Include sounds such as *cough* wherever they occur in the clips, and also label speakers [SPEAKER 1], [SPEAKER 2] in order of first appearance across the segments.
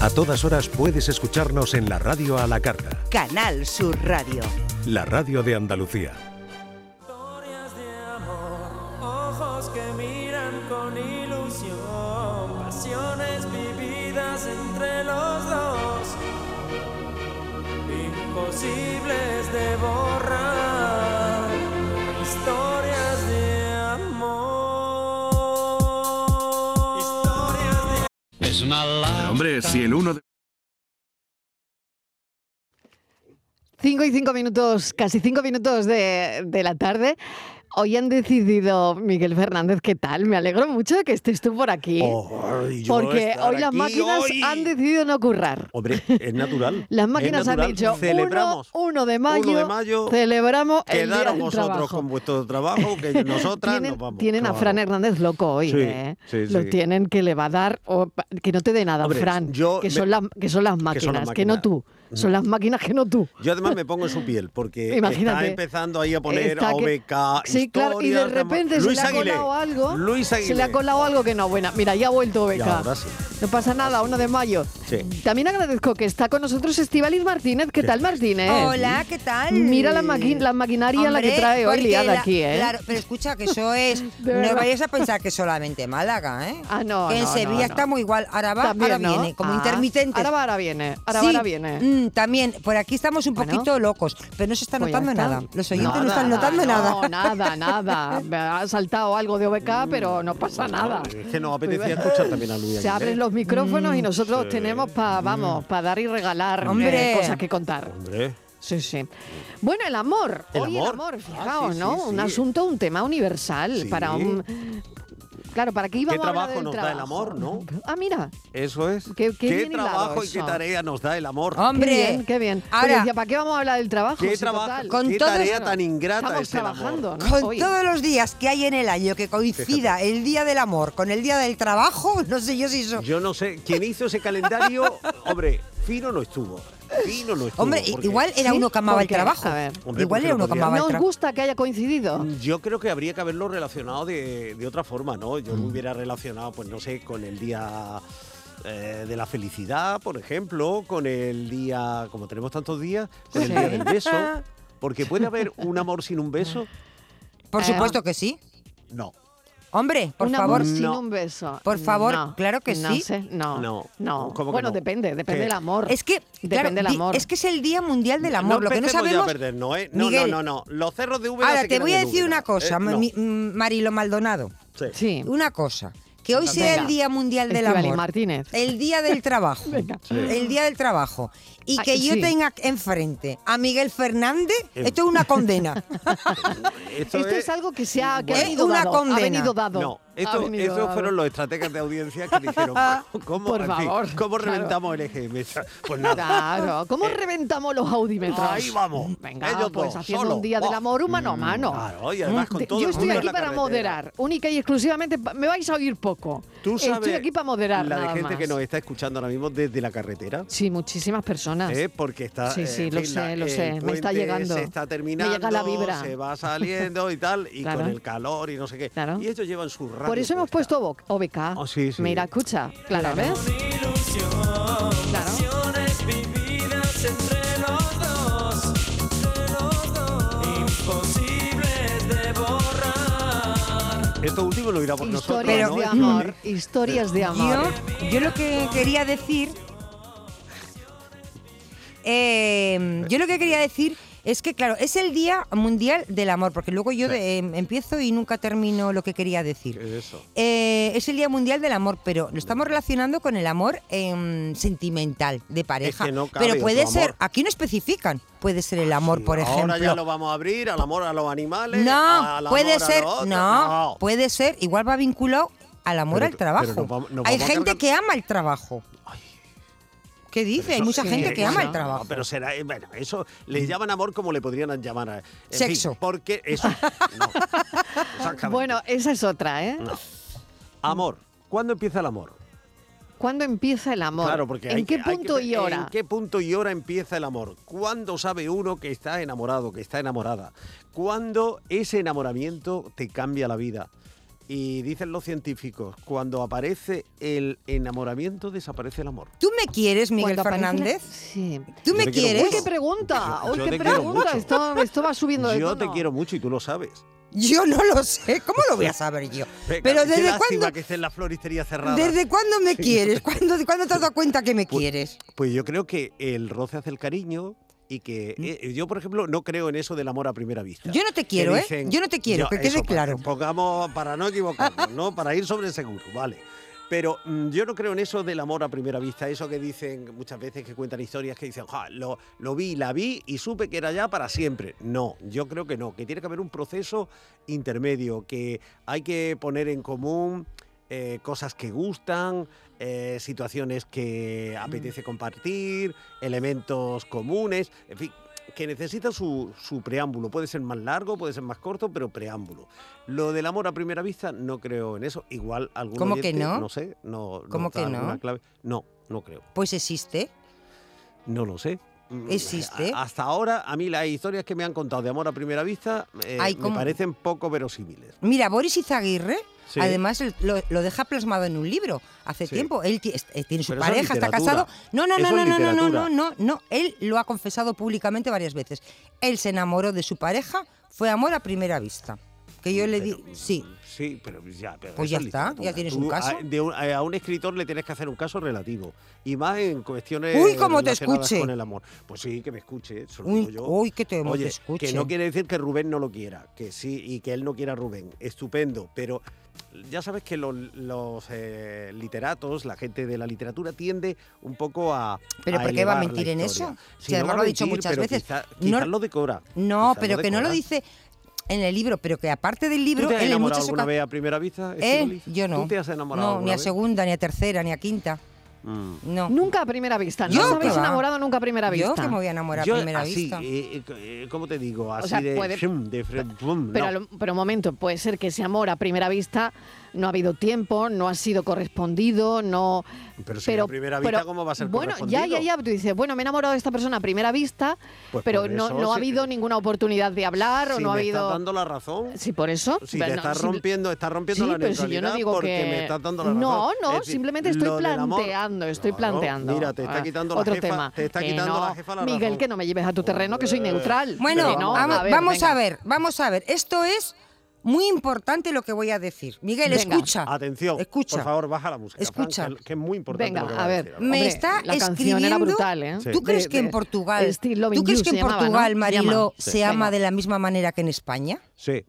[SPEAKER 1] A todas horas puedes escucharnos en la radio a la carta,
[SPEAKER 2] Canal Sur Radio.
[SPEAKER 1] la radio de Andalucía.
[SPEAKER 3] Historias de amor, ojos que miran con ilusión, pasiones vividas entre los dos, imposibles de borrar. Historias de amor, historias de
[SPEAKER 4] Hombre, si el uno de...
[SPEAKER 5] 5 y 5 minutos, casi 5 minutos de, de la tarde. Hoy han decidido, Miguel Fernández, ¿qué tal? Me alegro mucho de que estés tú por aquí.
[SPEAKER 6] Ay, yo
[SPEAKER 5] porque
[SPEAKER 6] estar
[SPEAKER 5] hoy las
[SPEAKER 6] aquí
[SPEAKER 5] máquinas
[SPEAKER 6] hoy.
[SPEAKER 5] han decidido no currar.
[SPEAKER 6] Hombre, es natural.
[SPEAKER 5] *laughs* Las
[SPEAKER 6] es
[SPEAKER 5] máquinas han
[SPEAKER 6] natural.
[SPEAKER 5] dicho 1
[SPEAKER 6] Celebramos.
[SPEAKER 5] de mayo,
[SPEAKER 6] Uno de mayo,
[SPEAKER 5] celebramos el día
[SPEAKER 6] Quedaros
[SPEAKER 5] del
[SPEAKER 6] vosotros
[SPEAKER 5] trabajo.
[SPEAKER 6] con vuestro
[SPEAKER 5] *laughs*
[SPEAKER 6] trabajo, que nosotras
[SPEAKER 5] tienen
[SPEAKER 6] nos vamos.
[SPEAKER 5] tienen a
[SPEAKER 6] Claro.
[SPEAKER 5] Fran Hernández loco hoy,
[SPEAKER 6] Sí,
[SPEAKER 5] ¿eh?
[SPEAKER 6] sí,
[SPEAKER 5] Lo
[SPEAKER 6] sí.
[SPEAKER 5] tienen que le va a dar, o pa- que no te dé nada,
[SPEAKER 6] Hombre,
[SPEAKER 5] Fran,
[SPEAKER 6] yo
[SPEAKER 5] que,
[SPEAKER 6] me-
[SPEAKER 5] son las, que son las máquinas, que,
[SPEAKER 6] son las
[SPEAKER 5] no
[SPEAKER 6] máquinas.
[SPEAKER 5] tú. Son las máquinas que no tú.
[SPEAKER 6] Yo además me pongo en su piel,
[SPEAKER 5] *laughs*
[SPEAKER 6] porque
[SPEAKER 5] Imagínate.
[SPEAKER 6] está empezando ahí a poner
[SPEAKER 5] Está
[SPEAKER 6] a
[SPEAKER 5] que-
[SPEAKER 6] OBK,
[SPEAKER 5] Sí, claro, y de
[SPEAKER 6] historias,
[SPEAKER 5] repente se le
[SPEAKER 6] Luis
[SPEAKER 5] ha
[SPEAKER 6] Aguilé.
[SPEAKER 5] colado algo.
[SPEAKER 6] Luis
[SPEAKER 5] Se le
[SPEAKER 6] Aguilé.
[SPEAKER 5] ha colado algo que no, buena. Mira, ya ha vuelto
[SPEAKER 6] Y
[SPEAKER 5] Beca.
[SPEAKER 6] ahora sí.
[SPEAKER 5] No pasa nada, 1 de mayo.
[SPEAKER 6] Sí.
[SPEAKER 5] También agradezco que está con nosotros Estivalis Martínez. ¿Qué tal, Martínez?
[SPEAKER 7] Hola, ¿qué tal?
[SPEAKER 5] Mira la, maqui- la maquinaria la que
[SPEAKER 7] Hombre,
[SPEAKER 5] trae hoy
[SPEAKER 7] porque
[SPEAKER 5] liada
[SPEAKER 7] la-
[SPEAKER 5] aquí, ¿eh?
[SPEAKER 7] Claro, pero escucha que eso *laughs* es.
[SPEAKER 5] De verdad.
[SPEAKER 7] no vayas a pensar que es solamente Málaga, ¿eh?
[SPEAKER 5] Ah, no,
[SPEAKER 7] Que en
[SPEAKER 5] no, no,
[SPEAKER 7] Sevilla
[SPEAKER 5] no.
[SPEAKER 7] está muy igual. Ahora va,
[SPEAKER 5] También,
[SPEAKER 7] ahora
[SPEAKER 5] ¿no?
[SPEAKER 7] viene, como
[SPEAKER 5] Ah,
[SPEAKER 7] intermitente.
[SPEAKER 5] Ahora va, ahora viene. Ahora
[SPEAKER 7] Sí,
[SPEAKER 5] va, ahora viene.
[SPEAKER 7] mm, también, por aquí estamos un
[SPEAKER 5] Bueno.
[SPEAKER 7] poquito locos, pero no se está
[SPEAKER 5] Pues ya
[SPEAKER 7] notando
[SPEAKER 5] está.
[SPEAKER 7] nada. Los oyentes no
[SPEAKER 6] Nada,
[SPEAKER 7] están notando nada.
[SPEAKER 5] No,
[SPEAKER 7] *laughs*
[SPEAKER 5] nada, nada. Me Ha saltado algo de OBK, pero no pasa nada.
[SPEAKER 6] Es que nos apetecía escuchar también a Luis Aguilé.
[SPEAKER 5] Se abren los micrófonos y nosotros tenemos para, vamos, para dar y regalar eh,
[SPEAKER 7] Hombre.
[SPEAKER 5] cosas que contar.
[SPEAKER 6] Hombre,
[SPEAKER 5] Sí, sí. Bueno, el amor.
[SPEAKER 6] ¿El
[SPEAKER 5] Hoy
[SPEAKER 6] amor?
[SPEAKER 5] el amor,
[SPEAKER 6] Ah,
[SPEAKER 5] fijaos,
[SPEAKER 6] sí, sí,
[SPEAKER 5] ¿no?
[SPEAKER 6] sí.
[SPEAKER 5] Un asunto, un tema universal
[SPEAKER 6] Sí.
[SPEAKER 5] para un... Claro, ¿para qué íbamos
[SPEAKER 6] ¿Qué
[SPEAKER 5] a hablar
[SPEAKER 6] trabajo
[SPEAKER 5] del
[SPEAKER 6] nos da
[SPEAKER 5] trabajo?
[SPEAKER 6] el
[SPEAKER 5] *laughs*
[SPEAKER 6] amor, no?
[SPEAKER 5] Ah, mira.
[SPEAKER 6] eso es.
[SPEAKER 5] Qué- qué bien hilado
[SPEAKER 6] trabajo y qué
[SPEAKER 5] eso.
[SPEAKER 6] tarea nos da el amor?
[SPEAKER 7] Hombre,
[SPEAKER 5] Qué bien, qué bien. Pero
[SPEAKER 7] Ahora,
[SPEAKER 5] decía, ¿para qué vamos a hablar del trabajo?
[SPEAKER 6] ¿Qué
[SPEAKER 5] Si
[SPEAKER 6] trabajo?
[SPEAKER 5] total,
[SPEAKER 6] Con ¿Qué todo tarea esto? tan ingrata
[SPEAKER 5] Estamos
[SPEAKER 6] es el amor?
[SPEAKER 5] trabajando, ¿no?
[SPEAKER 7] con
[SPEAKER 5] Hoy.
[SPEAKER 7] todos los días que hay en el año que coincida el día del amor con el día del trabajo, *laughs* no sé yo si eso.
[SPEAKER 6] Yo no sé, quien hizo ese calendario,
[SPEAKER 7] *laughs*
[SPEAKER 6] hombre, fino no estuvo. Fino no estuvo.
[SPEAKER 7] Hombre,
[SPEAKER 6] porque-
[SPEAKER 7] igual era
[SPEAKER 5] ¿Sí?
[SPEAKER 7] uno que amaba
[SPEAKER 5] ¿Por
[SPEAKER 7] el
[SPEAKER 5] qué?
[SPEAKER 7] trabajo.
[SPEAKER 5] A ver.
[SPEAKER 6] Hombre,
[SPEAKER 7] igual
[SPEAKER 6] porque
[SPEAKER 7] era
[SPEAKER 6] lo
[SPEAKER 7] uno que
[SPEAKER 6] podría-
[SPEAKER 7] amaba
[SPEAKER 5] ¿No
[SPEAKER 7] el
[SPEAKER 5] os
[SPEAKER 7] trabajo.
[SPEAKER 5] gusta que haya coincidido?
[SPEAKER 7] Mm.
[SPEAKER 6] Yo creo que habría que haberlo relacionado de, de otra forma, ¿no?
[SPEAKER 7] Mm.
[SPEAKER 6] Yo lo hubiera relacionado, pues no sé, con el día eh, de la felicidad, por ejemplo, con el día, como tenemos tantos días, con el día
[SPEAKER 5] Sí.
[SPEAKER 6] del beso.
[SPEAKER 7] *laughs*
[SPEAKER 6] Porque puede haber un amor sin un beso. Ah,
[SPEAKER 7] Por
[SPEAKER 5] Eh,
[SPEAKER 7] supuesto que sí.
[SPEAKER 6] No.
[SPEAKER 7] Hombre, por
[SPEAKER 5] un
[SPEAKER 7] favor.
[SPEAKER 5] amor sin
[SPEAKER 6] No.
[SPEAKER 5] un beso.
[SPEAKER 7] Por favor,
[SPEAKER 5] No,
[SPEAKER 7] claro que
[SPEAKER 5] no
[SPEAKER 7] sí.
[SPEAKER 5] Sé, no, no,
[SPEAKER 6] No, ¿cómo que
[SPEAKER 5] Bueno,
[SPEAKER 6] no?
[SPEAKER 5] depende, depende
[SPEAKER 6] ¿Qué?
[SPEAKER 5] del amor.
[SPEAKER 7] Es que, claro,
[SPEAKER 5] depende del
[SPEAKER 7] di-
[SPEAKER 5] amor.
[SPEAKER 7] es que es el Día Mundial del Amor. Lo que no
[SPEAKER 6] empecemos ya
[SPEAKER 7] sabemos.
[SPEAKER 6] a perder, no, ¿eh? No,
[SPEAKER 7] Miguel,
[SPEAKER 6] no, no, no. Los cerros de Úbeda
[SPEAKER 7] Ahora,
[SPEAKER 6] se
[SPEAKER 7] te
[SPEAKER 6] quedan
[SPEAKER 7] voy a
[SPEAKER 6] en
[SPEAKER 7] decir
[SPEAKER 6] Úbeda,
[SPEAKER 7] una cosa,
[SPEAKER 6] ¿eh? No.
[SPEAKER 7] mi- mm, Marilo Maldonado.
[SPEAKER 6] Sí.
[SPEAKER 5] sí.
[SPEAKER 7] Una cosa. Que hoy sea
[SPEAKER 5] Venga.
[SPEAKER 7] el Día Mundial del
[SPEAKER 5] Estíbaliz
[SPEAKER 7] Amor.
[SPEAKER 5] Martínez.
[SPEAKER 7] El Día
[SPEAKER 5] *laughs*
[SPEAKER 7] del Trabajo.
[SPEAKER 5] Venga. Sí.
[SPEAKER 7] El Día del Trabajo. Y
[SPEAKER 5] Ay,
[SPEAKER 7] que yo
[SPEAKER 5] sí.
[SPEAKER 7] tenga enfrente a Miguel Fernández,
[SPEAKER 6] Em.
[SPEAKER 7] esto es una
[SPEAKER 5] *laughs*
[SPEAKER 7] condena.
[SPEAKER 6] Esto
[SPEAKER 5] Esto es
[SPEAKER 6] es-
[SPEAKER 5] algo que se ha, Este Ah, que ha
[SPEAKER 7] Es
[SPEAKER 5] venido
[SPEAKER 7] ¿Eh? una
[SPEAKER 5] dado.
[SPEAKER 7] condena.
[SPEAKER 5] Ha venido dado.
[SPEAKER 6] No,
[SPEAKER 5] Ha
[SPEAKER 6] esto,
[SPEAKER 5] venido
[SPEAKER 6] esos
[SPEAKER 5] dado.
[SPEAKER 6] fueron los estrategas de audiencia que
[SPEAKER 5] *laughs*
[SPEAKER 6] dijeron, ¿cómo,
[SPEAKER 5] Por
[SPEAKER 6] en fin,
[SPEAKER 5] favor,
[SPEAKER 6] ¿cómo
[SPEAKER 5] claro.
[SPEAKER 6] reventamos el eje de mesa? Pues nada. Eh,
[SPEAKER 5] Claro, ¿cómo reventamos los audímetros?
[SPEAKER 6] Ahí vamos.
[SPEAKER 5] Venga,
[SPEAKER 6] Ellos
[SPEAKER 5] pues
[SPEAKER 6] dos,
[SPEAKER 5] haciendo
[SPEAKER 6] solo.
[SPEAKER 5] un día del
[SPEAKER 6] Buah. Mm,
[SPEAKER 5] amor humano a mano.
[SPEAKER 6] Claro, y además con
[SPEAKER 5] Te-
[SPEAKER 6] todo
[SPEAKER 5] Yo
[SPEAKER 6] el
[SPEAKER 5] estoy
[SPEAKER 6] mundo en
[SPEAKER 5] aquí
[SPEAKER 6] la
[SPEAKER 5] para
[SPEAKER 6] carretera.
[SPEAKER 5] moderar, única y exclusivamente. pa- Me vais a oír poco.
[SPEAKER 6] Tú sabes
[SPEAKER 5] estoy aquí para moderar.
[SPEAKER 6] la de
[SPEAKER 5] nada
[SPEAKER 6] gente
[SPEAKER 5] más.
[SPEAKER 6] que nos está escuchando ahora mismo desde la carretera.
[SPEAKER 5] Sí, muchísimas personas.
[SPEAKER 6] ¿eh? Porque está.
[SPEAKER 5] Sí,
[SPEAKER 6] eh,
[SPEAKER 5] sí,
[SPEAKER 6] en
[SPEAKER 5] lo
[SPEAKER 6] fin,
[SPEAKER 5] sé,
[SPEAKER 6] la-
[SPEAKER 5] lo
[SPEAKER 6] el
[SPEAKER 5] sé. Me está
[SPEAKER 6] puente
[SPEAKER 5] llegando.
[SPEAKER 6] Se está
[SPEAKER 5] Me
[SPEAKER 6] terminando.
[SPEAKER 5] llega la vibra.
[SPEAKER 6] Se va saliendo y tal. Y
[SPEAKER 5] Claro.
[SPEAKER 6] con el calor y no sé qué.
[SPEAKER 5] Claro.
[SPEAKER 6] Y ellos llevan su radio.
[SPEAKER 5] Por eso hemos
[SPEAKER 6] puesta.
[SPEAKER 5] puesto Bo- OBK.
[SPEAKER 6] Ah, pues sí, sí.
[SPEAKER 5] Mira, escucha. Claro, ¿ves?
[SPEAKER 3] ilusión,
[SPEAKER 5] Claro.
[SPEAKER 3] pasiones vividas entre los dos, entre los dos, imposibles de borrar.
[SPEAKER 6] Esto último lo irá por nosotros.
[SPEAKER 5] Historias
[SPEAKER 6] ¿no?
[SPEAKER 5] de
[SPEAKER 6] Es
[SPEAKER 5] amor.
[SPEAKER 6] probable.
[SPEAKER 5] Historias de amor.
[SPEAKER 7] Yo, yo lo que quería decir. eh, yo lo que quería decir es que, claro, es el Día Mundial del Amor, porque luego yo de- em, empiezo y nunca termino lo que quería decir.
[SPEAKER 6] ¿Qué es eso?
[SPEAKER 7] Eh, es el Día Mundial del Amor, pero lo estamos relacionando con el amor em, sentimental de pareja.
[SPEAKER 6] que no cabe
[SPEAKER 7] pero puede
[SPEAKER 6] otro
[SPEAKER 7] ser,
[SPEAKER 6] amor. Ah,
[SPEAKER 7] aquí no especifican, puede ser el amor, por ejemplo.
[SPEAKER 6] Ahora ya lo vamos a abrir al amor a los animales. al
[SPEAKER 7] No,
[SPEAKER 6] amor
[SPEAKER 7] puede
[SPEAKER 6] a
[SPEAKER 7] ser,
[SPEAKER 6] lo otro.
[SPEAKER 7] no, puede ser, igual va vinculado al amor
[SPEAKER 6] Pero-
[SPEAKER 7] al trabajo.
[SPEAKER 6] pero nos vamos- nos
[SPEAKER 7] Hay
[SPEAKER 6] vamos a
[SPEAKER 7] gente
[SPEAKER 6] cargar-
[SPEAKER 7] que ama el trabajo. ¿Qué dice? Hay mucha
[SPEAKER 5] sí,
[SPEAKER 6] ¿eh?
[SPEAKER 7] gente que
[SPEAKER 5] eso-
[SPEAKER 7] ama el
[SPEAKER 5] no,
[SPEAKER 7] trabajo. Mm.
[SPEAKER 6] Pero será, eh, bueno, eso le llaman amor como le podrían llamar a. en fin,
[SPEAKER 7] Sexo.
[SPEAKER 6] porque
[SPEAKER 7] *laughs*
[SPEAKER 6] eso. no. Exactamente.
[SPEAKER 5] Bueno, esa es otra, ¿eh?
[SPEAKER 6] Amor. ¿Cuándo empieza el amor?
[SPEAKER 5] ¿Cuándo empieza el amor?
[SPEAKER 6] Claro, porque
[SPEAKER 5] ¿En
[SPEAKER 6] hay
[SPEAKER 5] qué
[SPEAKER 6] que- hay
[SPEAKER 5] punto
[SPEAKER 6] que-
[SPEAKER 5] y hora?
[SPEAKER 6] ¿En qué punto y hora empieza el amor? ¿Cuándo sabe uno que está enamorado, que está enamorada? ¿Cuándo ese enamoramiento te cambia la vida? Y dicen los científicos, cuando aparece el enamoramiento, desaparece el amor.
[SPEAKER 7] ¿Tú me quieres, Miguel
[SPEAKER 5] Cuando aparece la-
[SPEAKER 7] Fernández?
[SPEAKER 5] Sí.
[SPEAKER 7] ¿Tú
[SPEAKER 6] Yo
[SPEAKER 7] me
[SPEAKER 6] te quiero
[SPEAKER 7] quieres?
[SPEAKER 5] Uy, qué pregunta,
[SPEAKER 6] Yo-
[SPEAKER 5] uy,
[SPEAKER 6] yo
[SPEAKER 5] qué
[SPEAKER 6] te quiero
[SPEAKER 5] pregunta.
[SPEAKER 6] mucho.
[SPEAKER 5] Esto, esto va subiendo de
[SPEAKER 6] Yo te
[SPEAKER 5] tono.
[SPEAKER 6] quiero mucho y tú lo sabes.
[SPEAKER 7] Yo no lo sé. ¿Cómo lo voy a saber yo?
[SPEAKER 6] Venga,
[SPEAKER 7] Pero
[SPEAKER 6] qué
[SPEAKER 7] ¿desde
[SPEAKER 6] lástima
[SPEAKER 7] cuándo,
[SPEAKER 6] que esté en la floristería cerrada.
[SPEAKER 7] ¿desde cuándo me quieres? ¿Cuándo, ¿Cuándo te has dado cuenta que me
[SPEAKER 6] *laughs* Pues-
[SPEAKER 7] quieres?
[SPEAKER 6] Pues yo creo que el roce hace el cariño y que eh, yo, por ejemplo, no creo en eso del amor a primera vista.
[SPEAKER 7] Mm. Yo no te
[SPEAKER 6] Que
[SPEAKER 7] quiero, ¿eh?
[SPEAKER 6] dicen-
[SPEAKER 7] Yo no te quiero, que quede
[SPEAKER 6] eso, para-
[SPEAKER 7] claro.
[SPEAKER 6] Pongamos para no equivocarnos, ¿no? Para ir sobre seguro, vale. Pero mm, yo no creo en eso del amor a primera vista, eso que dicen muchas veces que cuentan historias que dicen, "Ja, lo, lo vi, la vi y supe que era ya para siempre. No, yo creo que no, que tiene que haber un proceso intermedio, que hay que poner en común eh, cosas que gustan, eh, situaciones que apetece compartir, elementos comunes, en fin, que necesita su, su preámbulo. Puede ser más largo, puede ser más corto, pero preámbulo. Lo del amor a primera vista, no creo en eso. Igual algún
[SPEAKER 7] ¿Cómo que
[SPEAKER 6] oyente,
[SPEAKER 7] no?
[SPEAKER 6] No sé, no. no
[SPEAKER 7] ¿Cómo
[SPEAKER 6] está
[SPEAKER 7] que no?
[SPEAKER 6] alguna clave. No, no creo.
[SPEAKER 7] Pues existe.
[SPEAKER 6] No lo sé. Mm,
[SPEAKER 7] ¿Existe?
[SPEAKER 6] a- Hasta ahora, a mí las historias que me han contado de amor a primera vista eh,
[SPEAKER 7] Ay,
[SPEAKER 6] me
[SPEAKER 7] ¿cómo?
[SPEAKER 6] parecen poco verosímiles.
[SPEAKER 7] Mira, Boris Izaguirre,
[SPEAKER 6] Sí.
[SPEAKER 7] además el- lo, lo deja plasmado en un libro hace
[SPEAKER 6] Sí.
[SPEAKER 7] tiempo. Él ti- es- eh, tiene su
[SPEAKER 6] Pero eso es
[SPEAKER 7] pareja, está
[SPEAKER 6] literatura.
[SPEAKER 7] casado. No, no, no,
[SPEAKER 6] Eso
[SPEAKER 7] no,
[SPEAKER 6] es
[SPEAKER 7] no, no, no, no,
[SPEAKER 6] literatura.
[SPEAKER 7] no, no. Él lo ha confesado públicamente varias veces. Él se enamoró de su pareja, fue amor a primera vista. Que yo le di.
[SPEAKER 6] Mm, Pero,
[SPEAKER 7] Sí.
[SPEAKER 6] Sí, pero ya. pero
[SPEAKER 7] Pues
[SPEAKER 6] eso
[SPEAKER 7] ya
[SPEAKER 6] es
[SPEAKER 7] está,
[SPEAKER 6] literatura.
[SPEAKER 7] ya tienes
[SPEAKER 6] Tú
[SPEAKER 7] un caso.
[SPEAKER 6] A, de un- a un escritor le tienes que hacer un caso relativo. Y más en cuestiones.
[SPEAKER 7] Uy, cómo te
[SPEAKER 6] relacionadas
[SPEAKER 7] escuche.
[SPEAKER 6] Con el amor. Pues sí, que me escuche. se lo
[SPEAKER 7] Uy,
[SPEAKER 6] digo yo.
[SPEAKER 7] uy, que te-
[SPEAKER 6] Oye,
[SPEAKER 7] te escuche.
[SPEAKER 6] Que no quiere decir que Rubén no lo quiera. Que sí, y que él no quiera a Rubén. Estupendo. Pero ya sabes que los, los, eh, literatos, la gente de la literatura, tiende un poco a.
[SPEAKER 7] Pero
[SPEAKER 6] a
[SPEAKER 7] ¿por qué va a
[SPEAKER 6] elevar la
[SPEAKER 7] mentir en
[SPEAKER 6] historia.
[SPEAKER 7] eso? Si además lo ha dicho muchas
[SPEAKER 6] pero
[SPEAKER 7] veces.
[SPEAKER 6] quizá-
[SPEAKER 7] No-
[SPEAKER 6] quizás lo decora.
[SPEAKER 7] No,
[SPEAKER 6] quizás
[SPEAKER 7] pero que no lo
[SPEAKER 6] decora.
[SPEAKER 7] dice en el libro, pero que aparte del
[SPEAKER 6] ¿Tú
[SPEAKER 7] libro,
[SPEAKER 6] te has
[SPEAKER 7] él en
[SPEAKER 6] enamorado
[SPEAKER 7] muchas
[SPEAKER 6] alguna
[SPEAKER 7] ocasiones.
[SPEAKER 6] vez a primera vista?
[SPEAKER 7] ¿Eh?
[SPEAKER 6] Estivaliz?
[SPEAKER 7] Yo no.
[SPEAKER 6] ¿Tú te has enamorado
[SPEAKER 7] No, ni
[SPEAKER 6] alguna
[SPEAKER 7] a
[SPEAKER 6] vez?
[SPEAKER 7] segunda, ni a tercera, ni a quinta.
[SPEAKER 6] Mm.
[SPEAKER 7] No.
[SPEAKER 5] Nunca a primera vista, ¿no?
[SPEAKER 7] Yo,
[SPEAKER 5] ¿No
[SPEAKER 7] que
[SPEAKER 5] habéis
[SPEAKER 7] va.
[SPEAKER 5] enamorado nunca a primera
[SPEAKER 7] Yo
[SPEAKER 5] vista?
[SPEAKER 7] que me voy a enamorar
[SPEAKER 6] Yo,
[SPEAKER 7] a primera
[SPEAKER 6] así,
[SPEAKER 7] vista.
[SPEAKER 6] eh, eh, c- eh, ¿cómo te digo? Así
[SPEAKER 5] sea,
[SPEAKER 6] de...
[SPEAKER 5] puede-
[SPEAKER 6] shum, de fre- bum,
[SPEAKER 5] Pero,
[SPEAKER 6] no.
[SPEAKER 5] a lo- pero un momento, puede ser que ese amor a primera vista no ha habido tiempo, no ha sido correspondido, no.
[SPEAKER 6] Pero si a primera vista, ¿cómo va a ser
[SPEAKER 5] Bueno, ya, ya, ya.
[SPEAKER 6] correspondido?
[SPEAKER 5] Tú dices, bueno, me he enamorado de esta persona a primera vista,
[SPEAKER 6] Pues
[SPEAKER 5] pero
[SPEAKER 6] por
[SPEAKER 5] no,
[SPEAKER 6] eso,
[SPEAKER 5] no ha
[SPEAKER 6] si-
[SPEAKER 5] habido ninguna oportunidad de hablar o
[SPEAKER 6] Si
[SPEAKER 5] no ha
[SPEAKER 6] me
[SPEAKER 5] habido.
[SPEAKER 6] estás dando la razón...
[SPEAKER 5] Sí, por eso.
[SPEAKER 6] Si
[SPEAKER 5] Pero
[SPEAKER 6] te
[SPEAKER 5] no,
[SPEAKER 6] estás
[SPEAKER 5] simple-
[SPEAKER 6] rompiendo, estás rompiendo
[SPEAKER 5] Sí,
[SPEAKER 6] la
[SPEAKER 5] pero si yo no
[SPEAKER 6] neutralidad
[SPEAKER 5] digo
[SPEAKER 6] porque
[SPEAKER 5] que-
[SPEAKER 6] me estás dando la razón.
[SPEAKER 5] No, no,
[SPEAKER 6] Es decir,
[SPEAKER 5] simplemente estoy
[SPEAKER 6] lo del amor-
[SPEAKER 5] planteando, estoy
[SPEAKER 6] Claro,
[SPEAKER 5] planteando.
[SPEAKER 6] Mira, te
[SPEAKER 5] Ah,
[SPEAKER 6] está quitando la
[SPEAKER 5] Otro
[SPEAKER 6] jefa,
[SPEAKER 5] tema.
[SPEAKER 6] Te está
[SPEAKER 5] Que
[SPEAKER 6] quitando
[SPEAKER 5] no,
[SPEAKER 6] la jefa la
[SPEAKER 5] Miguel,
[SPEAKER 6] razón.
[SPEAKER 5] que no me lleves a tu terreno, que soy
[SPEAKER 6] Hombre.
[SPEAKER 5] neutral.
[SPEAKER 7] Bueno,
[SPEAKER 5] Que no,
[SPEAKER 7] ama-
[SPEAKER 5] a ver,
[SPEAKER 7] vamos
[SPEAKER 5] venga.
[SPEAKER 7] a ver, vamos a ver. Esto es muy importante lo que voy a decir. Miguel,
[SPEAKER 5] Venga.
[SPEAKER 7] escucha.
[SPEAKER 6] Atención,
[SPEAKER 7] Escucha.
[SPEAKER 6] por favor, baja la música. Fran,
[SPEAKER 7] Escucha.
[SPEAKER 6] que- que es muy importante
[SPEAKER 5] Venga,
[SPEAKER 6] lo que va
[SPEAKER 5] a ver.
[SPEAKER 6] decir ahora.
[SPEAKER 7] Me
[SPEAKER 5] Hombre,
[SPEAKER 7] está
[SPEAKER 5] la canción
[SPEAKER 7] escribiendo.
[SPEAKER 5] era brutal, ¿eh?
[SPEAKER 6] Sí.
[SPEAKER 7] ¿Tú crees
[SPEAKER 5] De-
[SPEAKER 7] que en
[SPEAKER 5] de-
[SPEAKER 7] Portugal,
[SPEAKER 5] Steve Loving
[SPEAKER 7] ¿tú crees
[SPEAKER 5] You
[SPEAKER 7] que
[SPEAKER 5] se
[SPEAKER 7] en
[SPEAKER 5] llamaba, ¿no?
[SPEAKER 7] Portugal,
[SPEAKER 5] Se
[SPEAKER 7] Mariló,
[SPEAKER 5] llama.
[SPEAKER 7] se
[SPEAKER 5] Sí.
[SPEAKER 7] ama
[SPEAKER 5] Venga.
[SPEAKER 7] de la misma manera que en España?
[SPEAKER 6] Sí,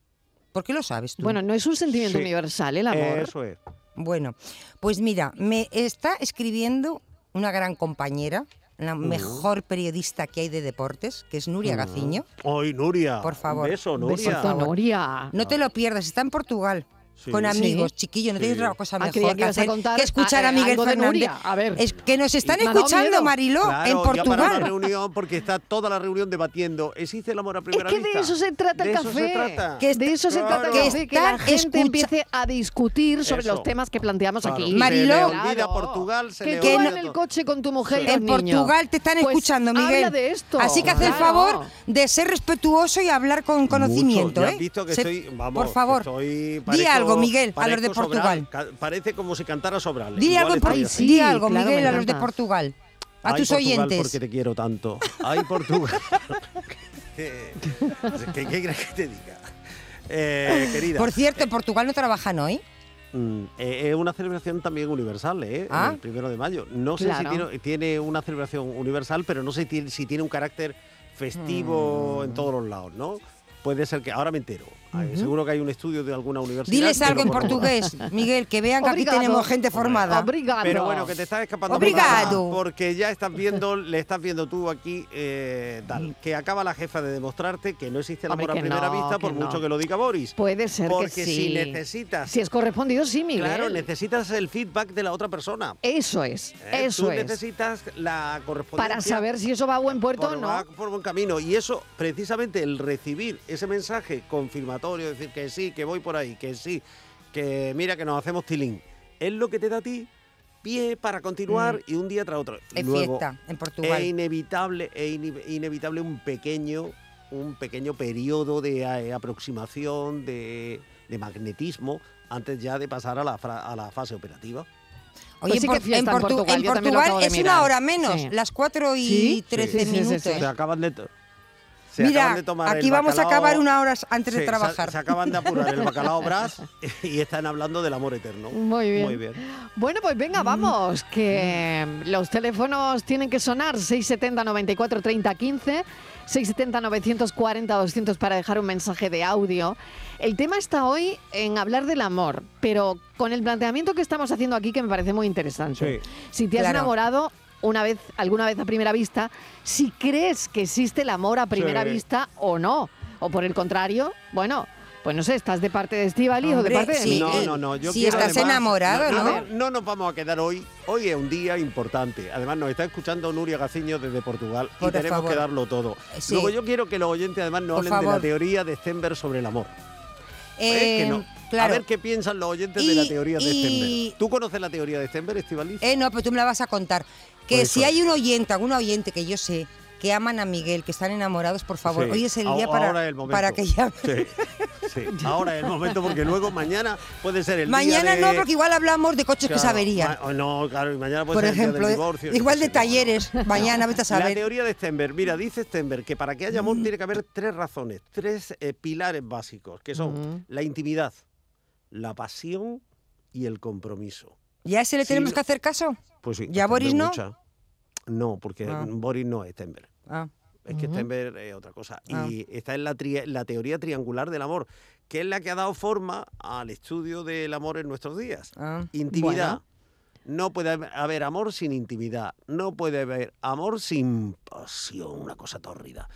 [SPEAKER 7] ¿Por qué lo sabes tú?
[SPEAKER 5] Bueno, no es un sentimiento
[SPEAKER 6] Sí.
[SPEAKER 5] universal ¿eh? el amor.
[SPEAKER 6] eso es.
[SPEAKER 7] Bueno, pues mira, me está escribiendo una gran compañera, la
[SPEAKER 6] Mm.
[SPEAKER 7] mejor periodista que hay de deportes, que es Nuria Gaciño.
[SPEAKER 6] Ay, Nuria.
[SPEAKER 7] Por favor.
[SPEAKER 6] Un beso,
[SPEAKER 5] Beso,
[SPEAKER 6] Nuria.
[SPEAKER 5] Noria.
[SPEAKER 7] No te lo pierdas, está en Portugal.
[SPEAKER 6] Sí.
[SPEAKER 7] Con amigos, chiquillo, no
[SPEAKER 6] Sí.
[SPEAKER 7] tienes otra cosa
[SPEAKER 5] Ah,
[SPEAKER 7] mejor
[SPEAKER 5] creía que
[SPEAKER 7] que
[SPEAKER 5] ibas a
[SPEAKER 7] hacer
[SPEAKER 5] contar,
[SPEAKER 7] que escuchar
[SPEAKER 5] ah,
[SPEAKER 7] a
[SPEAKER 5] eh,
[SPEAKER 7] Miguel
[SPEAKER 5] algo de
[SPEAKER 7] Fernández.
[SPEAKER 5] Nuria, a ver.
[SPEAKER 7] Es que nos están
[SPEAKER 5] Me ha dado miedo.
[SPEAKER 7] escuchando, Mariló,
[SPEAKER 6] Claro,
[SPEAKER 7] en
[SPEAKER 6] ya para la
[SPEAKER 7] Portugal.
[SPEAKER 6] reunión porque está toda la reunión debatiendo. ¿Existe el amor a primera
[SPEAKER 5] es que
[SPEAKER 6] vista?
[SPEAKER 5] de eso se trata el
[SPEAKER 6] De
[SPEAKER 5] café.
[SPEAKER 6] eso se trata.
[SPEAKER 7] Que
[SPEAKER 5] de eso se
[SPEAKER 6] Claro.
[SPEAKER 5] trata el
[SPEAKER 7] que
[SPEAKER 5] café, que la
[SPEAKER 7] están
[SPEAKER 5] gente
[SPEAKER 7] escucha-
[SPEAKER 5] empiece a discutir sobre
[SPEAKER 6] Eso.
[SPEAKER 5] los temas que planteamos
[SPEAKER 6] Claro.
[SPEAKER 5] aquí.
[SPEAKER 6] Se
[SPEAKER 7] Mariló.
[SPEAKER 6] le olvida Portugal, se
[SPEAKER 5] que
[SPEAKER 6] le
[SPEAKER 5] tú
[SPEAKER 6] olvida
[SPEAKER 5] vas en el
[SPEAKER 6] todo.
[SPEAKER 5] coche con tu mujer y los
[SPEAKER 7] En
[SPEAKER 5] niños.
[SPEAKER 7] Portugal te están
[SPEAKER 5] Pues
[SPEAKER 7] escuchando, Miguel.
[SPEAKER 5] Habla de esto.
[SPEAKER 7] Así que haz el
[SPEAKER 5] Claro.
[SPEAKER 7] favor de ser respetuoso y hablar con conocimiento.
[SPEAKER 6] Mucho. Ya
[SPEAKER 7] ¿eh?
[SPEAKER 6] has visto que
[SPEAKER 7] Se-
[SPEAKER 6] estoy, vamos,
[SPEAKER 7] por favor,
[SPEAKER 6] estoy-
[SPEAKER 7] di
[SPEAKER 6] parezco-
[SPEAKER 7] algo, Miguel, a los de
[SPEAKER 6] parezco
[SPEAKER 7] Portugal.
[SPEAKER 6] Sobral. Ca- parece como si cantara Sobral.
[SPEAKER 7] Di
[SPEAKER 6] Igual
[SPEAKER 7] algo, en
[SPEAKER 6] estoy
[SPEAKER 7] Portu-
[SPEAKER 5] Ay,
[SPEAKER 6] así.
[SPEAKER 5] sí,
[SPEAKER 7] di algo,
[SPEAKER 5] claro,
[SPEAKER 7] Miguel,
[SPEAKER 5] me
[SPEAKER 7] a los de
[SPEAKER 5] encanta.
[SPEAKER 7] Portugal. A
[SPEAKER 6] Ay,
[SPEAKER 7] tus
[SPEAKER 6] Portugal,
[SPEAKER 7] oyentes.
[SPEAKER 6] porque te quiero tanto. Ay,
[SPEAKER 7] *laughs*
[SPEAKER 6] Portugal. ¿Qué, qué *laughs* quieres que te diga? Eh, querida,
[SPEAKER 7] Por cierto, en Portugal no trabajan hoy.
[SPEAKER 6] mm, eh, es una celebración también universal, ¿eh?
[SPEAKER 7] Ah.
[SPEAKER 6] El primero de mayo. No sé
[SPEAKER 5] Claro.
[SPEAKER 6] si tiene, tiene una celebración universal, pero no sé ti- si tiene un carácter
[SPEAKER 5] Mm.
[SPEAKER 6] festivo en todos los lados, ¿no? Puede ser que ahora me entero. Ay, Seguro que hay un estudio de alguna universidad.
[SPEAKER 7] Diles
[SPEAKER 6] que
[SPEAKER 7] algo en
[SPEAKER 6] lo corrobora.
[SPEAKER 7] portugués, Miguel, que vean que aquí
[SPEAKER 5] Obrigado.
[SPEAKER 7] tenemos gente formada.
[SPEAKER 5] Obrigado.
[SPEAKER 6] *laughs* Pero bueno, que te estás escapando.
[SPEAKER 7] Obrigado.
[SPEAKER 6] por la- Porque ya estás viendo, le estás viendo tú aquí eh, tal. Que acaba la jefa de demostrarte que no existe el
[SPEAKER 5] Hombre,
[SPEAKER 6] amor a
[SPEAKER 5] que
[SPEAKER 6] primera
[SPEAKER 5] no,
[SPEAKER 6] vista,
[SPEAKER 5] que
[SPEAKER 6] por
[SPEAKER 5] no.
[SPEAKER 6] mucho que lo diga Boris.
[SPEAKER 5] Puede ser que
[SPEAKER 6] Porque
[SPEAKER 5] sí.
[SPEAKER 6] si necesitas.
[SPEAKER 5] Si es correspondido, sí, Miguel.
[SPEAKER 6] Claro, necesitas el feedback de la otra persona.
[SPEAKER 5] Eso es,
[SPEAKER 6] ¿eh?
[SPEAKER 5] eso
[SPEAKER 6] Tú
[SPEAKER 5] es.
[SPEAKER 6] necesitas la correspondencia.
[SPEAKER 5] Para saber si eso va a buen puerto o
[SPEAKER 6] por,
[SPEAKER 5] no.
[SPEAKER 6] va por buen camino. Y eso, precisamente, el recibir ese mensaje confirmatorio, decir que sí, que voy por ahí, que sí, que mira que nos hacemos tilín, es lo que te da a ti pie para continuar
[SPEAKER 5] Mm.
[SPEAKER 6] y un día tras otro.
[SPEAKER 7] Es
[SPEAKER 6] Luego,
[SPEAKER 7] fiesta en Portugal.
[SPEAKER 6] es inevitable, es ine- inevitable un pequeño, un pequeño periodo de eh, aproximación, de, de magnetismo antes ya de pasar a la, fra- a la fase operativa.
[SPEAKER 7] Oye,
[SPEAKER 5] Pues sí
[SPEAKER 7] en,
[SPEAKER 5] que
[SPEAKER 7] Por-
[SPEAKER 5] fiesta
[SPEAKER 7] en
[SPEAKER 5] en
[SPEAKER 7] Portu-
[SPEAKER 5] Portugal,
[SPEAKER 7] en
[SPEAKER 5] yo también lo
[SPEAKER 7] Portugal
[SPEAKER 5] acabo de
[SPEAKER 7] es
[SPEAKER 5] mirar.
[SPEAKER 7] una hora menos,
[SPEAKER 5] Sí.
[SPEAKER 7] las 4 y
[SPEAKER 5] Sí,
[SPEAKER 7] 13
[SPEAKER 5] sí, sí, sí,
[SPEAKER 7] minutos.
[SPEAKER 5] sí.
[SPEAKER 6] Se acaban de... to- se acaban
[SPEAKER 7] Mira,
[SPEAKER 6] de tomar
[SPEAKER 7] aquí
[SPEAKER 6] el
[SPEAKER 7] vamos a
[SPEAKER 6] bacalao-
[SPEAKER 7] acabar una hora antes
[SPEAKER 6] Sí,
[SPEAKER 7] de
[SPEAKER 6] se-
[SPEAKER 7] trabajar.
[SPEAKER 6] Se, acaban de
[SPEAKER 7] *laughs*
[SPEAKER 6] apurar el bacalao Brás y están hablando del amor eterno.
[SPEAKER 5] Muy bien.
[SPEAKER 6] Muy bien.
[SPEAKER 5] Bueno, pues
[SPEAKER 7] Mm.
[SPEAKER 5] venga, vamos, que los teléfonos tienen que sonar 670 94 30 15, 670 940 200 para dejar un mensaje de audio. El tema está hoy en hablar del amor, pero con el planteamiento que estamos haciendo aquí que me parece muy interesante.
[SPEAKER 6] Sí.
[SPEAKER 5] Si te has
[SPEAKER 7] Claro.
[SPEAKER 5] enamorado una vez alguna vez a primera vista, si crees que existe el amor a primera
[SPEAKER 6] Sí.
[SPEAKER 5] vista o no, o por el contrario, bueno, pues no sé, estás de parte de Estivali o de
[SPEAKER 7] Hombre,
[SPEAKER 5] parte de
[SPEAKER 7] sí.
[SPEAKER 5] mí.
[SPEAKER 6] No, no, no. Yo
[SPEAKER 7] Si
[SPEAKER 6] quiero
[SPEAKER 7] estás enamorado,
[SPEAKER 6] a
[SPEAKER 7] ¿no?
[SPEAKER 6] ver, no nos vamos a quedar hoy. Hoy es un día importante. Además, nos está escuchando Nuria Gaciño desde Portugal y
[SPEAKER 7] Por
[SPEAKER 6] tenemos
[SPEAKER 7] favor.
[SPEAKER 6] que darlo todo.
[SPEAKER 7] Sí.
[SPEAKER 6] Luego, yo quiero que los oyentes, además, nos
[SPEAKER 7] Por
[SPEAKER 6] hablen de la
[SPEAKER 7] favor.
[SPEAKER 6] teoría de Stenberg sobre el amor.
[SPEAKER 7] Eh,
[SPEAKER 6] ¿Eh? Que no.
[SPEAKER 7] Claro.
[SPEAKER 6] A ver qué piensan los oyentes de
[SPEAKER 7] Y-
[SPEAKER 6] la teoría de
[SPEAKER 7] y-
[SPEAKER 6] Stenberg. ¿Tú conoces la teoría de Stenberg, Estivaliz?
[SPEAKER 7] Eh, no, pero tú me la vas a contar. Que
[SPEAKER 6] Pues
[SPEAKER 7] si
[SPEAKER 6] eso.
[SPEAKER 7] hay un oyente, algún oyente que yo sé, que aman a Miguel, que están enamorados, por favor,
[SPEAKER 6] Sí.
[SPEAKER 7] hoy es el
[SPEAKER 6] Ah-
[SPEAKER 7] día
[SPEAKER 6] ahora
[SPEAKER 7] para,
[SPEAKER 6] es el momento.
[SPEAKER 7] para que llamen.
[SPEAKER 6] Sí,
[SPEAKER 7] *laughs*
[SPEAKER 6] sí. Ahora es el momento porque luego mañana puede ser el día
[SPEAKER 7] Mañana
[SPEAKER 6] de-
[SPEAKER 7] no, porque igual hablamos de coches
[SPEAKER 6] Claro,
[SPEAKER 7] que se averían.
[SPEAKER 6] ma- No, claro, y mañana puede
[SPEAKER 7] por
[SPEAKER 6] ser el día del
[SPEAKER 7] ejemplo,
[SPEAKER 6] divorcio, yo
[SPEAKER 7] igual
[SPEAKER 6] qué
[SPEAKER 7] de
[SPEAKER 6] sé, *laughs* no, no.
[SPEAKER 7] talleres. Mañana vete a
[SPEAKER 6] La
[SPEAKER 7] saber. Mm.
[SPEAKER 6] teoría de Stenberg. Mira, dice Stenberg que para que haya amor tiene que haber tres razones, tres eh, pilares básicos, que son
[SPEAKER 7] Mm.
[SPEAKER 6] la intimidad, la pasión y el compromiso.
[SPEAKER 7] ¿Ya se le
[SPEAKER 6] Sí,
[SPEAKER 7] tenemos
[SPEAKER 6] no.
[SPEAKER 7] que hacer caso?
[SPEAKER 6] Pues sí,
[SPEAKER 7] ¿Ya
[SPEAKER 6] Stenberg
[SPEAKER 7] Boris no?
[SPEAKER 6] mucha. No, porque
[SPEAKER 7] Ah.
[SPEAKER 6] Boris no es Stenberg.
[SPEAKER 7] Ah,
[SPEAKER 6] Es que Stenberg es eh, otra cosa.
[SPEAKER 7] Ah.
[SPEAKER 6] Y esta es la, tri- la teoría triangular del amor, que es la que ha dado forma al estudio del amor en nuestros días.
[SPEAKER 7] ah.
[SPEAKER 6] Intimidad. No puede haber- haber amor sin intimidad. No puede haber amor sin pasión, una cosa tórrida.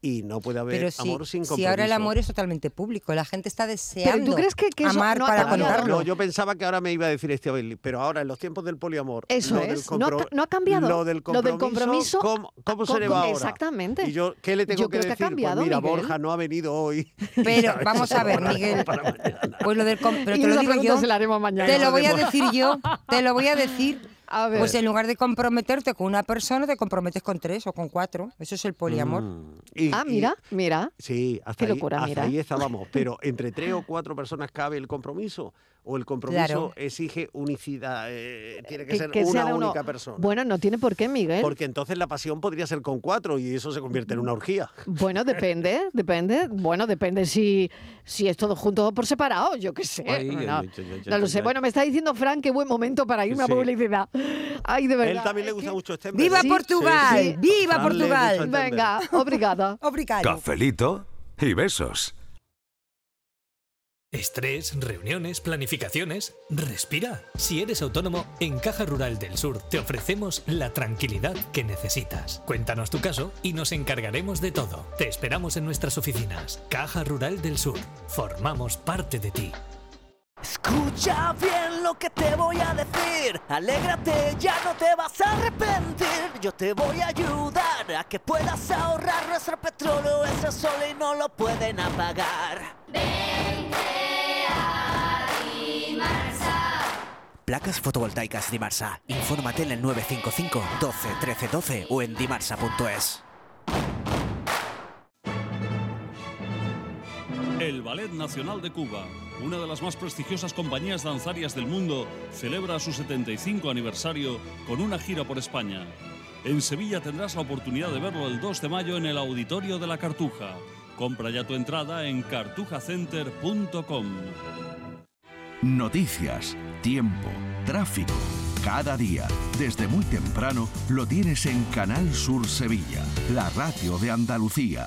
[SPEAKER 6] Y no puede haber
[SPEAKER 7] Pero si,
[SPEAKER 6] amor sin compromiso.
[SPEAKER 7] si ahora el amor es totalmente público, la gente está deseando
[SPEAKER 5] Pero ¿tú crees que- que eso
[SPEAKER 7] amar
[SPEAKER 5] no ha
[SPEAKER 7] para
[SPEAKER 6] Ah, no,
[SPEAKER 5] cambiado?
[SPEAKER 7] contarlo.
[SPEAKER 6] no, yo pensaba que ahora me iba a decir este pero ahora en los tiempos del poliamor.
[SPEAKER 5] Eso
[SPEAKER 6] lo del
[SPEAKER 5] es, no ha
[SPEAKER 6] compro-
[SPEAKER 5] ca- no ha cambiado.
[SPEAKER 6] Lo del
[SPEAKER 5] Lo
[SPEAKER 6] compromiso.
[SPEAKER 5] del compromiso,
[SPEAKER 6] ¿Cómo, cómo se
[SPEAKER 5] ¿cómo-
[SPEAKER 6] le va ahora?
[SPEAKER 5] exactamente?
[SPEAKER 6] ¿Y yo qué le tengo
[SPEAKER 5] Yo
[SPEAKER 6] que
[SPEAKER 5] creo que ha
[SPEAKER 6] decir? Pues
[SPEAKER 5] cambiado,
[SPEAKER 6] mira,
[SPEAKER 5] Miguel.
[SPEAKER 6] Borja no ha venido
[SPEAKER 5] *laughs*
[SPEAKER 6] hoy. *laughs*
[SPEAKER 7] Pero
[SPEAKER 6] ¿Sabes?
[SPEAKER 7] vamos a ver,
[SPEAKER 6] Para-
[SPEAKER 7] Miguel.
[SPEAKER 6] para mañana.
[SPEAKER 7] Pues lo del com-
[SPEAKER 5] *laughs*
[SPEAKER 7] pero
[SPEAKER 5] Y
[SPEAKER 7] te lo
[SPEAKER 5] esa
[SPEAKER 7] digo
[SPEAKER 5] pregunta
[SPEAKER 7] yo.
[SPEAKER 5] se la haremos mañana.
[SPEAKER 7] Te lo voy a
[SPEAKER 6] Haremos.
[SPEAKER 7] decir yo. Te lo voy a decir.
[SPEAKER 5] *laughs* A ver.
[SPEAKER 7] Pues en lugar de comprometerte con una persona, te comprometes con tres o con cuatro. Eso es el poliamor.
[SPEAKER 6] Y-
[SPEAKER 5] Ah,
[SPEAKER 6] y-
[SPEAKER 5] mira, mira.
[SPEAKER 6] Sí, hasta,
[SPEAKER 5] Qué
[SPEAKER 6] ahí,
[SPEAKER 5] locura,
[SPEAKER 6] hasta
[SPEAKER 5] mira.
[SPEAKER 6] ahí estábamos. Pero entre tres o cuatro personas cabe el compromiso. O el compromiso
[SPEAKER 7] Claro.
[SPEAKER 6] exige unicidad. eh, tiene que,
[SPEAKER 5] Que-
[SPEAKER 6] ser
[SPEAKER 5] que sea
[SPEAKER 6] una
[SPEAKER 5] de uno-
[SPEAKER 6] única persona.
[SPEAKER 5] Bueno, no tiene por qué, Miguel.
[SPEAKER 6] Porque entonces la pasión podría ser con cuatro y eso se convierte en una orgía.
[SPEAKER 5] Bueno,
[SPEAKER 6] *laughs*
[SPEAKER 5] depende, depende. Bueno, depende si, si es todo junto o por separado, yo qué sé.
[SPEAKER 6] Ay,
[SPEAKER 5] no,
[SPEAKER 6] ay,
[SPEAKER 5] no.
[SPEAKER 6] ay, ay,
[SPEAKER 5] No lo
[SPEAKER 6] ay,
[SPEAKER 5] sé.
[SPEAKER 6] ay.
[SPEAKER 5] Bueno, me está diciendo Frank que buen momento para irme
[SPEAKER 6] Sí.
[SPEAKER 5] a publicidad. Ay, de verdad.
[SPEAKER 6] Él también le
[SPEAKER 5] es
[SPEAKER 6] gusta
[SPEAKER 5] que-
[SPEAKER 6] mucho este
[SPEAKER 7] ¡Viva
[SPEAKER 5] Sí,
[SPEAKER 7] Portugal!
[SPEAKER 5] sí.
[SPEAKER 7] ¡Viva
[SPEAKER 6] Dale,
[SPEAKER 7] Portugal!
[SPEAKER 6] muchachos. Entender.
[SPEAKER 5] Venga,
[SPEAKER 7] *laughs*
[SPEAKER 5] obrigada.
[SPEAKER 7] Obrigado.
[SPEAKER 1] Cafelito y besos.
[SPEAKER 2] Estrés, reuniones, planificaciones. Respira. Si eres autónomo, en Caja Rural del Sur te ofrecemos la tranquilidad que necesitas. Cuéntanos tu caso y nos encargaremos de todo. Te esperamos en nuestras oficinas. Caja Rural del Sur. Formamos parte de ti.
[SPEAKER 8] Escucha bien lo que te voy a decir. Alégrate, ya no te vas a arrepentir. Yo te voy a ayudar a que puedas ahorrar nuestro petróleo. Es el sol y no lo pueden apagar. Placas fotovoltaicas Dimarsa. Infórmate en el 955 12 13 12 o en dimarsa.es.
[SPEAKER 4] El Ballet Nacional de Cuba, una de las más prestigiosas compañías danzarias del mundo, celebra su 75 aniversario con una gira por España. En Sevilla tendrás la oportunidad de verlo el 2 de mayo en el Auditorio de la Cartuja. Compra ya tu entrada en cartujacenter.com.
[SPEAKER 9] Noticias, tiempo, tráfico. Cada día, desde muy temprano, lo tienes en Canal Sur Sevilla, la radio de Andalucía.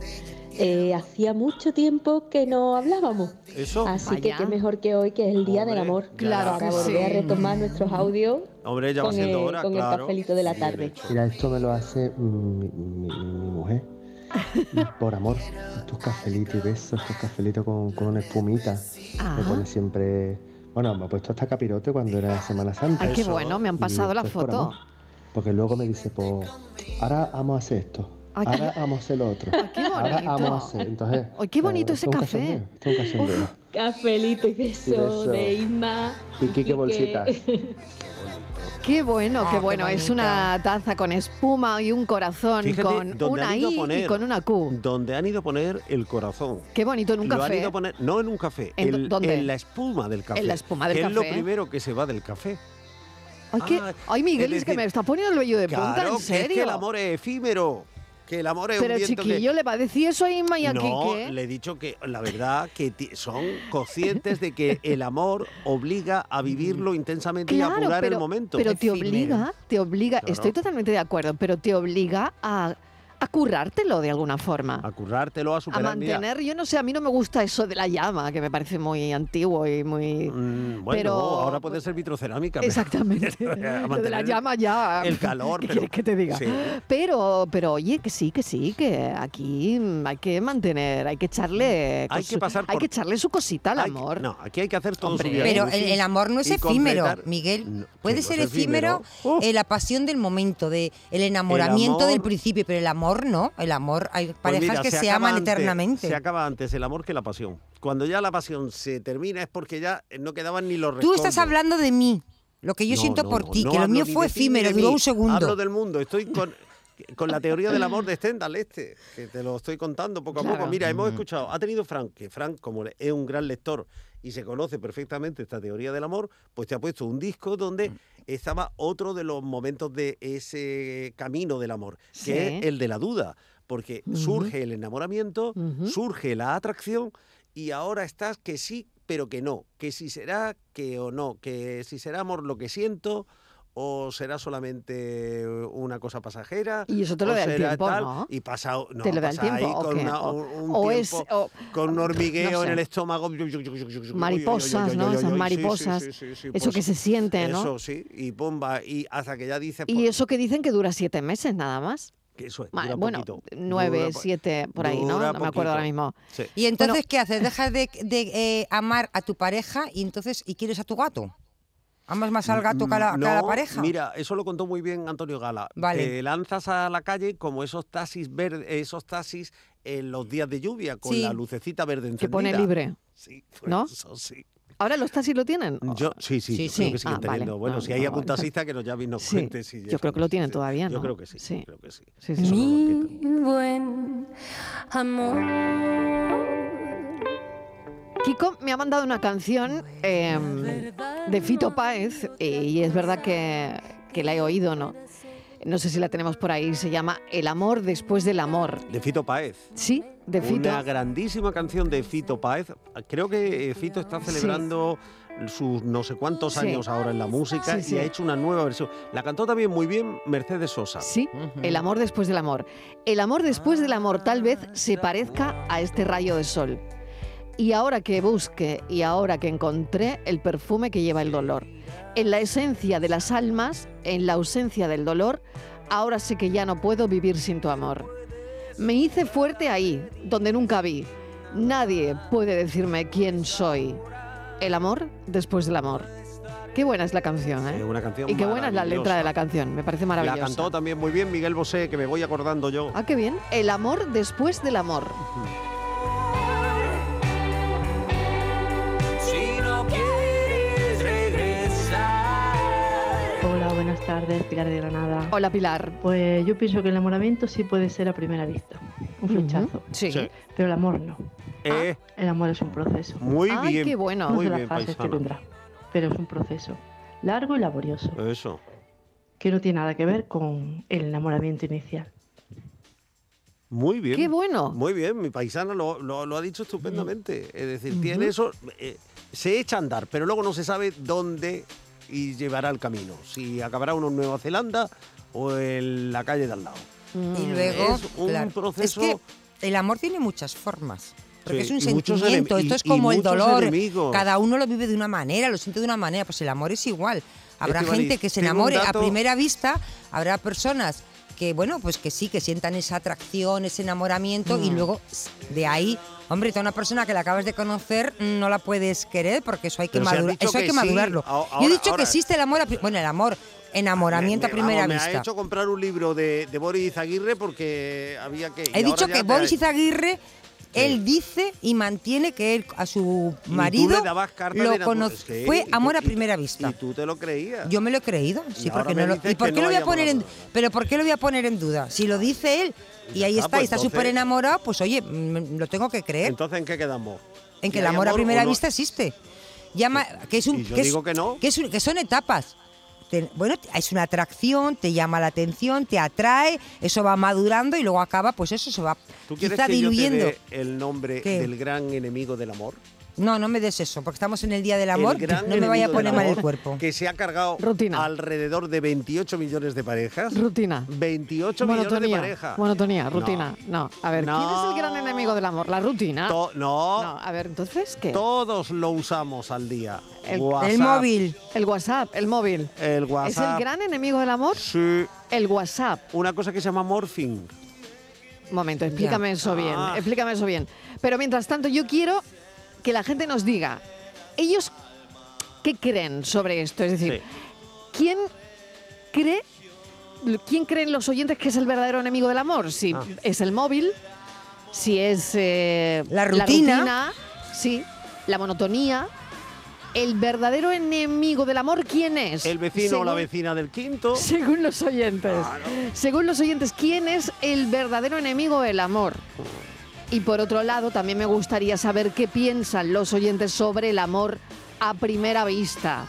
[SPEAKER 10] Eh, hacía mucho tiempo que no hablábamos.
[SPEAKER 6] Eso.
[SPEAKER 10] Así
[SPEAKER 6] Vaya.
[SPEAKER 10] que qué mejor que hoy, que es el Día del Amor.
[SPEAKER 6] claro
[SPEAKER 10] para
[SPEAKER 6] que
[SPEAKER 10] volver a
[SPEAKER 6] sí.
[SPEAKER 10] retomar nuestros audios
[SPEAKER 6] Hombre, ya va
[SPEAKER 10] con,
[SPEAKER 6] siendo
[SPEAKER 10] el,
[SPEAKER 6] hora,
[SPEAKER 10] con el
[SPEAKER 6] claro.
[SPEAKER 10] cafelito de la tarde.
[SPEAKER 11] Mira, esto me lo hace mi, mi- mi mujer. Y Por amor, estos cafelitos y besos, estos cafelitos con, con una espumita. Me
[SPEAKER 5] Ah.
[SPEAKER 11] pone siempre. Bueno, me ha puesto hasta capirote cuando era Semana Santa.
[SPEAKER 5] Ay, qué bueno, me han
[SPEAKER 11] Y
[SPEAKER 5] pasado la
[SPEAKER 11] esto es por
[SPEAKER 5] foto.
[SPEAKER 11] amor. Porque luego me dice, pues, ahora vamos a hacer esto.
[SPEAKER 5] Ay, qué- Ah,
[SPEAKER 11] Ahora vamos a hacer lo otro.
[SPEAKER 5] qué
[SPEAKER 11] ahora
[SPEAKER 5] bonito.
[SPEAKER 11] vamos a hacer. Entonces, eh,
[SPEAKER 5] Ay, qué bonito
[SPEAKER 11] esto es
[SPEAKER 5] ese
[SPEAKER 11] un
[SPEAKER 5] café.
[SPEAKER 11] cachondeo, esto es un cachondeo.
[SPEAKER 10] Cafelito y beso
[SPEAKER 11] beso.
[SPEAKER 10] de Isma.
[SPEAKER 11] Y
[SPEAKER 5] *laughs*
[SPEAKER 11] Quique *laughs* bolsitas.
[SPEAKER 5] Qué bueno, qué bueno. es una taza con espuma y un corazón
[SPEAKER 6] Fíjate
[SPEAKER 5] con
[SPEAKER 6] dónde
[SPEAKER 5] una
[SPEAKER 6] han
[SPEAKER 5] I
[SPEAKER 6] ido a
[SPEAKER 5] y
[SPEAKER 6] poner.
[SPEAKER 5] con una Q.
[SPEAKER 6] Donde han ido a poner el corazón.
[SPEAKER 5] Qué bonito en un
[SPEAKER 6] Lo han
[SPEAKER 5] café.
[SPEAKER 6] ido a poner, no en un café,
[SPEAKER 5] ¿En
[SPEAKER 6] el-
[SPEAKER 5] dónde?
[SPEAKER 6] en la espuma del café.
[SPEAKER 5] En la espuma del
[SPEAKER 6] que Es lo
[SPEAKER 5] café.
[SPEAKER 6] primero que se va del café.
[SPEAKER 5] Ay, que- ay, Miguel, es,
[SPEAKER 6] Ah, es
[SPEAKER 5] que
[SPEAKER 6] decir,
[SPEAKER 5] me está poniendo el vello de punta,
[SPEAKER 6] Claro,
[SPEAKER 5] en
[SPEAKER 6] que es
[SPEAKER 5] serio.
[SPEAKER 6] que el amor es efímero. Que el amor es
[SPEAKER 5] Pero
[SPEAKER 6] un
[SPEAKER 5] el
[SPEAKER 6] viento que-
[SPEAKER 5] chiquillo le va a decir eso a Isma y a
[SPEAKER 6] No,
[SPEAKER 5] Quique.
[SPEAKER 6] le he dicho que la verdad que ti- son conscientes de que el amor obliga
[SPEAKER 5] *laughs*
[SPEAKER 6] a vivirlo intensamente y a
[SPEAKER 5] Claro,
[SPEAKER 6] apurar
[SPEAKER 5] pero,
[SPEAKER 6] el momento.
[SPEAKER 5] pero te obliga, te obliga,
[SPEAKER 6] Claro.
[SPEAKER 5] estoy totalmente de acuerdo, pero te obliga a, a currártelo de alguna forma.
[SPEAKER 6] A currártelo, a
[SPEAKER 5] A
[SPEAKER 6] superar. mira,
[SPEAKER 5] mantener, yo no sé, a mí no me gusta eso de la llama, que me parece muy antiguo y muy...
[SPEAKER 6] Mm, bueno,
[SPEAKER 5] pero-
[SPEAKER 6] ahora puede ser vitrocerámica. pero- *laughs* eh,
[SPEAKER 5] Exactamente.
[SPEAKER 6] a
[SPEAKER 5] Lo de la
[SPEAKER 6] mantener
[SPEAKER 5] llama ya.
[SPEAKER 6] El
[SPEAKER 7] *laughs*
[SPEAKER 6] calor,
[SPEAKER 5] ¿Qué
[SPEAKER 6] pero-
[SPEAKER 5] quieres que te diga?
[SPEAKER 6] Sí.
[SPEAKER 5] Pero, pero oye, que sí, que sí, que aquí mm, hay que mantener, hay que echarle.
[SPEAKER 6] Hay
[SPEAKER 5] cos-
[SPEAKER 6] que pasar
[SPEAKER 5] hay
[SPEAKER 6] por-
[SPEAKER 5] que echarle su cosita al
[SPEAKER 6] Hay-
[SPEAKER 5] amor.
[SPEAKER 6] No, aquí hay que hacer todo
[SPEAKER 5] Hombre.
[SPEAKER 6] su vida.
[SPEAKER 7] Pero
[SPEAKER 6] Lucy,
[SPEAKER 7] el, el amor no es
[SPEAKER 6] y
[SPEAKER 7] efímero,
[SPEAKER 6] completar-
[SPEAKER 7] Miguel.
[SPEAKER 6] No,
[SPEAKER 7] Puede
[SPEAKER 6] que no
[SPEAKER 7] ser
[SPEAKER 6] pues es
[SPEAKER 7] efímero eh, la pasión del momento, de el enamoramiento del
[SPEAKER 6] amor-
[SPEAKER 7] principio, pero el amor no. El amor, hay
[SPEAKER 6] Pues
[SPEAKER 7] parejas
[SPEAKER 6] mira,
[SPEAKER 7] que se,
[SPEAKER 6] acaba
[SPEAKER 7] aman
[SPEAKER 6] antes-
[SPEAKER 7] eternamente.
[SPEAKER 6] Se acaba antes el amor que la pasión. Cuando ya la pasión se termina es porque ya eh, no quedaban ni los
[SPEAKER 7] Tú
[SPEAKER 6] restos.
[SPEAKER 7] estás hablando de mí, lo que yo
[SPEAKER 6] No,
[SPEAKER 7] siento
[SPEAKER 6] no,
[SPEAKER 7] por
[SPEAKER 6] no,
[SPEAKER 7] ti,
[SPEAKER 6] no
[SPEAKER 7] que lo
[SPEAKER 6] hablo
[SPEAKER 7] mío
[SPEAKER 6] ni
[SPEAKER 7] fue
[SPEAKER 6] de ti ni
[SPEAKER 7] efímero,
[SPEAKER 6] de
[SPEAKER 7] duró
[SPEAKER 6] mí.
[SPEAKER 7] un segundo.
[SPEAKER 6] Hablo del mundo, estoy con, con la teoría del amor de Stendhal este, que te lo estoy contando poco a
[SPEAKER 5] Claro.
[SPEAKER 6] poco. Mira, hemos
[SPEAKER 7] Mm.
[SPEAKER 6] escuchado, ha tenido Frank, que Frank como le- es un gran lector y se conoce perfectamente esta teoría del amor, pues te ha puesto un disco donde
[SPEAKER 5] Mm.
[SPEAKER 6] estaba otro de los momentos de ese camino del amor, que
[SPEAKER 12] Sí.
[SPEAKER 6] es el de la duda, porque
[SPEAKER 12] Ujú.
[SPEAKER 6] surge el enamoramiento,
[SPEAKER 12] Ujú.
[SPEAKER 6] surge la atracción y ahora estás que sí, pero que no, que si será que o no, que si será amor lo que siento o será solamente una cosa pasajera.
[SPEAKER 5] Y eso te lo
[SPEAKER 6] o
[SPEAKER 5] da el
[SPEAKER 6] será
[SPEAKER 5] tiempo, ¿no?
[SPEAKER 6] Y pasa, no,
[SPEAKER 5] Te lo da el
[SPEAKER 6] pasa ahí
[SPEAKER 5] tiempo, ¿o
[SPEAKER 6] con
[SPEAKER 5] qué?
[SPEAKER 6] una-
[SPEAKER 5] O-
[SPEAKER 6] un, un
[SPEAKER 5] o es-
[SPEAKER 6] tiempo,
[SPEAKER 5] o-
[SPEAKER 6] con un hormigueo
[SPEAKER 5] no sé.
[SPEAKER 6] en el estómago.
[SPEAKER 5] Mariposas, ¿no? Esas mariposas, eso que se siente, ¿no?
[SPEAKER 6] pues Eso sí, y pumba, y hasta que ya dices...
[SPEAKER 5] Y
[SPEAKER 6] pues,
[SPEAKER 5] eso que dicen que dura siete meses nada más.
[SPEAKER 6] que eso es,
[SPEAKER 5] Ma-
[SPEAKER 6] dura
[SPEAKER 5] bueno,
[SPEAKER 6] poquito,
[SPEAKER 5] nueve,
[SPEAKER 6] dura po-
[SPEAKER 5] siete, por ahí, ¿no?
[SPEAKER 6] dura
[SPEAKER 5] No me acuerdo ahora
[SPEAKER 6] poquito.
[SPEAKER 5] mismo.
[SPEAKER 6] Sí.
[SPEAKER 7] Y entonces, ¿qué haces? ¿Dejas de, de, eh, amar a tu pareja y entonces y quieres a tu gato? ¿Amas más al gato que a la, que a la
[SPEAKER 6] Mm, No,
[SPEAKER 7] pareja?
[SPEAKER 6] Mira, eso lo contó muy bien Antonio Gala.
[SPEAKER 7] Vale.
[SPEAKER 6] Te lanzas a la calle como esos taxis verdes, esos taxis en los días de lluvia con
[SPEAKER 5] Sí.
[SPEAKER 6] la lucecita verde encendida.
[SPEAKER 5] Que pone libre.
[SPEAKER 6] Sí, pues
[SPEAKER 5] ¿no?
[SPEAKER 6] eso sí.
[SPEAKER 5] Ahora los taxis lo tienen.
[SPEAKER 6] Yo, sí, sí,
[SPEAKER 5] Sí,
[SPEAKER 6] yo creo
[SPEAKER 5] sí.
[SPEAKER 6] que siguen
[SPEAKER 5] Ah, vale.
[SPEAKER 6] teniendo. Bueno,
[SPEAKER 5] Ah,
[SPEAKER 6] si hay
[SPEAKER 5] ah,
[SPEAKER 6] algún
[SPEAKER 5] vale.
[SPEAKER 6] taxista que nos llame y nos
[SPEAKER 5] Sí,
[SPEAKER 6] cuente. si
[SPEAKER 5] yo creo que lo tienen todavía,
[SPEAKER 6] Yo
[SPEAKER 5] ¿no?
[SPEAKER 6] creo que sí, creo que sí.
[SPEAKER 5] Sí, sí.
[SPEAKER 6] Eso no lo quita.
[SPEAKER 13] buen amor.
[SPEAKER 5] Kiko me ha mandado una canción eh, de Fito Páez y es verdad que, que la he oído, ¿no? No sé si la tenemos por ahí, se llama El amor después del amor.
[SPEAKER 6] De Fito Páez.
[SPEAKER 5] Sí, de Fito.
[SPEAKER 6] Una grandísima canción de Fito Páez. Creo que eh, Fito está celebrando sus no sé cuántos
[SPEAKER 5] Sí.
[SPEAKER 6] años ahora en la música
[SPEAKER 5] Sí, sí.
[SPEAKER 6] y ha hecho una nueva versión. La cantó también muy bien Mercedes Sosa.
[SPEAKER 5] Sí, El amor después del amor. El amor después del amor tal
[SPEAKER 6] Ah,
[SPEAKER 5] vez se parezca a este rayo de sol. Y ahora que busque y ahora que encontré el perfume que lleva el dolor. En la esencia de las almas, en la ausencia del dolor, ahora sé que ya no puedo vivir sin tu amor. Me hice fuerte ahí, donde nunca vi. Nadie puede decirme quién soy. El amor después del amor. Qué buena es la canción, ¿eh?
[SPEAKER 6] Es una canción
[SPEAKER 5] y qué buena es la letra de
[SPEAKER 6] maravillosa.
[SPEAKER 5] la canción. Me parece
[SPEAKER 6] La
[SPEAKER 5] maravillosa.
[SPEAKER 6] cantó también muy bien Miguel Bosé, que me voy acordando yo.
[SPEAKER 5] Ah, qué bien. El amor después del amor.
[SPEAKER 3] Si no quieres regresar.
[SPEAKER 14] Hola, buenas tardes, Pilar de Granada.
[SPEAKER 5] Hola, Pilar.
[SPEAKER 14] Pues yo pienso que el enamoramiento sí puede ser a primera vista, un flechazo.
[SPEAKER 5] sí.
[SPEAKER 6] Sí.
[SPEAKER 14] Pero el amor no. Ah.
[SPEAKER 6] Eh,
[SPEAKER 14] El amor es un proceso.
[SPEAKER 6] Muy Ay, bien, qué bueno.
[SPEAKER 14] No
[SPEAKER 6] muy
[SPEAKER 14] sé las
[SPEAKER 6] bien,
[SPEAKER 14] fases que
[SPEAKER 6] paisana.
[SPEAKER 14] tendrá. pero es un proceso largo y laborioso,
[SPEAKER 6] Eso.
[SPEAKER 14] que no tiene nada que ver con el enamoramiento inicial.
[SPEAKER 6] Muy bien.
[SPEAKER 5] Qué bueno.
[SPEAKER 6] Muy bien, mi paisana lo, lo- lo ha dicho estupendamente. Es decir,
[SPEAKER 5] Ujú.
[SPEAKER 6] tiene eso, eh, se echa a andar, pero luego no se sabe dónde y llevará el camino. Si acabará uno en Nueva Zelanda o en la calle de al lado.
[SPEAKER 7] Y luego,
[SPEAKER 6] Mm, Es un
[SPEAKER 7] claro,
[SPEAKER 6] proceso-
[SPEAKER 7] es que el amor tiene muchas formas. Porque
[SPEAKER 6] Sí,
[SPEAKER 7] es un
[SPEAKER 6] y muchos
[SPEAKER 7] sentimiento,
[SPEAKER 6] enem-
[SPEAKER 7] esto
[SPEAKER 6] y-
[SPEAKER 7] es como
[SPEAKER 6] y
[SPEAKER 7] el
[SPEAKER 6] muchos
[SPEAKER 7] dolor.
[SPEAKER 6] enemigos.
[SPEAKER 7] Cada uno lo vive de una manera, lo siente de una manera. Pues el amor es igual. Habrá
[SPEAKER 6] Estivaliz,
[SPEAKER 7] gente que se
[SPEAKER 6] tengo un
[SPEAKER 7] enamore a
[SPEAKER 6] dato-
[SPEAKER 7] primera vista, habrá personas que, bueno, pues que sí, que sientan esa atracción, ese enamoramiento, y
[SPEAKER 5] Mm.
[SPEAKER 7] luego s- de ahí, hombre, tú a una persona que la acabas de conocer mm, no la puedes querer porque eso hay que,
[SPEAKER 6] Pero se han
[SPEAKER 7] madura-
[SPEAKER 6] dicho
[SPEAKER 7] eso hay
[SPEAKER 6] que
[SPEAKER 7] que
[SPEAKER 6] sí.
[SPEAKER 7] madurarlo.
[SPEAKER 6] A-
[SPEAKER 7] Yo he dicho
[SPEAKER 6] ahora- ahora- Ah,
[SPEAKER 7] que existe el amor, a pri- bueno, el amor, enamoramiento
[SPEAKER 6] Me-
[SPEAKER 7] a primera
[SPEAKER 6] vamos, Me
[SPEAKER 7] vista.
[SPEAKER 6] ha hecho comprar un libro de, de Boris Aguirre porque había que. y
[SPEAKER 7] He
[SPEAKER 6] ahora
[SPEAKER 7] dicho
[SPEAKER 6] ya
[SPEAKER 7] que
[SPEAKER 6] te-
[SPEAKER 7] Boris Izaguirre, él dice y mantiene que él a su
[SPEAKER 6] y tú
[SPEAKER 7] marido
[SPEAKER 6] le dabas cartas de
[SPEAKER 7] lo
[SPEAKER 6] enamor-
[SPEAKER 7] conoció.
[SPEAKER 6] es que- y
[SPEAKER 7] Fue
[SPEAKER 6] tú-
[SPEAKER 7] amor a
[SPEAKER 6] y-
[SPEAKER 7] primera vista.
[SPEAKER 6] Y tú te lo creías.
[SPEAKER 7] Yo me lo he creído,
[SPEAKER 6] Y
[SPEAKER 7] sí,
[SPEAKER 6] ahora
[SPEAKER 7] porque
[SPEAKER 6] me
[SPEAKER 7] no lo.
[SPEAKER 6] dices
[SPEAKER 7] ¿Y por
[SPEAKER 6] que
[SPEAKER 7] qué
[SPEAKER 6] no
[SPEAKER 7] lo voy
[SPEAKER 6] hay
[SPEAKER 7] a poner
[SPEAKER 6] amor.
[SPEAKER 7] en pero por qué lo voy a poner en duda? Si lo dice él y ahí
[SPEAKER 6] está,
[SPEAKER 7] está,
[SPEAKER 6] pues
[SPEAKER 7] y está
[SPEAKER 6] entonces-
[SPEAKER 7] súper enamorado, pues oye, mm, lo tengo que creer
[SPEAKER 6] Entonces, ¿en qué quedamos?
[SPEAKER 7] en que
[SPEAKER 6] ¿Si
[SPEAKER 7] el
[SPEAKER 6] hay
[SPEAKER 7] amor a
[SPEAKER 6] amor o
[SPEAKER 7] primera
[SPEAKER 6] no?
[SPEAKER 7] vista existe. Llama, que es un,
[SPEAKER 6] Y yo
[SPEAKER 7] es-
[SPEAKER 6] digo que no.
[SPEAKER 7] es un- que son etapas. Te- bueno, es una atracción, te llama la atención, te atrae, eso va madurando y luego acaba, pues eso se va
[SPEAKER 6] ¿Tú quieres
[SPEAKER 7] quizá
[SPEAKER 6] que
[SPEAKER 7] diluyendo.
[SPEAKER 6] yo te dé el nombre
[SPEAKER 7] ¿Qué?
[SPEAKER 6] del gran enemigo del amor?
[SPEAKER 7] No, no me des eso, porque estamos en el Día del Amor,
[SPEAKER 6] el gran
[SPEAKER 7] no me vaya a
[SPEAKER 6] enemigo del
[SPEAKER 7] poner mal el
[SPEAKER 6] amor
[SPEAKER 7] cuerpo.
[SPEAKER 6] Que se ha cargado alrededor de 28 millones de parejas.
[SPEAKER 5] Rutina.
[SPEAKER 6] 28 millones
[SPEAKER 5] Monotonía,
[SPEAKER 6] de parejas.
[SPEAKER 5] monotonía,
[SPEAKER 6] No.
[SPEAKER 5] rutina. No, a ver,
[SPEAKER 6] No.
[SPEAKER 5] ¿quién es el gran enemigo del amor? La rutina.
[SPEAKER 6] To- no.
[SPEAKER 5] No, a ver, entonces, ¿qué?
[SPEAKER 6] Todos lo usamos al día.
[SPEAKER 5] El-
[SPEAKER 6] WhatsApp,
[SPEAKER 5] El WhatsApp, el móvil.
[SPEAKER 6] El WhatsApp.
[SPEAKER 5] ¿Es el gran enemigo del amor?
[SPEAKER 6] Sí.
[SPEAKER 5] El WhatsApp.
[SPEAKER 6] Una cosa que se llama morphing.
[SPEAKER 5] Momento, explícame
[SPEAKER 6] Ya.
[SPEAKER 5] eso bien,
[SPEAKER 6] Ah.
[SPEAKER 5] explícame eso bien. Pero mientras tanto, yo quiero que la gente nos diga, ellos, ¿qué creen sobre esto? Es decir, ¿quién cree, quién creen los oyentes que es el verdadero enemigo del amor? Si
[SPEAKER 7] Ah.
[SPEAKER 5] es el móvil, si es eh,
[SPEAKER 7] La rutina.
[SPEAKER 5] rutina, sí, la monotonía. El verdadero enemigo del amor, ¿quién es?
[SPEAKER 6] El vecino o la
[SPEAKER 5] Según-
[SPEAKER 6] vecina del quinto.
[SPEAKER 5] según los oyentes. Según los oyentes, ¿quién es el verdadero enemigo del amor? Y por otro lado, también me gustaría saber qué piensan los oyentes sobre el amor a primera vista.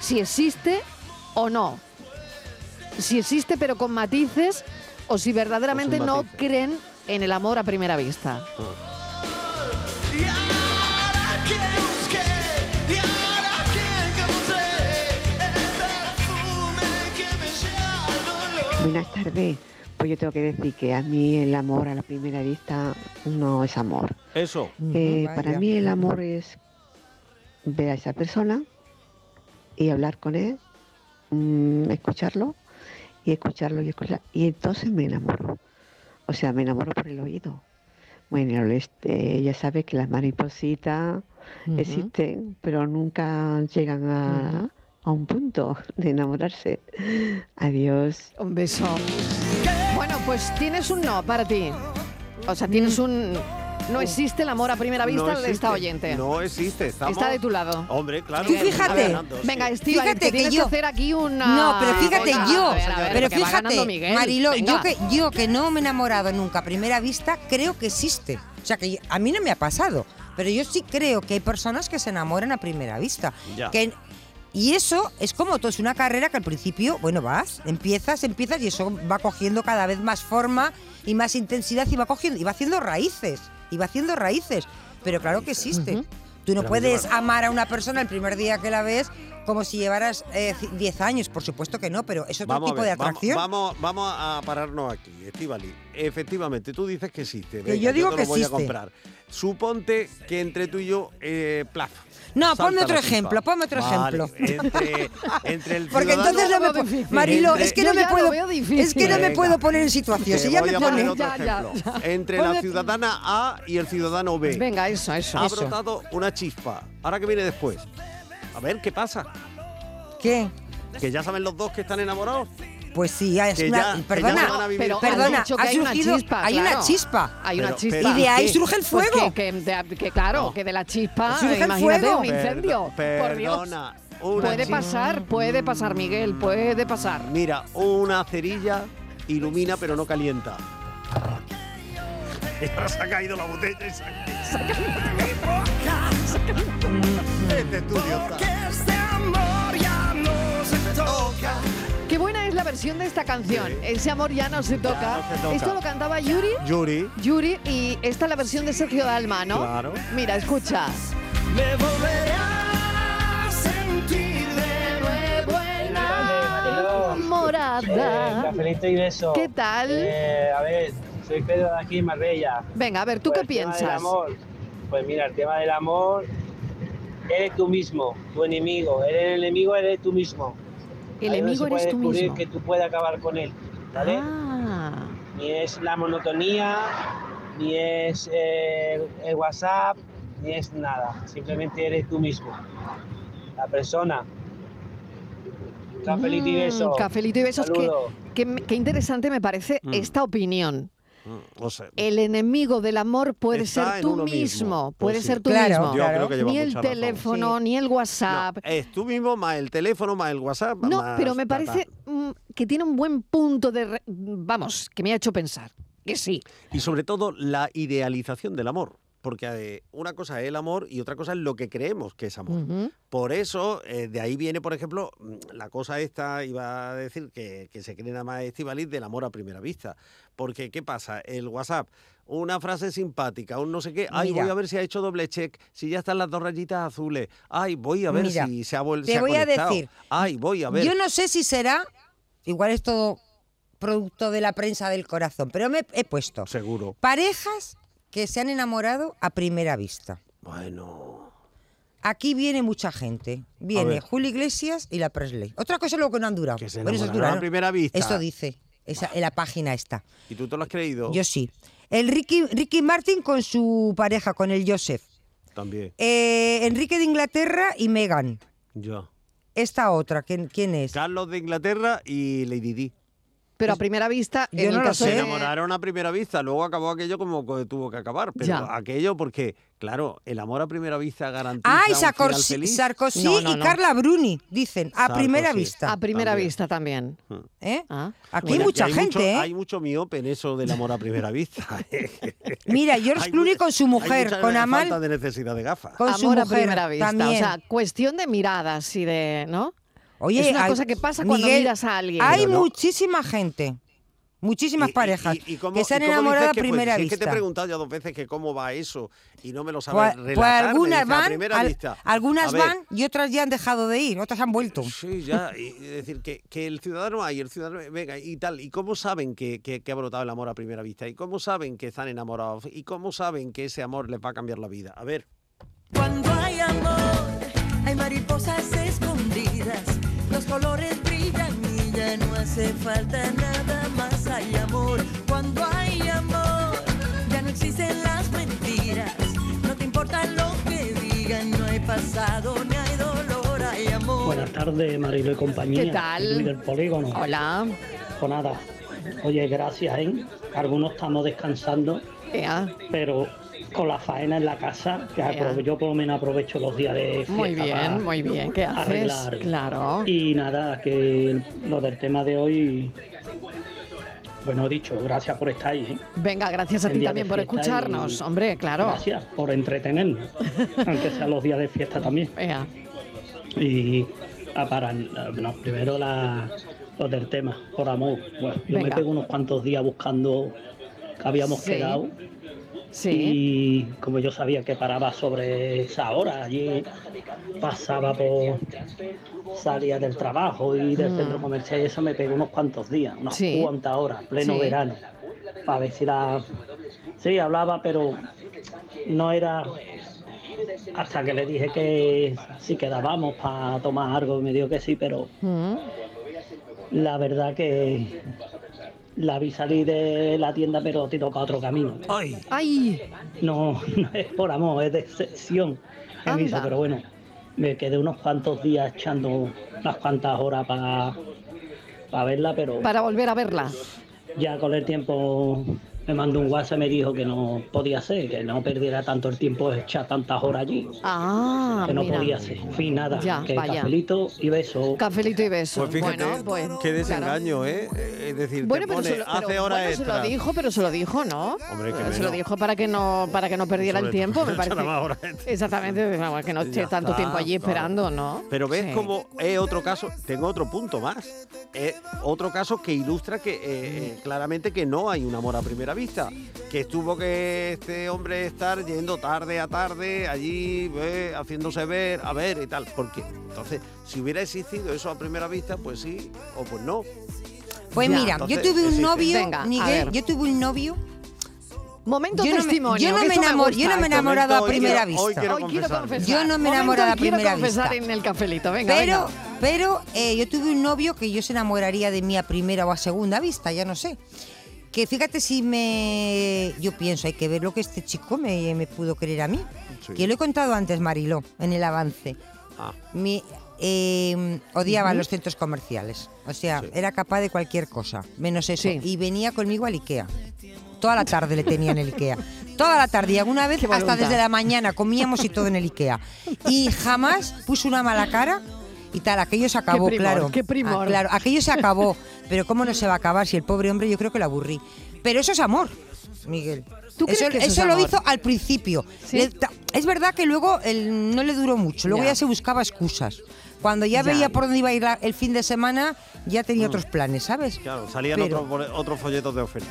[SPEAKER 5] Si existe o no. Si existe pero con matices o si verdaderamente
[SPEAKER 6] O sin
[SPEAKER 5] no
[SPEAKER 6] matices.
[SPEAKER 5] creen en el amor a primera vista.
[SPEAKER 12] Buenas tardes. Pues yo tengo que decir que a mí el amor a la primera vista no es amor.
[SPEAKER 6] Eso.
[SPEAKER 12] Eh, para mí el amor es ver a esa persona y hablar con él, mm, escucharlo y escucharlo y escucharlo. Y entonces me enamoro. O sea, me enamoro por el oído. Bueno, este, ya sabes que las maripositas
[SPEAKER 5] Ujú.
[SPEAKER 12] existen, pero nunca llegan a, a un punto de enamorarse. Adiós.
[SPEAKER 5] Un beso. Bueno, pues tienes un no para ti. O sea, tienes un... No existe el amor a primera vista
[SPEAKER 6] Mm. Oh. no
[SPEAKER 5] de esta
[SPEAKER 6] existe.
[SPEAKER 5] oyente.
[SPEAKER 6] No existe. Estamos...
[SPEAKER 5] Está de tu lado.
[SPEAKER 6] Hombre, claro.
[SPEAKER 7] Tú
[SPEAKER 6] estamos
[SPEAKER 7] fíjate.
[SPEAKER 6] ganando, sí.
[SPEAKER 5] Venga, Estiva,
[SPEAKER 7] Fíjate
[SPEAKER 5] que
[SPEAKER 7] que
[SPEAKER 5] tienes
[SPEAKER 7] yo-
[SPEAKER 5] que hacer aquí una.
[SPEAKER 7] No, pero fíjate
[SPEAKER 5] Venga,
[SPEAKER 7] yo,
[SPEAKER 5] a ver, a ver,
[SPEAKER 7] pero
[SPEAKER 5] que va ganando
[SPEAKER 7] fíjate,
[SPEAKER 5] Miguel,
[SPEAKER 7] Mariló, yo
[SPEAKER 5] venga.
[SPEAKER 7] que, yo que no me he enamorado nunca a primera vista, creo que existe. O sea, que yo- a mí no me ha pasado, pero yo sí creo que hay personas que se enamoran a primera vista.
[SPEAKER 13] Ya.
[SPEAKER 7] Que, y eso es como todo, es una carrera que al principio, bueno, vas, empiezas, empiezas y eso va cogiendo cada vez más forma y más intensidad y va cogiendo, y va haciendo raíces, y va haciendo raíces. Pero claro que existe. Tú no
[SPEAKER 13] Pero
[SPEAKER 7] puedes
[SPEAKER 13] llevar-
[SPEAKER 7] amar a una persona el primer día que la ves como si llevaras eh, ci- 10 años, por supuesto que no, pero es otro
[SPEAKER 6] Vamos a
[SPEAKER 7] tipo de
[SPEAKER 6] ver, vamos-
[SPEAKER 7] atracción.
[SPEAKER 6] Vamos, vamos a pararnos aquí, Estivali. Efectivamente, tú dices que existe. Venga,
[SPEAKER 7] yo digo
[SPEAKER 6] te
[SPEAKER 7] que
[SPEAKER 6] lo voy
[SPEAKER 7] existe.
[SPEAKER 6] a comprar. Suponte que entre tú y yo, eh, plaf.
[SPEAKER 7] No,
[SPEAKER 6] salta
[SPEAKER 7] ponme
[SPEAKER 6] la
[SPEAKER 7] otro
[SPEAKER 6] chispa.
[SPEAKER 7] ejemplo, ponme otro
[SPEAKER 6] Vale,
[SPEAKER 7] ejemplo. *laughs*
[SPEAKER 6] Entre, entre el
[SPEAKER 7] Porque
[SPEAKER 6] ciudadano-
[SPEAKER 7] entonces no me
[SPEAKER 5] veo
[SPEAKER 7] puedo.
[SPEAKER 5] difícil.
[SPEAKER 7] Marilo,
[SPEAKER 6] Entre-
[SPEAKER 7] es que
[SPEAKER 5] Yo
[SPEAKER 7] no me
[SPEAKER 5] ya lo
[SPEAKER 7] puedo.
[SPEAKER 5] veo difícil.
[SPEAKER 7] Es que no me
[SPEAKER 6] Venga.
[SPEAKER 7] puedo poner en situación.
[SPEAKER 6] Te
[SPEAKER 7] Si ya
[SPEAKER 6] voy
[SPEAKER 7] me
[SPEAKER 6] a
[SPEAKER 7] pone.
[SPEAKER 6] poner otro
[SPEAKER 5] Ya, ya,
[SPEAKER 6] ejemplo.
[SPEAKER 5] *laughs* ya.
[SPEAKER 6] Entre
[SPEAKER 5] Ponme-
[SPEAKER 6] la ciudadana A y el ciudadano B.
[SPEAKER 5] Venga, eso, eso.
[SPEAKER 6] Ha
[SPEAKER 5] eso.
[SPEAKER 6] brotado una chispa. Ahora que viene después. A ver, ¿qué pasa?
[SPEAKER 7] ¿Qué?
[SPEAKER 6] Que ya saben los dos que están enamorados.
[SPEAKER 7] Pues sí, es
[SPEAKER 6] Que
[SPEAKER 7] una-
[SPEAKER 6] ya- que ya
[SPEAKER 7] perdona,
[SPEAKER 6] se van a vivir
[SPEAKER 7] pero-
[SPEAKER 6] juntos.
[SPEAKER 7] perdona,
[SPEAKER 5] Has dicho que
[SPEAKER 7] ha
[SPEAKER 5] hay una
[SPEAKER 7] surgido-
[SPEAKER 5] chispa,
[SPEAKER 7] hay una
[SPEAKER 5] claro.
[SPEAKER 7] chispa.
[SPEAKER 5] Hay una
[SPEAKER 6] Pero-
[SPEAKER 5] chispa.
[SPEAKER 6] pero-
[SPEAKER 7] Y de ahí
[SPEAKER 5] ¿Qué?
[SPEAKER 7] surge el
[SPEAKER 5] Pues
[SPEAKER 7] fuego.
[SPEAKER 5] que, que de- que claro,
[SPEAKER 6] No.
[SPEAKER 5] que de la chispa,
[SPEAKER 7] Surge el
[SPEAKER 5] Ah, imagínate
[SPEAKER 7] fuego.
[SPEAKER 5] un incendio.
[SPEAKER 6] Perdo-
[SPEAKER 5] por Dios.
[SPEAKER 6] perdona, una
[SPEAKER 5] Puede
[SPEAKER 6] chispa.
[SPEAKER 5] pasar, puede pasar, Miguel, puede pasar.
[SPEAKER 6] Mira, una cerilla ilumina pero no calienta. Y ahora se ha caído la botella y se ha- se ha caído. Este estudio está.
[SPEAKER 5] versión de esta canción. Ese amor ya no se toca.
[SPEAKER 6] no se toca.
[SPEAKER 5] Esto lo cantaba Yuri.
[SPEAKER 6] Yuri.
[SPEAKER 5] Yuri y esta es la versión de Sergio Dalma, ¿no?
[SPEAKER 6] Claro.
[SPEAKER 5] Mira, escucha.
[SPEAKER 15] Me volveré a sentir de nuevo
[SPEAKER 5] enamorada.
[SPEAKER 13] Cafelito y beso.
[SPEAKER 5] ¿Qué tal?
[SPEAKER 13] Eh, a ver, soy Pedro de aquí, Marbella.
[SPEAKER 5] Venga, a ver, ¿tú
[SPEAKER 13] Pues
[SPEAKER 5] qué
[SPEAKER 13] el tema del
[SPEAKER 5] piensas?
[SPEAKER 13] amor. Pues mira, el tema del amor, eres tú mismo, tu enemigo. El enemigo eres tú mismo.
[SPEAKER 5] El
[SPEAKER 13] Ahí no
[SPEAKER 5] enemigo
[SPEAKER 13] se puede
[SPEAKER 5] eres tú
[SPEAKER 13] descubrir
[SPEAKER 5] mismo.
[SPEAKER 13] que tú puedes acabar con él, ¿vale?
[SPEAKER 5] Ah.
[SPEAKER 13] Ni es la monotonía, ni es eh, el WhatsApp, ni es nada. Simplemente eres tú mismo, la persona. Cafelito y
[SPEAKER 5] Mm,
[SPEAKER 13] beso.
[SPEAKER 5] Cafelito y besos. Qué,
[SPEAKER 13] Saludos.
[SPEAKER 5] qué- qué interesante me parece
[SPEAKER 6] Mm.
[SPEAKER 5] esta opinión.
[SPEAKER 6] No sé.
[SPEAKER 5] El enemigo del amor puede
[SPEAKER 6] Está
[SPEAKER 5] ser
[SPEAKER 6] en
[SPEAKER 5] tú
[SPEAKER 6] uno
[SPEAKER 5] mismo.
[SPEAKER 6] mismo. Pues
[SPEAKER 5] Puede
[SPEAKER 6] sí.
[SPEAKER 5] ser tú
[SPEAKER 6] Claro,
[SPEAKER 5] mismo.
[SPEAKER 6] Yo creo que lleva
[SPEAKER 5] ni el
[SPEAKER 6] mucha razón.
[SPEAKER 5] teléfono, ni el WhatsApp.
[SPEAKER 6] Es tú mismo más el teléfono, más el WhatsApp.
[SPEAKER 5] No,
[SPEAKER 6] más
[SPEAKER 5] pero me
[SPEAKER 6] ta, ta.
[SPEAKER 5] parece mm, que tiene un buen punto de... re- Vamos, que me ha hecho pensar. Que sí.
[SPEAKER 6] Y sobre todo la idealización del amor. Porque eh, una cosa es el amor y otra cosa es lo que creemos que es amor.
[SPEAKER 15] Uhum.
[SPEAKER 6] Por eso, eh, de ahí viene, por ejemplo, mm, la cosa esta, iba a decir que, que se cree nada más Estivaliz del amor a primera vista. Porque, ¿qué pasa? El WhatsApp, una frase simpática, un no sé qué, ay,
[SPEAKER 7] Mira.
[SPEAKER 6] voy a ver si ha hecho doble check, si ya están las dos rayitas azules, ay, voy a ver
[SPEAKER 7] Mira,
[SPEAKER 6] si se ha vuelto.
[SPEAKER 7] te voy a decir,
[SPEAKER 6] Ay, voy a ver.
[SPEAKER 7] Yo no sé si será, igual es todo producto de la prensa del corazón, pero me he puesto
[SPEAKER 6] Seguro.
[SPEAKER 7] parejas que se han enamorado a primera vista.
[SPEAKER 6] Bueno.
[SPEAKER 7] Aquí viene mucha gente. Viene
[SPEAKER 6] ver.
[SPEAKER 7] Julio Iglesias y la Presley. Otra cosa es lo que no han durado.
[SPEAKER 6] Que se
[SPEAKER 7] Bueno, eso es
[SPEAKER 6] enamoraron
[SPEAKER 7] durado,
[SPEAKER 6] a
[SPEAKER 7] ¿no?
[SPEAKER 6] primera vista.
[SPEAKER 7] Eso dice esa- en la página esta.
[SPEAKER 6] ¿Y tú te lo has creído?
[SPEAKER 7] Yo sí. El Ricky, Ricky Martin con su pareja, con el Joseph.
[SPEAKER 6] También.
[SPEAKER 7] Eh, Enrique de Inglaterra y Meghan.
[SPEAKER 6] Yo.
[SPEAKER 7] Esta otra, ¿quién, quién es?
[SPEAKER 6] Carlos de Inglaterra y Lady Di.
[SPEAKER 5] Pero a
[SPEAKER 6] Pues
[SPEAKER 5] primera vista, en el caso
[SPEAKER 6] Se
[SPEAKER 5] de-
[SPEAKER 6] enamoraron a primera vista, luego acabó aquello como co- tuvo que acabar. Pero
[SPEAKER 5] Ya.
[SPEAKER 6] aquello porque, claro, el amor a primera vista garantiza
[SPEAKER 7] Ah, y
[SPEAKER 6] un final
[SPEAKER 7] Sarkozy,
[SPEAKER 6] feliz.
[SPEAKER 7] Sarkozy
[SPEAKER 5] No, no,
[SPEAKER 7] y
[SPEAKER 5] no.
[SPEAKER 7] Carla Bruni, dicen, a
[SPEAKER 6] Sarkozy.
[SPEAKER 7] primera vista.
[SPEAKER 5] A primera vista también.
[SPEAKER 7] ¿Eh?
[SPEAKER 5] Ah.
[SPEAKER 7] Aquí
[SPEAKER 6] Bueno,
[SPEAKER 7] hay
[SPEAKER 6] que
[SPEAKER 7] mucha gente,
[SPEAKER 6] mucho-
[SPEAKER 7] ¿eh?
[SPEAKER 6] Hmm. Hay mucho miope en eso del amor a primera vista. *laughs*
[SPEAKER 7] Mira, George
[SPEAKER 6] Hay
[SPEAKER 7] Clooney
[SPEAKER 6] mucha-
[SPEAKER 7] con su mujer,
[SPEAKER 6] hay mucha
[SPEAKER 7] con Amal,
[SPEAKER 6] falta de necesidad de gafas.
[SPEAKER 7] con su
[SPEAKER 5] Amor a
[SPEAKER 7] mujer
[SPEAKER 5] primera vista.
[SPEAKER 7] también.
[SPEAKER 5] O sea, cuestión de miradas y de. ¿No?
[SPEAKER 7] Oye,
[SPEAKER 5] es una
[SPEAKER 7] hay-
[SPEAKER 5] cosa que pasa cuando
[SPEAKER 7] Miguel,
[SPEAKER 5] miras a alguien.
[SPEAKER 7] Hay
[SPEAKER 5] Pero no.
[SPEAKER 7] muchísima gente, muchísimas
[SPEAKER 6] Y- y-
[SPEAKER 7] parejas
[SPEAKER 6] y- y cómo-
[SPEAKER 7] que se han
[SPEAKER 6] y cómo
[SPEAKER 7] enamorado
[SPEAKER 6] dices
[SPEAKER 7] a
[SPEAKER 6] que, pues,
[SPEAKER 7] primera
[SPEAKER 6] si
[SPEAKER 7] vista.
[SPEAKER 6] Es que te he preguntado ya dos veces que cómo va eso y no me lo sabes
[SPEAKER 7] Pues-
[SPEAKER 6] relatar.
[SPEAKER 7] pues
[SPEAKER 6] me
[SPEAKER 7] algunas
[SPEAKER 6] dices, a
[SPEAKER 7] van,
[SPEAKER 6] primera
[SPEAKER 7] al-
[SPEAKER 6] vista.
[SPEAKER 7] algunas
[SPEAKER 6] A ver,
[SPEAKER 7] van y otras ya han dejado de ir, otras han vuelto.
[SPEAKER 6] Sí, ya, y y decir que, que el ciudadano hay, el ciudadano venga y tal, y cómo saben que, que- que ha brotado el amor a primera vista, y cómo saben que están enamorados, y cómo saben que ese amor les va a cambiar la vida. A ver,
[SPEAKER 3] Cuando hay amor, hay mariposas escondidas. Los colores brillan y ya no hace falta nada más. Hay amor. Cuando hay amor, ya no existen las mentiras. No te importa lo que digan, no hay pasado ni hay dolor, hay amor.
[SPEAKER 16] Buenas tardes, Marilo y compañía.
[SPEAKER 5] ¿Qué tal?
[SPEAKER 16] Luis del polígono.
[SPEAKER 5] Hola.
[SPEAKER 16] Pues nada. Oye, gracias, ¿eh? Algunos estamos descansando,
[SPEAKER 5] Ea,
[SPEAKER 16] pero con la faena en la casa, que
[SPEAKER 5] Ya.
[SPEAKER 16] aprove- yo por lo menos aprovecho los días de fiesta
[SPEAKER 5] Muy bien,
[SPEAKER 16] para
[SPEAKER 5] muy bien. ¿Qué haces?
[SPEAKER 16] arreglar.
[SPEAKER 5] Claro.
[SPEAKER 16] Y nada, que lo del tema de hoy, bueno dicho, gracias por estar ahí, ¿eh?
[SPEAKER 5] Venga, gracias a
[SPEAKER 16] El
[SPEAKER 5] ti
[SPEAKER 16] día de
[SPEAKER 5] también por
[SPEAKER 16] fiesta
[SPEAKER 5] escucharnos.
[SPEAKER 16] y-
[SPEAKER 5] Hombre, claro.
[SPEAKER 16] Gracias por entretenernos, aunque sean los días de fiesta también.
[SPEAKER 5] Ea.
[SPEAKER 16] Y ah, para, ah, no, primero la, lo del tema, por amor. Bueno, yo
[SPEAKER 5] Venga.
[SPEAKER 16] me pego unos cuantos días buscando que habíamos
[SPEAKER 5] Sí.
[SPEAKER 16] quedado.
[SPEAKER 5] Sí.
[SPEAKER 16] Y como yo sabía que paraba sobre esa hora, allí pasaba por. salía del trabajo y del
[SPEAKER 5] Mm.
[SPEAKER 16] centro comercial y eso me pegó unos cuantos días, unas
[SPEAKER 5] Sí.
[SPEAKER 16] cuantas horas, pleno
[SPEAKER 5] Sí.
[SPEAKER 16] verano. Para ver si la. Sí, hablaba, pero no era. Hasta que le dije que si quedábamos para tomar algo, y me dijo que sí, pero
[SPEAKER 5] Mm.
[SPEAKER 16] la verdad que la vi salir de la tienda, pero tiró para otro camino.
[SPEAKER 5] Ay,
[SPEAKER 16] No, *laughs* no es por amor, es decepción. que me hizo,
[SPEAKER 5] Anda.
[SPEAKER 16] pero bueno, me quedé unos cuantos días echando unas cuantas horas para verla, pero
[SPEAKER 5] para volver a verla.
[SPEAKER 16] ya con el tiempo me mandó un WhatsApp y me dijo que no podía ser, que no perdiera tanto el tiempo echar tantas horas allí.
[SPEAKER 5] Ah,
[SPEAKER 16] que no
[SPEAKER 5] mira.
[SPEAKER 16] podía ser. En fin, nada.
[SPEAKER 5] Ya,
[SPEAKER 16] que
[SPEAKER 5] vaya.
[SPEAKER 16] cafelito y beso.
[SPEAKER 5] Cafelito y beso.
[SPEAKER 6] Pues fíjate,
[SPEAKER 5] bueno, pues,
[SPEAKER 6] qué
[SPEAKER 5] claro.
[SPEAKER 6] desengaño, ¿eh? Eh, Es decir,
[SPEAKER 5] Bueno,
[SPEAKER 6] te
[SPEAKER 5] pero,
[SPEAKER 6] pone,
[SPEAKER 5] se lo, pero
[SPEAKER 6] hace hora
[SPEAKER 5] bueno, se lo
[SPEAKER 6] extra.
[SPEAKER 5] dijo, pero se lo dijo, ¿no?
[SPEAKER 6] Hombre, que
[SPEAKER 5] Eh, se
[SPEAKER 6] menos.
[SPEAKER 5] lo dijo para que no para que no perdiera el
[SPEAKER 6] Sobre todo,
[SPEAKER 5] tiempo,
[SPEAKER 6] *laughs*
[SPEAKER 5] me
[SPEAKER 6] echará
[SPEAKER 5] parece.
[SPEAKER 6] más horas extra.
[SPEAKER 5] Exactamente, vamos, que no esté
[SPEAKER 6] Ya
[SPEAKER 5] tanto
[SPEAKER 6] está,
[SPEAKER 5] tiempo allí
[SPEAKER 6] claro.
[SPEAKER 5] esperando, ¿no?
[SPEAKER 6] Pero ves
[SPEAKER 5] Sí.
[SPEAKER 6] como es otro caso, tengo otro punto más, es otro caso que ilustra que eh, eh, claramente que no hay un amor a primera vista, que estuvo que este hombre estar yendo tarde a tarde allí, eh, haciéndose ver, a ver y tal, porque entonces si hubiera existido eso a primera vista, pues sí o pues no.
[SPEAKER 7] Pues
[SPEAKER 6] Ya.
[SPEAKER 7] mira,
[SPEAKER 6] Entonces,
[SPEAKER 7] yo tuve un
[SPEAKER 6] existe.
[SPEAKER 7] novio,
[SPEAKER 5] Venga, a
[SPEAKER 7] Miguel,
[SPEAKER 5] ver.
[SPEAKER 7] yo tuve un novio.
[SPEAKER 5] Momento
[SPEAKER 7] yo no me-
[SPEAKER 5] testimonio.
[SPEAKER 7] yo no
[SPEAKER 5] que
[SPEAKER 7] me
[SPEAKER 5] eso
[SPEAKER 7] enamor- yo
[SPEAKER 5] gusta. eh,
[SPEAKER 7] no me he enamorado a Momento, hoy primera quiero- hoy
[SPEAKER 5] Hoy
[SPEAKER 7] vista. quiero
[SPEAKER 5] quiero, confesar.
[SPEAKER 7] confesar. Yo no me he enamorado a
[SPEAKER 5] Momento,
[SPEAKER 7] primera
[SPEAKER 5] quiero confesar
[SPEAKER 7] vista.
[SPEAKER 5] en el cafelito. Venga,
[SPEAKER 7] pero
[SPEAKER 5] venga.
[SPEAKER 7] pero eh, yo tuve un novio que yo se enamoraría de mí a primera o a segunda vista, ya no sé. Que fíjate si me... Yo pienso, hay que ver lo que este chico me, me pudo querer a mí.
[SPEAKER 15] Sí. Ah.
[SPEAKER 7] Que lo he contado antes, Mariló, en el avance. Me, eh, odiaba
[SPEAKER 15] Ujú.
[SPEAKER 7] los centros comerciales. O sea, era capaz de cualquier cosa, menos eso. Y venía conmigo al Ikea. Toda la tarde le tenía en el Ikea. Toda la tarde y alguna vez
[SPEAKER 5] Qué
[SPEAKER 7] hasta
[SPEAKER 5] voluntad.
[SPEAKER 7] desde la mañana comíamos y todo en el Ikea. Y jamás puso una mala cara y tal. Aquello se acabó,
[SPEAKER 5] primor,
[SPEAKER 7] claro.
[SPEAKER 5] qué primor.
[SPEAKER 7] Ah, claro, aquello se acabó. Pero ¿cómo no se va a acabar si el pobre hombre yo creo que lo aburrí? Pero eso es amor, Miguel.
[SPEAKER 5] ¿Tú crees
[SPEAKER 7] eso
[SPEAKER 5] que eso es
[SPEAKER 7] eso lo
[SPEAKER 5] amor?
[SPEAKER 7] hizo al principio. Le- ta- es verdad que luego él no le duró mucho, luego
[SPEAKER 5] Ya.
[SPEAKER 7] ya se buscaba excusas. Cuando ya,
[SPEAKER 5] Ya. Mm.
[SPEAKER 7] veía por dónde iba a ir la- el fin de semana, ya tenía otros planes, ¿sabes?
[SPEAKER 6] Claro, salían
[SPEAKER 7] Pero-
[SPEAKER 6] otros fole- otros folletos de
[SPEAKER 7] *laughs*
[SPEAKER 6] oferta.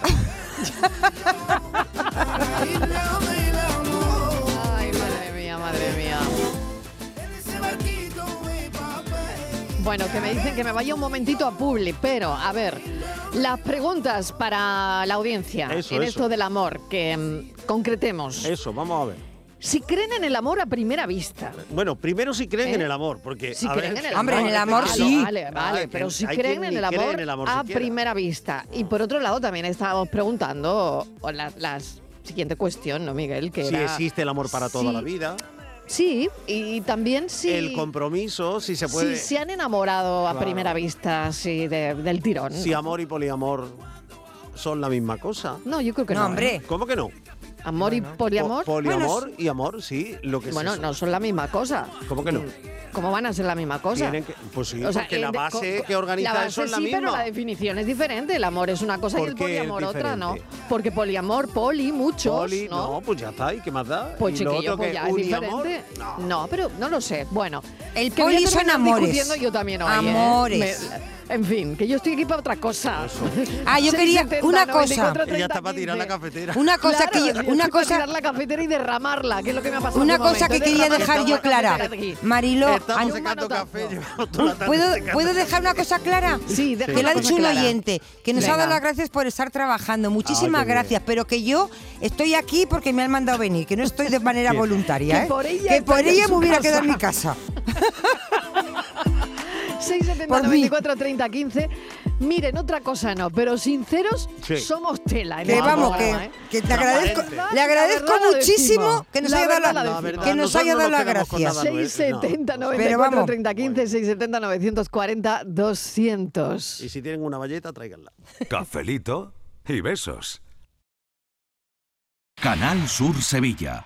[SPEAKER 5] Ay, madre mía, madre mía. Bueno, que me dicen que me vaya un momentito a Publi, pero a ver, las preguntas para la audiencia
[SPEAKER 6] Eso,
[SPEAKER 5] en
[SPEAKER 6] eso.
[SPEAKER 5] esto del amor, que mm, concretemos.
[SPEAKER 6] Eso, vamos a ver.
[SPEAKER 5] Si creen en el amor a primera vista.
[SPEAKER 6] Bueno, primero si creen
[SPEAKER 5] ¿Eh?
[SPEAKER 6] en el amor, porque
[SPEAKER 5] Si
[SPEAKER 6] a
[SPEAKER 5] creen
[SPEAKER 6] ver-
[SPEAKER 5] en el amor. vale, Vale, vale,
[SPEAKER 6] Ah,
[SPEAKER 5] pero
[SPEAKER 6] que
[SPEAKER 5] si
[SPEAKER 6] hay
[SPEAKER 5] creen
[SPEAKER 6] quien
[SPEAKER 5] en
[SPEAKER 6] ni
[SPEAKER 5] el,
[SPEAKER 6] cree
[SPEAKER 5] amor
[SPEAKER 6] en el amor
[SPEAKER 5] a
[SPEAKER 6] siquiera.
[SPEAKER 5] primera vista. Y por otro lado, también estábamos preguntando o la, las- siguiente cuestión, ¿no, Miguel? Que
[SPEAKER 6] Si
[SPEAKER 5] era-
[SPEAKER 6] existe el amor para toda la
[SPEAKER 5] Sí.
[SPEAKER 6] vida,
[SPEAKER 5] Sí, y también si.
[SPEAKER 6] el compromiso, si se
[SPEAKER 5] si
[SPEAKER 6] puede,
[SPEAKER 5] se han enamorado a
[SPEAKER 6] Claro.
[SPEAKER 5] primera vista, sí, de- del tirón.
[SPEAKER 6] si amor y poliamor son la misma cosa.
[SPEAKER 5] No, yo creo que no. ¿eh?
[SPEAKER 6] ¿Cómo que no?
[SPEAKER 5] Amor y poliamor.
[SPEAKER 6] Po- poliamor y amor, sí, lo
[SPEAKER 5] Bueno,
[SPEAKER 6] que es
[SPEAKER 5] bueno,
[SPEAKER 6] eso.
[SPEAKER 5] no son la misma cosa.
[SPEAKER 6] ¿Cómo que no?
[SPEAKER 5] ¿Cómo van a ser la misma cosa?
[SPEAKER 6] Tienen que- pues sí,
[SPEAKER 5] O sea,
[SPEAKER 6] porque
[SPEAKER 5] el
[SPEAKER 6] la
[SPEAKER 5] de-
[SPEAKER 6] base
[SPEAKER 5] co- co-
[SPEAKER 6] que organiza
[SPEAKER 5] la base
[SPEAKER 6] eso es la
[SPEAKER 5] sí,
[SPEAKER 6] misma.
[SPEAKER 5] pero la definición es diferente. El amor es una cosa y
[SPEAKER 6] ¿Por
[SPEAKER 5] el
[SPEAKER 6] qué es
[SPEAKER 5] poliamor otra, ¿no?
[SPEAKER 6] diferente?
[SPEAKER 5] Porque poliamor, poli, muchos,
[SPEAKER 6] Poli,
[SPEAKER 5] ¿no?
[SPEAKER 6] no, pues ya está, ¿y qué más da?
[SPEAKER 5] Pues
[SPEAKER 6] y lo
[SPEAKER 5] chiquillo,
[SPEAKER 6] otro
[SPEAKER 5] pues
[SPEAKER 6] que
[SPEAKER 5] ya es
[SPEAKER 6] uniamor,
[SPEAKER 5] diferente. No. pero no lo sé. Bueno, el
[SPEAKER 7] poli son amores.
[SPEAKER 5] discutiendo yo también hoy, ¿eh?
[SPEAKER 7] Amores.
[SPEAKER 5] Me- en fin, que yo estoy aquí para otra cosa.
[SPEAKER 7] Ah, yo
[SPEAKER 5] *laughs*
[SPEAKER 7] quería una cosa.
[SPEAKER 6] Ella está para tirar la cafetera.
[SPEAKER 7] Una cosa que yo- una cosa-
[SPEAKER 5] tirar la cafetera y derramarla, que es lo que me ha pasado.
[SPEAKER 7] Una
[SPEAKER 5] en un
[SPEAKER 7] cosa
[SPEAKER 5] momento,
[SPEAKER 7] que quería
[SPEAKER 5] derramar
[SPEAKER 7] dejar
[SPEAKER 5] toda
[SPEAKER 7] yo
[SPEAKER 5] la cafetera
[SPEAKER 7] clara.
[SPEAKER 5] de aquí.
[SPEAKER 7] Mariló,
[SPEAKER 6] Estamos
[SPEAKER 7] an-
[SPEAKER 6] secando café, llevamos toda la tarde
[SPEAKER 7] ¿puedo,
[SPEAKER 6] secando
[SPEAKER 7] ¿puedo
[SPEAKER 6] café.
[SPEAKER 7] dejar una cosa clara?
[SPEAKER 5] Sí, deja
[SPEAKER 7] Que lo
[SPEAKER 5] una
[SPEAKER 7] ha
[SPEAKER 5] cosa
[SPEAKER 7] dicho un
[SPEAKER 5] clara.
[SPEAKER 7] oyente, que nos ha dado
[SPEAKER 5] Venga. Ah,
[SPEAKER 7] las gracias por estar trabajando. Muchísimas
[SPEAKER 6] qué bien.
[SPEAKER 7] gracias, pero que yo estoy aquí porque me han mandado venir, que no estoy de
[SPEAKER 5] *laughs*
[SPEAKER 7] manera
[SPEAKER 6] Bien.
[SPEAKER 7] voluntaria.
[SPEAKER 5] Que
[SPEAKER 7] ¿eh?
[SPEAKER 5] por ella
[SPEAKER 7] Que
[SPEAKER 5] está
[SPEAKER 7] por
[SPEAKER 5] ya en
[SPEAKER 7] ella
[SPEAKER 5] su
[SPEAKER 7] me hubiera
[SPEAKER 5] casa.
[SPEAKER 7] quedado en mi casa.
[SPEAKER 5] 670
[SPEAKER 7] Por mí.
[SPEAKER 5] 94 30 15. Miren, otra cosa no, pero sinceros,
[SPEAKER 6] Sí.
[SPEAKER 5] somos tela. en
[SPEAKER 7] Que
[SPEAKER 5] este
[SPEAKER 7] vamos,
[SPEAKER 5] programa,
[SPEAKER 7] que,
[SPEAKER 5] ¿eh?
[SPEAKER 7] que te agradezco,
[SPEAKER 5] verdad,
[SPEAKER 7] le
[SPEAKER 5] la
[SPEAKER 7] agradezco
[SPEAKER 5] verdad la
[SPEAKER 7] muchísimo
[SPEAKER 5] decimos.
[SPEAKER 7] que nos
[SPEAKER 5] La
[SPEAKER 7] haya dado
[SPEAKER 5] verdad
[SPEAKER 7] la-
[SPEAKER 5] la decimos.
[SPEAKER 7] que nos
[SPEAKER 6] Nosotros
[SPEAKER 7] haya
[SPEAKER 6] no
[SPEAKER 7] dado
[SPEAKER 6] nos
[SPEAKER 7] las
[SPEAKER 6] quedamos con
[SPEAKER 7] gracias.
[SPEAKER 6] nada, ¿eh? no es-
[SPEAKER 5] 670
[SPEAKER 6] no.
[SPEAKER 5] 94
[SPEAKER 7] vamos.
[SPEAKER 5] 30 15 670 940 200.
[SPEAKER 6] Y si tienen una valleta, tráiganla.
[SPEAKER 9] Cafelito y besos. Canal Sur Sevilla.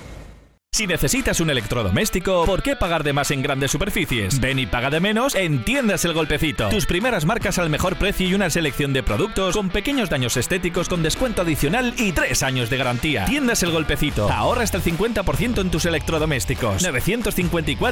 [SPEAKER 17] Si necesitas un electrodoméstico, ¿por qué pagar de más en grandes superficies? Ven y paga de menos en Tiendas El Golpecito. Tus primeras marcas al mejor precio y una selección de productos con pequeños daños estéticos con descuento adicional y tres años de garantía. Tiendas El Golpecito. Ahorra hasta el 50% en tus electrodomésticos.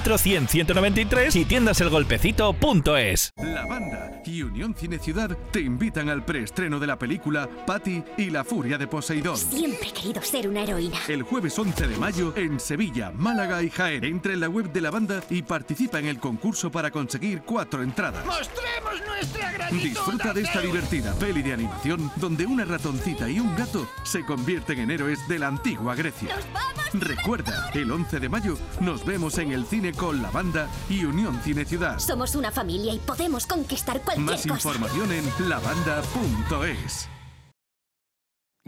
[SPEAKER 17] 954-100-193 y tiendaselgolpecito.es.
[SPEAKER 9] La banda y Unión Cine Ciudad te invitan al preestreno de la película Patty y la furia de Poseidón.
[SPEAKER 18] Siempre he querido ser una heroína.
[SPEAKER 9] El jueves 11 de mayo en Sevilla, Málaga y Jaén. Entra en la web de la banda y participa en el concurso para conseguir cuatro entradas.
[SPEAKER 15] ¡Mostremos nuestra
[SPEAKER 9] Disfruta de esta divertida peli de animación donde una ratoncita y un gato se convierten en héroes de la antigua Grecia.
[SPEAKER 15] ¡Vamos
[SPEAKER 9] Recuerda, el 11 de mayo nos vemos en el cine con la banda y Unión Cine Ciudad.
[SPEAKER 18] Somos una familia y podemos conquistar cualquier
[SPEAKER 9] Más
[SPEAKER 18] cosa.
[SPEAKER 9] información en lavanda.es.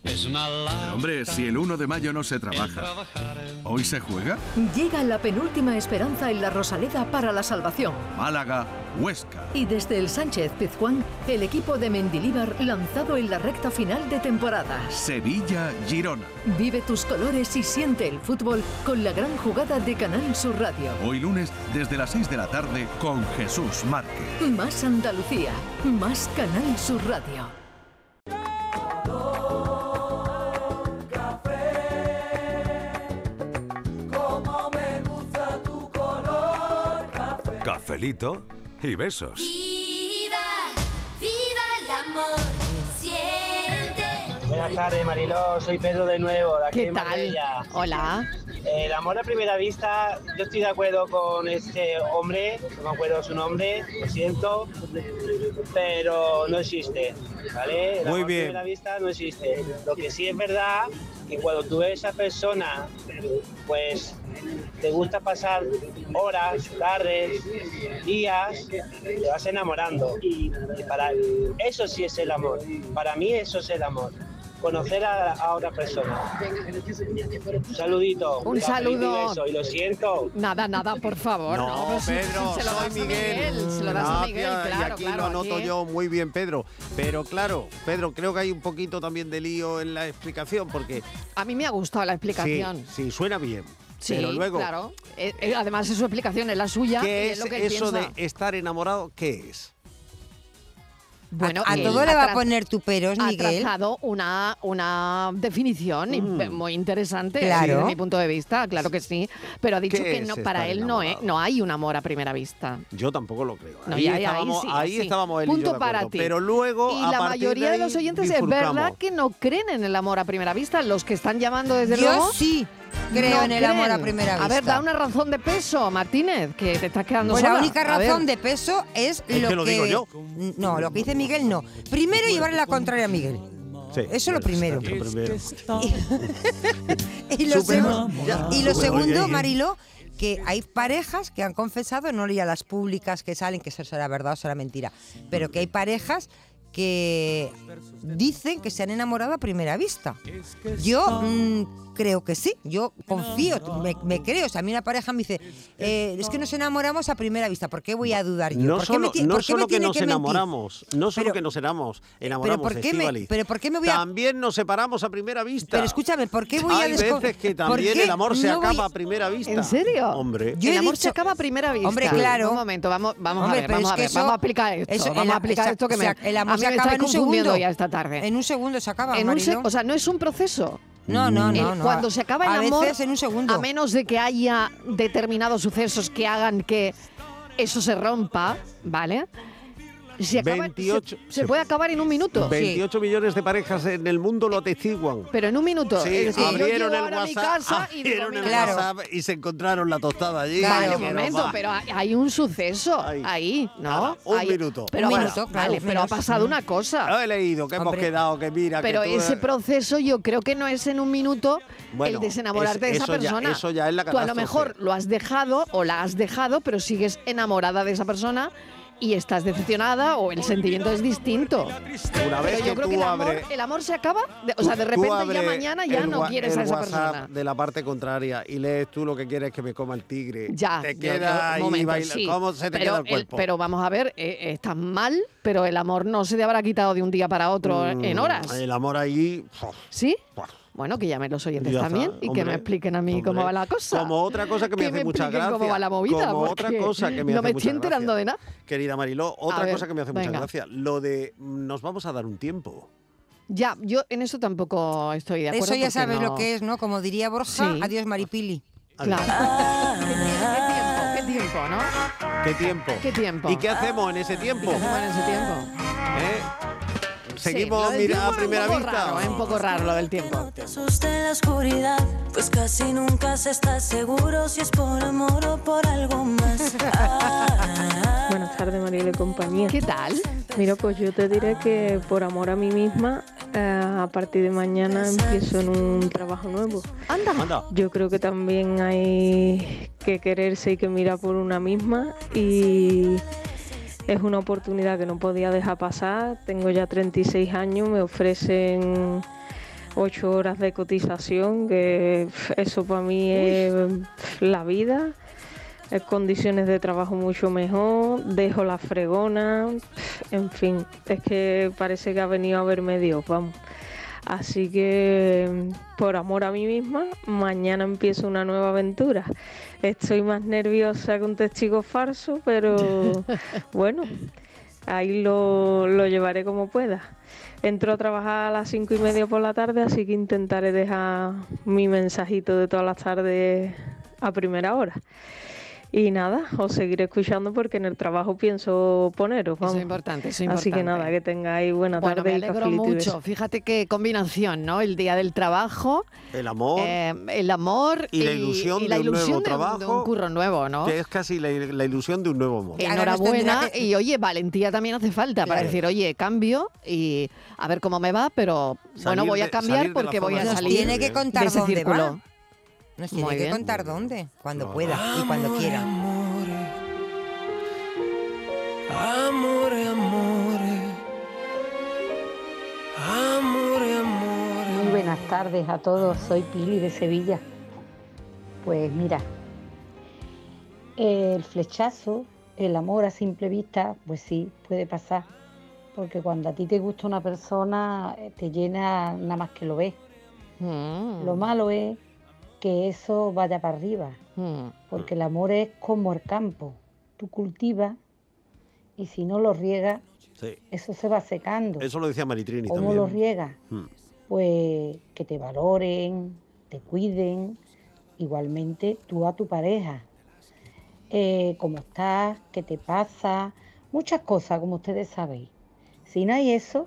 [SPEAKER 9] Pero, hombre, si el 1 de mayo no se trabaja, ¿hoy se juega?
[SPEAKER 19] Llega la penúltima esperanza en la Rosaleda para la salvación.
[SPEAKER 9] Málaga, Huesca.
[SPEAKER 19] Y desde el Sánchez Pizjuán, el equipo de Mendilíbar lanzado en la recta final de temporada.
[SPEAKER 9] Sevilla, Girona.
[SPEAKER 19] Vive tus colores y siente el fútbol con la gran jugada de Canal Sur Radio.
[SPEAKER 9] Hoy lunes desde las 6 de la tarde con Jesús Márquez.
[SPEAKER 19] Más Andalucía, más Canal Sur Radio.
[SPEAKER 15] Como me gusta tu color café.
[SPEAKER 2] Cafelito y besos.
[SPEAKER 15] Viva, viva el amor. Siente.
[SPEAKER 13] Buenas tardes, Mariló. Soy Pedro de nuevo, de aquí
[SPEAKER 5] ¿Qué
[SPEAKER 13] de
[SPEAKER 5] tal?
[SPEAKER 13] Marbella.
[SPEAKER 5] Hola.
[SPEAKER 13] El amor a primera vista, yo estoy de acuerdo con este hombre, no me acuerdo su nombre, lo siento, pero no existe, ¿vale? El
[SPEAKER 6] Muy
[SPEAKER 13] amor
[SPEAKER 6] bien.
[SPEAKER 13] a primera vista no existe. Lo que sí es verdad, que cuando tú ves a esa persona, pues te gusta pasar horas, tardes, días, te vas enamorando. Y para eso sí es el amor, para mí eso es el amor. Conocer a, a otra persona. Un saludito.
[SPEAKER 5] Un saludo.
[SPEAKER 13] Y, beso, y lo siento.
[SPEAKER 5] Nada, nada, por favor.
[SPEAKER 6] No,
[SPEAKER 5] pues,
[SPEAKER 6] Pedro,
[SPEAKER 5] se lo das
[SPEAKER 6] soy
[SPEAKER 5] a
[SPEAKER 6] Miguel.
[SPEAKER 5] Se lo das a Miguel,
[SPEAKER 6] Gracias,
[SPEAKER 5] claro,
[SPEAKER 6] y aquí
[SPEAKER 5] claro,
[SPEAKER 6] lo anoto
[SPEAKER 5] aquí.
[SPEAKER 6] yo muy bien, Pedro. Pero claro, Pedro, creo que hay un poquito también de lío en la explicación, porque
[SPEAKER 5] A mí me ha gustado la explicación.
[SPEAKER 6] sí, sí, suena bien.
[SPEAKER 5] Sí,
[SPEAKER 6] pero luego,
[SPEAKER 5] claro. Eh, eh, además es su explicación, es la suya. y
[SPEAKER 6] ¿qué
[SPEAKER 5] es, lo
[SPEAKER 6] es,
[SPEAKER 5] que él
[SPEAKER 6] eso
[SPEAKER 5] piensa.
[SPEAKER 6] de estar enamorado? ¿Qué es?
[SPEAKER 5] Bueno,
[SPEAKER 7] a
[SPEAKER 5] él
[SPEAKER 7] todo le va a
[SPEAKER 5] atra-
[SPEAKER 7] poner tu peros,
[SPEAKER 5] ha
[SPEAKER 7] Miguel.
[SPEAKER 5] trazado una, una definición y-
[SPEAKER 6] Mm.
[SPEAKER 5] muy interesante
[SPEAKER 7] Claro.
[SPEAKER 5] desde mi punto de vista, claro que sí, pero ha dicho
[SPEAKER 6] ¿Qué
[SPEAKER 5] que
[SPEAKER 6] es
[SPEAKER 5] no,
[SPEAKER 6] estar
[SPEAKER 5] para él no, eh, no hay un amor a primera vista.
[SPEAKER 6] Yo tampoco lo creo.
[SPEAKER 5] No,
[SPEAKER 6] ahí
[SPEAKER 5] ya, ya, ahí
[SPEAKER 6] estábamos,
[SPEAKER 5] sí,
[SPEAKER 6] ahí
[SPEAKER 5] sí.
[SPEAKER 6] estábamos él y yo
[SPEAKER 5] Punto
[SPEAKER 6] de
[SPEAKER 5] para
[SPEAKER 6] acuerdo,
[SPEAKER 5] ti.
[SPEAKER 6] Pero luego,
[SPEAKER 5] Y
[SPEAKER 6] a
[SPEAKER 5] la
[SPEAKER 6] partir
[SPEAKER 5] mayoría de,
[SPEAKER 6] ahí,
[SPEAKER 5] los oyentes es
[SPEAKER 6] bifurcamos.
[SPEAKER 5] verdad que no creen en el amor a primera vista, los que están llamando desde
[SPEAKER 7] Yo
[SPEAKER 5] luego.
[SPEAKER 7] sí creo en el amor a primera
[SPEAKER 5] A ver,
[SPEAKER 7] vista.
[SPEAKER 5] da una razón de peso, Martínez, que te estás quedando
[SPEAKER 7] Pues
[SPEAKER 5] sola.
[SPEAKER 7] la única
[SPEAKER 5] A ver.
[SPEAKER 7] razón de peso es,
[SPEAKER 5] Es
[SPEAKER 7] lo
[SPEAKER 5] que lo digo yo.
[SPEAKER 7] No, lo que dice Miguel no. Primero llevarle la contraria a Miguel. Eso es lo primero. *laughs* Y lo,
[SPEAKER 6] Súper.
[SPEAKER 7] segu-
[SPEAKER 6] Ya.
[SPEAKER 7] y lo
[SPEAKER 6] Súper. Oye,
[SPEAKER 7] segundo,
[SPEAKER 6] oye.
[SPEAKER 7] Marilo, que hay parejas que han confesado, no leía las públicas que salen, que eso será verdad o será mentira, pero que hay parejas que dicen que se han enamorado a primera vista. Yo mm, creo que sí, yo confío, me, me creo. O sea, a mí una pareja me dice, eh, es que nos enamoramos a primera vista, ¿por qué voy a dudar yo?
[SPEAKER 6] No
[SPEAKER 7] ¿Por qué me
[SPEAKER 6] solo,
[SPEAKER 7] ti-
[SPEAKER 6] no
[SPEAKER 7] por qué me
[SPEAKER 6] solo que
[SPEAKER 7] tiene
[SPEAKER 6] nos
[SPEAKER 7] mentir?
[SPEAKER 6] enamoramos, no solo que nos enamoramos, enamoramos
[SPEAKER 7] ¿por qué me-
[SPEAKER 6] Estíbaliz.
[SPEAKER 7] pero por qué me voy a-
[SPEAKER 6] También nos separamos a primera vista.
[SPEAKER 7] Pero escúchame, ¿por qué voy a
[SPEAKER 6] Hay
[SPEAKER 7] desco-
[SPEAKER 6] veces que
[SPEAKER 7] ¿por
[SPEAKER 6] también
[SPEAKER 7] qué
[SPEAKER 6] el amor se
[SPEAKER 7] no voy-
[SPEAKER 6] acaba a primera vista.
[SPEAKER 5] ¿En serio?
[SPEAKER 6] Hombre.
[SPEAKER 5] el amor se acaba a primera vista.
[SPEAKER 7] Hombre, claro.
[SPEAKER 5] Un momento, vamos, vamos
[SPEAKER 7] Hombre,
[SPEAKER 5] a ver,
[SPEAKER 7] pero
[SPEAKER 5] vamos
[SPEAKER 7] es
[SPEAKER 5] a
[SPEAKER 7] que
[SPEAKER 5] ver,
[SPEAKER 7] eso-
[SPEAKER 5] vamos a aplicar esto.
[SPEAKER 7] eso- el
[SPEAKER 5] vamos a
[SPEAKER 7] a-
[SPEAKER 5] aplicar
[SPEAKER 7] exa-
[SPEAKER 5] esto que
[SPEAKER 7] o sea,
[SPEAKER 5] me,
[SPEAKER 7] el amor
[SPEAKER 5] a mí
[SPEAKER 7] se
[SPEAKER 5] me
[SPEAKER 7] acaba
[SPEAKER 5] estaba
[SPEAKER 7] en un
[SPEAKER 5] confundiendo
[SPEAKER 7] segundo.
[SPEAKER 5] ya esta tarde.
[SPEAKER 7] En un segundo se acaba,
[SPEAKER 5] En un se-
[SPEAKER 7] Ah, Mariló.
[SPEAKER 5] o sea, no es un proceso.
[SPEAKER 7] No, no, no,
[SPEAKER 5] Mm. El-
[SPEAKER 7] no.
[SPEAKER 5] Cuando se acaba el
[SPEAKER 7] A
[SPEAKER 5] amor,
[SPEAKER 7] veces en un segundo.
[SPEAKER 5] a menos de que haya determinados sucesos que hagan que eso se rompa, ¿vale? Se, acaba- se-
[SPEAKER 6] 28
[SPEAKER 5] se, puede acabar en un minuto.
[SPEAKER 6] 28 millones de parejas en el mundo lo atestiguan.
[SPEAKER 5] Pero en un minuto.
[SPEAKER 6] Sí,
[SPEAKER 5] Es decir, yo
[SPEAKER 6] abrieron
[SPEAKER 5] llego
[SPEAKER 6] el
[SPEAKER 5] ahora a mi
[SPEAKER 6] WhatsApp,
[SPEAKER 5] casa y digo,
[SPEAKER 6] abrieron el
[SPEAKER 5] mira,
[SPEAKER 6] WhatsApp y se encontraron la tostada allí.
[SPEAKER 5] Vale, un
[SPEAKER 6] Pero
[SPEAKER 5] momento,
[SPEAKER 6] va.
[SPEAKER 5] pero hay- hay un suceso ahí, ¿no?
[SPEAKER 6] Nada, un
[SPEAKER 5] Hay-
[SPEAKER 6] minuto.
[SPEAKER 5] Pero
[SPEAKER 6] Un
[SPEAKER 5] bueno,
[SPEAKER 6] minuto, claro,
[SPEAKER 5] vale,
[SPEAKER 6] un
[SPEAKER 5] pero ha
[SPEAKER 6] minuto.
[SPEAKER 5] pasado una cosa.
[SPEAKER 6] Lo he leído, que hemos
[SPEAKER 5] Hombre.
[SPEAKER 6] quedado, que mira,
[SPEAKER 5] Pero
[SPEAKER 6] que tú- eh,
[SPEAKER 5] ese proceso yo creo que no es en un minuto
[SPEAKER 6] Bueno,
[SPEAKER 5] el desenamorarte
[SPEAKER 6] es-
[SPEAKER 5] de esa
[SPEAKER 6] eso ya-
[SPEAKER 5] persona.
[SPEAKER 6] eso ya es la
[SPEAKER 5] Tú a lo
[SPEAKER 6] catástrofe.
[SPEAKER 5] mejor lo has dejado o la has dejado, pero sigues enamorada de esa persona y estás decepcionada o el sentimiento es distinto.
[SPEAKER 6] Una vez
[SPEAKER 5] pero yo
[SPEAKER 6] que
[SPEAKER 5] creo
[SPEAKER 6] tú
[SPEAKER 5] que el amor,
[SPEAKER 6] abres-
[SPEAKER 5] el amor se acaba, de- o sea, de
[SPEAKER 6] Tú
[SPEAKER 5] repente ya
[SPEAKER 6] abres
[SPEAKER 5] mañana ya
[SPEAKER 6] el
[SPEAKER 5] no
[SPEAKER 6] wa-
[SPEAKER 5] quieres a
[SPEAKER 6] el
[SPEAKER 5] esa
[SPEAKER 6] WhatsApp
[SPEAKER 5] persona.
[SPEAKER 6] de la parte contraria y lees tú lo que quieres que me coma el tigre.
[SPEAKER 5] Ya,
[SPEAKER 6] Te
[SPEAKER 5] yo- yo-
[SPEAKER 6] queda
[SPEAKER 5] un
[SPEAKER 6] ahí
[SPEAKER 5] momento,
[SPEAKER 6] baila-
[SPEAKER 5] sí.
[SPEAKER 6] ¿Cómo se te
[SPEAKER 5] pero
[SPEAKER 6] queda el cuerpo?
[SPEAKER 5] pero vamos a ver, eh, eh, estás mal, pero el amor no se te habrá quitado de un día para otro eh,
[SPEAKER 6] Mm,
[SPEAKER 5] en horas.
[SPEAKER 6] El amor ahí. puf,
[SPEAKER 5] ¿Sí? Bueno, que llamen los oyentes
[SPEAKER 6] Ya está,
[SPEAKER 5] también y que
[SPEAKER 6] hombre,
[SPEAKER 5] me expliquen a mí cómo va la cosa.
[SPEAKER 6] Como otra cosa que me hace mucha
[SPEAKER 5] expliquen
[SPEAKER 6] gracia.
[SPEAKER 5] cómo va la movida.
[SPEAKER 6] Como
[SPEAKER 5] porque
[SPEAKER 6] otra cosa que me
[SPEAKER 5] no
[SPEAKER 6] hace
[SPEAKER 5] me
[SPEAKER 6] mucha
[SPEAKER 5] estoy enterando de nada.
[SPEAKER 6] Querida Mariló, otra
[SPEAKER 5] ver,
[SPEAKER 6] cosa que me hace mucha
[SPEAKER 5] venga.
[SPEAKER 6] gracia. Lo de mm, nos vamos a dar un tiempo.
[SPEAKER 5] Ya, yo en eso tampoco estoy de acuerdo.
[SPEAKER 7] Eso ya
[SPEAKER 5] porque
[SPEAKER 7] sabes
[SPEAKER 5] no-
[SPEAKER 7] lo que es, ¿no? Como diría Borja,
[SPEAKER 5] Sí.
[SPEAKER 7] adiós Maripili.
[SPEAKER 5] Claro. ¿Qué tiempo? ¿Qué tiempo, no?
[SPEAKER 6] ¿Qué tiempo?
[SPEAKER 5] Ah, ¿Qué tiempo?
[SPEAKER 6] ¿Y qué hacemos en ese tiempo?
[SPEAKER 5] ¿Qué hacemos en ese tiempo?
[SPEAKER 6] ¿Eh? ¿Se Seguimos,
[SPEAKER 5] lo del
[SPEAKER 6] mira,
[SPEAKER 5] tiempo
[SPEAKER 6] a
[SPEAKER 5] es
[SPEAKER 6] primera
[SPEAKER 5] un poco
[SPEAKER 6] vista.
[SPEAKER 5] Raro, es un poco raro lo del tiempo.
[SPEAKER 4] te asuste la oscuridad, pues casi nunca se está seguro si es por amor o por algo más.
[SPEAKER 20] Buenas tardes, Mariela y compañía.
[SPEAKER 5] ¿Qué tal?
[SPEAKER 20] Mira, pues yo te diré que por amor a mí misma, eh, a partir de mañana empiezo en un trabajo nuevo.
[SPEAKER 5] Anda.
[SPEAKER 20] Yo creo que también hay que quererse y que mirar por una misma y es una oportunidad que no podía dejar pasar. Tengo ya 36 años, me ofrecen 8 horas de cotización, que pf, eso para mí es pf, la vida. Eh, Condiciones de trabajo mucho mejor, dejo la fregona, pf, en fin, es que parece que ha venido a verme Dios, vamos. Así que por amor a mí misma, mañana empiezo una nueva aventura. Estoy más nerviosa que un testigo falso, pero bueno, ahí lo, lo llevaré como pueda. Entro a trabajar a las cinco y media por la tarde, así que intentaré dejar mi mensajito de todas las tardes a primera hora. Y nada, os seguiré escuchando porque en el trabajo pienso poneros.
[SPEAKER 5] Eso
[SPEAKER 20] vamos.
[SPEAKER 5] es importante, eso es
[SPEAKER 20] Así que
[SPEAKER 5] importante.
[SPEAKER 20] nada, que tengáis buena tarde
[SPEAKER 5] Bueno, me
[SPEAKER 20] y
[SPEAKER 5] alegro
[SPEAKER 20] cafelito y besos.
[SPEAKER 5] mucho. Fíjate qué combinación, ¿no? El día del trabajo,
[SPEAKER 6] El amor.
[SPEAKER 5] eh, el amor
[SPEAKER 6] Y la ilusión
[SPEAKER 5] y la
[SPEAKER 6] de un
[SPEAKER 5] ilusión
[SPEAKER 6] nuevo
[SPEAKER 5] de de un
[SPEAKER 6] trabajo.
[SPEAKER 5] curro nuevo, ¿no?
[SPEAKER 6] Que es casi la, la ilusión de un nuevo amor.
[SPEAKER 5] Enhorabuena y oye, valentía también hace falta para
[SPEAKER 6] Claro.
[SPEAKER 5] decir, oye, cambio y a ver cómo me va, pero bueno,
[SPEAKER 6] Salir
[SPEAKER 5] voy a
[SPEAKER 6] de- salir
[SPEAKER 5] cambiar
[SPEAKER 6] de
[SPEAKER 5] porque
[SPEAKER 6] la
[SPEAKER 5] voy a
[SPEAKER 6] zona de
[SPEAKER 5] salir.
[SPEAKER 6] confort. Tiene que
[SPEAKER 7] contar
[SPEAKER 5] de ese
[SPEAKER 7] dónde va. Eh,
[SPEAKER 5] círculo.
[SPEAKER 7] Nos
[SPEAKER 5] Muy
[SPEAKER 7] tiene que
[SPEAKER 5] bien.
[SPEAKER 7] contar dónde, cuando pueda y cuando quiera.
[SPEAKER 15] Amore, amore. Amore, amore.
[SPEAKER 21] Muy buenas tardes a todos, soy Pili de Sevilla. Pues mira, el flechazo, el amor a simple vista, pues sí, puede pasar, porque cuando a ti te gusta una persona, eh, te llena nada más que lo ves. Lo malo es que eso vaya para arriba,
[SPEAKER 6] Ah.
[SPEAKER 21] porque el amor es como el campo, tú cultivas y si no lo riegas,
[SPEAKER 6] Sí.
[SPEAKER 21] eso se va secando.
[SPEAKER 6] Eso lo decía Maritrini
[SPEAKER 21] ¿Cómo lo
[SPEAKER 6] también.
[SPEAKER 21] riegas?
[SPEAKER 6] Mm.
[SPEAKER 21] pues que te valoren, te cuiden, igualmente tú a tu pareja, Eh, cómo estás, qué te pasa, muchas cosas como ustedes sabéis. Si no hay eso,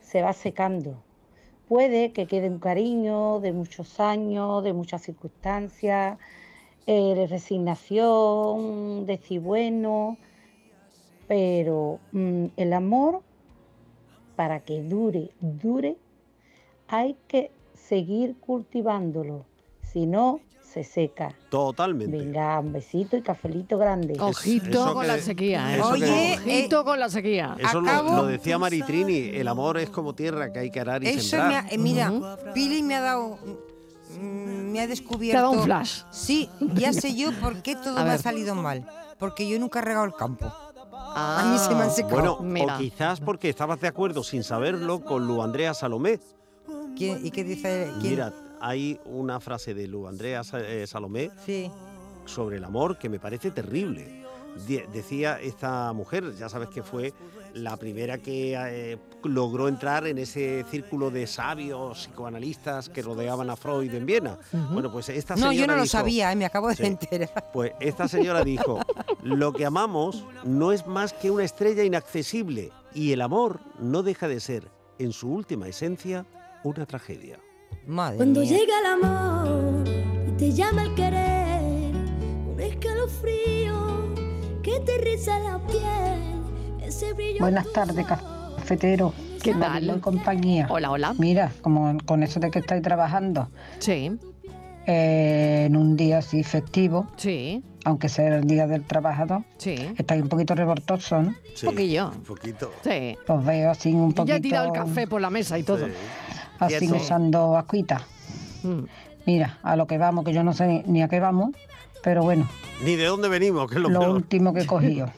[SPEAKER 21] se va secando. Puede que quede un cariño de muchos años, de muchas circunstancias, eh, de resignación, decir bueno, pero mm, el amor, para que dure, dure, hay que seguir cultivándolo. Si no, se seca.
[SPEAKER 6] Totalmente.
[SPEAKER 21] Venga, un besito y cafelito grande.
[SPEAKER 5] Ojito
[SPEAKER 6] Eso con que- la sequía, ¿eh? eso que- Oye,
[SPEAKER 5] Ojito con la sequía.
[SPEAKER 6] Eso lo- lo, decía Maritrini, el amor es como tierra que hay que arar y
[SPEAKER 7] Eso me
[SPEAKER 6] sembrar.
[SPEAKER 7] ha- eh, mira, Pili me ha dado, mm, me ha descubierto.
[SPEAKER 5] dado un flash.
[SPEAKER 7] Sí, ya sé
[SPEAKER 5] *laughs*
[SPEAKER 7] yo por qué todo
[SPEAKER 5] A
[SPEAKER 7] me ha
[SPEAKER 5] ver.
[SPEAKER 7] salido mal, porque yo nunca he regado el campo. a mí se me han secado.
[SPEAKER 6] Ah. Bueno, o quizás porque estabas de acuerdo sin saberlo con Lu Andrea Salomé.
[SPEAKER 7] ¿Quién- ¿Y qué dice? quién?
[SPEAKER 6] Mira, hay una frase de Lu Andrea Sa- eh, Salomé
[SPEAKER 7] Sí.
[SPEAKER 6] sobre el amor que me parece terrible. De- decía esta mujer, ya sabes que fue la primera que eh, logró entrar en ese círculo de sabios psicoanalistas que rodeaban a Freud en Viena. Bueno, pues esta
[SPEAKER 7] No, yo
[SPEAKER 6] señora
[SPEAKER 7] no lo
[SPEAKER 6] dijo-
[SPEAKER 7] sabía, eh, me acabo de
[SPEAKER 6] Sí.
[SPEAKER 7] enterar.
[SPEAKER 6] Pues esta señora dijo, lo que amamos no es más que una estrella inaccesible y el amor no deja de ser, en su última esencia, una tragedia.
[SPEAKER 7] Madre
[SPEAKER 18] Cuando llega el amor y te llama el querer, un escalofrío que te riza la piel, ese brillo.
[SPEAKER 22] Buenas tardes, cafetero.
[SPEAKER 5] ¿Qué
[SPEAKER 22] Marilo
[SPEAKER 5] tal?
[SPEAKER 22] y compañía.
[SPEAKER 5] Hola, hola.
[SPEAKER 22] Mira, como con eso de que estáis trabajando. Eh,
[SPEAKER 5] Sí.
[SPEAKER 22] en un día así festivo.
[SPEAKER 5] Sí.
[SPEAKER 22] Aunque sea el día del trabajador.
[SPEAKER 5] Sí.
[SPEAKER 22] Estáis un poquito revoltosos, ¿no?
[SPEAKER 5] Sí, Un poquillo. un
[SPEAKER 6] poquito.
[SPEAKER 5] Sí.
[SPEAKER 22] Os veo así un poquito.
[SPEAKER 5] Ya he tirado el café por la mesa y todo.
[SPEAKER 22] Así
[SPEAKER 5] Quieto.
[SPEAKER 22] usando ascuita.
[SPEAKER 5] Mm.
[SPEAKER 22] Mira, a lo que vamos, que yo no sé ni a qué vamos, pero bueno,
[SPEAKER 6] Ni de dónde venimos, que es lo,
[SPEAKER 22] lo
[SPEAKER 6] peor.
[SPEAKER 22] último que he cogido.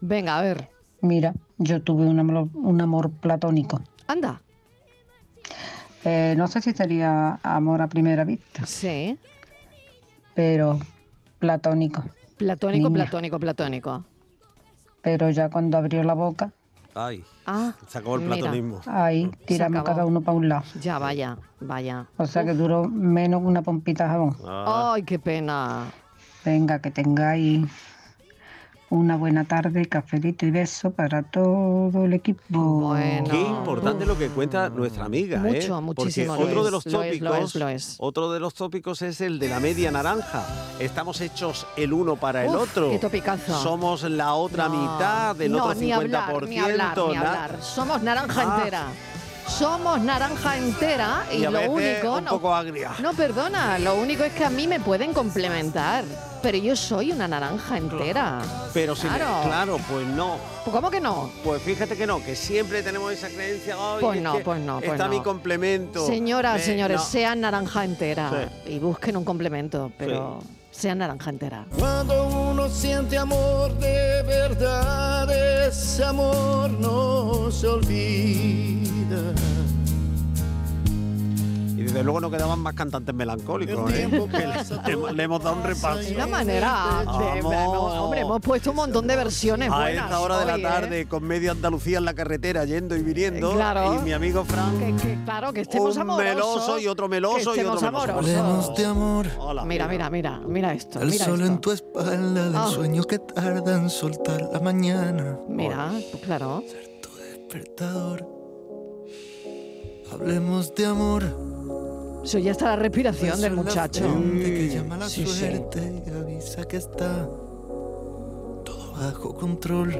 [SPEAKER 5] Venga, a ver.
[SPEAKER 22] Mira, yo tuve un amor, un amor platónico.
[SPEAKER 5] Anda.
[SPEAKER 22] Eh, no sé si sería amor a primera vista.
[SPEAKER 5] Sí.
[SPEAKER 22] Pero platónico.
[SPEAKER 5] Platónico,
[SPEAKER 22] Niña.
[SPEAKER 5] platónico, platónico.
[SPEAKER 22] Pero ya cuando abrió la boca,
[SPEAKER 6] Ay,
[SPEAKER 5] Ah,
[SPEAKER 6] *laughs* se acabó el
[SPEAKER 5] mira.
[SPEAKER 6] platonismo.
[SPEAKER 22] ahí
[SPEAKER 5] Se
[SPEAKER 22] tiramos
[SPEAKER 5] acabó.
[SPEAKER 22] cada uno para un lado.
[SPEAKER 5] Ya, vaya, vaya.
[SPEAKER 22] O sea que duró menos que una
[SPEAKER 5] Ah. Oh,
[SPEAKER 6] Ah.
[SPEAKER 22] pompita de jabón.
[SPEAKER 5] Ay, qué pena.
[SPEAKER 22] Venga, que tengáis Una buena tarde, cafelito y beso para todo el equipo.
[SPEAKER 6] Qué importante lo que cuenta nuestra amiga, ¿eh?
[SPEAKER 5] Mucho, muchísimo,
[SPEAKER 6] Porque
[SPEAKER 5] lo
[SPEAKER 6] otro
[SPEAKER 5] es,
[SPEAKER 6] de los
[SPEAKER 5] lo
[SPEAKER 6] tópicos,
[SPEAKER 5] es, lo es, lo es.
[SPEAKER 6] otro de los tópicos es el de la media naranja. Estamos hechos el uno para el
[SPEAKER 5] Uf,
[SPEAKER 6] otro.
[SPEAKER 5] qué topicazo.
[SPEAKER 6] Somos la otra mitad del
[SPEAKER 5] no,
[SPEAKER 6] otro 50%.
[SPEAKER 5] ni hablar, ni hablar, ni
[SPEAKER 6] na-
[SPEAKER 5] hablar. Somos naranja
[SPEAKER 6] Ah.
[SPEAKER 5] entera. Somos naranja entera y,
[SPEAKER 6] Y a
[SPEAKER 5] lo
[SPEAKER 6] veces
[SPEAKER 5] único.
[SPEAKER 6] un
[SPEAKER 5] no,
[SPEAKER 6] poco agria.
[SPEAKER 5] no, perdona, lo único es que a mí me pueden complementar. Pero yo soy una naranja entera.
[SPEAKER 6] Pero si me-
[SPEAKER 5] Claro.
[SPEAKER 6] claro, pues no.
[SPEAKER 5] ¿Cómo que no?
[SPEAKER 6] Pues fíjate que no, que siempre tenemos esa creencia. "Ay,
[SPEAKER 5] Pues
[SPEAKER 6] es
[SPEAKER 5] no,
[SPEAKER 6] que
[SPEAKER 5] pues no, pues
[SPEAKER 6] Está mi
[SPEAKER 5] no".
[SPEAKER 6] complemento.
[SPEAKER 5] Señoras,
[SPEAKER 6] Eh,
[SPEAKER 5] señores,
[SPEAKER 6] no.
[SPEAKER 5] sean naranja entera y busquen un complemento, pero sean naranja entera.
[SPEAKER 1] Cuando uno siente amor de verdad, ese amor no se olvida.
[SPEAKER 6] Y desde luego no quedaban más cantantes melancólicos, ¿eh? *laughs* Que le, hemos- le hemos dado un repaso.
[SPEAKER 5] Una manera de,
[SPEAKER 6] Vamos.
[SPEAKER 5] hombre, hemos puesto un montón de versiones
[SPEAKER 6] A
[SPEAKER 5] buenas
[SPEAKER 6] esta hora de
[SPEAKER 5] hoy,
[SPEAKER 6] la
[SPEAKER 5] ¿eh?
[SPEAKER 6] tarde, con media Andalucía en la carretera, yendo y viniendo.
[SPEAKER 5] Claro.
[SPEAKER 6] Y mi amigo Frank.
[SPEAKER 5] Que, que, claro, que estemos
[SPEAKER 6] Un
[SPEAKER 5] amorosos.
[SPEAKER 6] meloso y otro meloso
[SPEAKER 5] que
[SPEAKER 6] y otro
[SPEAKER 5] estemos
[SPEAKER 6] meloso.
[SPEAKER 5] amorosos.
[SPEAKER 1] Hablemos de amor.
[SPEAKER 5] Mira, mira, mira, mira esto.
[SPEAKER 1] El
[SPEAKER 5] mira
[SPEAKER 1] sol
[SPEAKER 5] esto.
[SPEAKER 1] en tu espalda, del
[SPEAKER 5] Ah.
[SPEAKER 1] sueño que tarda en soltar la mañana.
[SPEAKER 5] Mira, pues claro.
[SPEAKER 1] Despertador. Hablemos de amor.
[SPEAKER 5] Se oye hasta la respiración
[SPEAKER 1] Beso
[SPEAKER 5] del
[SPEAKER 1] en la
[SPEAKER 5] muchacho.
[SPEAKER 1] frente que llama la
[SPEAKER 5] Sí, sí.
[SPEAKER 1] suerte y avisa que está todo bajo control.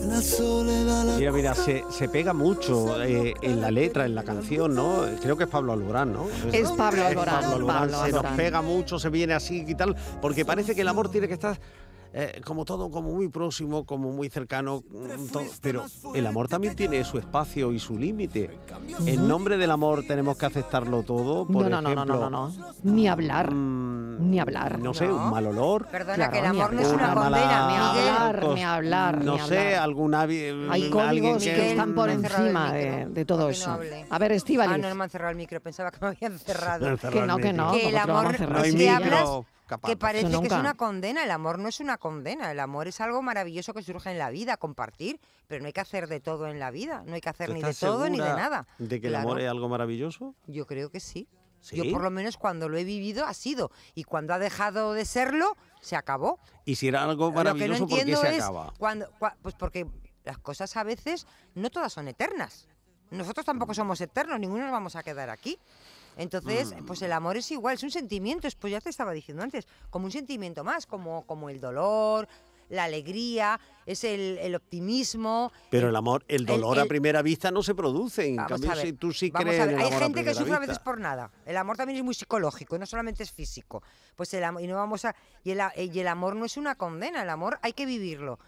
[SPEAKER 1] La soledad, la
[SPEAKER 6] Mira, mira, se, se pega mucho eh, en la letra, en la canción, ¿no? Creo que es Pablo Alborán, ¿no?
[SPEAKER 5] Es Pablo Alborán, Pablo
[SPEAKER 6] se
[SPEAKER 5] Alborán.
[SPEAKER 6] nos pega mucho, se viene así y tal, porque parece que el amor tiene que estar eh, como todo, como muy próximo, como muy cercano, mm, todo. pero el amor también tiene su espacio y su límite. En nombre del amor tenemos que aceptarlo todo, por
[SPEAKER 5] No, no, no, no,
[SPEAKER 6] ejemplo, mm,
[SPEAKER 5] no, no, no. Ni hablar. Ni hablar.
[SPEAKER 6] no sé, un mal olor.
[SPEAKER 7] Perdona,
[SPEAKER 5] Claro,
[SPEAKER 7] que el
[SPEAKER 5] ni
[SPEAKER 7] amor no es
[SPEAKER 6] hablar.
[SPEAKER 7] una
[SPEAKER 6] Una
[SPEAKER 7] condena,
[SPEAKER 6] mala-
[SPEAKER 7] Miguel.
[SPEAKER 5] hablar,
[SPEAKER 6] cos-
[SPEAKER 5] ni hablar,
[SPEAKER 6] No
[SPEAKER 5] ni
[SPEAKER 6] sé,
[SPEAKER 5] hablar.
[SPEAKER 6] algún hábi-
[SPEAKER 5] Hay
[SPEAKER 6] alguien
[SPEAKER 5] códigos
[SPEAKER 6] que,
[SPEAKER 5] que, están por
[SPEAKER 7] Me han cerrado el
[SPEAKER 5] encima
[SPEAKER 7] micro.
[SPEAKER 5] de, de todo
[SPEAKER 7] Que no
[SPEAKER 5] eso.
[SPEAKER 7] hable.
[SPEAKER 5] a ver,
[SPEAKER 7] Ah,
[SPEAKER 5] Estivaliz.
[SPEAKER 7] no, no me han cerrado el micro. Pensaba que me
[SPEAKER 6] *laughs*
[SPEAKER 7] habían
[SPEAKER 5] Me
[SPEAKER 7] cerrado.
[SPEAKER 5] han cerrado Que no, el que no, micro.
[SPEAKER 7] Que el
[SPEAKER 5] ¿cómo te lo van a
[SPEAKER 7] amor
[SPEAKER 5] cerrar? No hay
[SPEAKER 7] que
[SPEAKER 5] micro
[SPEAKER 7] hablas,
[SPEAKER 5] capaz.
[SPEAKER 7] que parece
[SPEAKER 5] Eso
[SPEAKER 7] que es
[SPEAKER 5] nunca.
[SPEAKER 7] una condena. El amor no es una condena. El amor es algo maravilloso que surge en la vida, compartir. Pero no hay que hacer de todo en la vida. No hay que hacer
[SPEAKER 6] ¿Tú
[SPEAKER 7] ni de
[SPEAKER 6] estás
[SPEAKER 7] todo ni de
[SPEAKER 6] segura
[SPEAKER 7] nada.
[SPEAKER 6] ¿De que el
[SPEAKER 7] Claro.
[SPEAKER 6] amor es algo maravilloso?
[SPEAKER 7] Yo creo que sí.
[SPEAKER 6] ¿Sí?
[SPEAKER 7] Yo por lo menos cuando lo he vivido ha sido. Y cuando ha dejado de serlo, se acabó.
[SPEAKER 6] Y si era algo
[SPEAKER 7] Lo que no
[SPEAKER 6] maravilloso, ¿por qué
[SPEAKER 7] entiendo
[SPEAKER 6] se
[SPEAKER 7] es
[SPEAKER 6] acaba?
[SPEAKER 7] cuando, cua- pues porque las cosas a veces no todas son eternas. Nosotros
[SPEAKER 6] Mm.
[SPEAKER 7] tampoco somos eternos, ninguno nos vamos a quedar aquí. Entonces,
[SPEAKER 6] Mm.
[SPEAKER 7] pues el amor es igual, es un sentimiento, es- pues ya te estaba diciendo antes, como un sentimiento más, como, como el dolor, la alegría, es el, el optimismo.
[SPEAKER 6] Pero el amor, el
[SPEAKER 7] el-
[SPEAKER 6] dolor
[SPEAKER 7] el-
[SPEAKER 6] a primera vista no se produce. En
[SPEAKER 7] Vamos
[SPEAKER 6] cambio,
[SPEAKER 7] a ver,
[SPEAKER 6] si tú sí
[SPEAKER 7] vamos
[SPEAKER 6] crees
[SPEAKER 7] a
[SPEAKER 6] en
[SPEAKER 7] ver,
[SPEAKER 6] el
[SPEAKER 7] Hay
[SPEAKER 6] amor a
[SPEAKER 7] gente que
[SPEAKER 6] primera
[SPEAKER 7] sufre a veces
[SPEAKER 6] vista.
[SPEAKER 7] por nada. El amor también es muy psicológico, no solamente es físico. Pues el amor, y no vamos a y el, a- y el amor no es una condena, el amor hay que vivirlo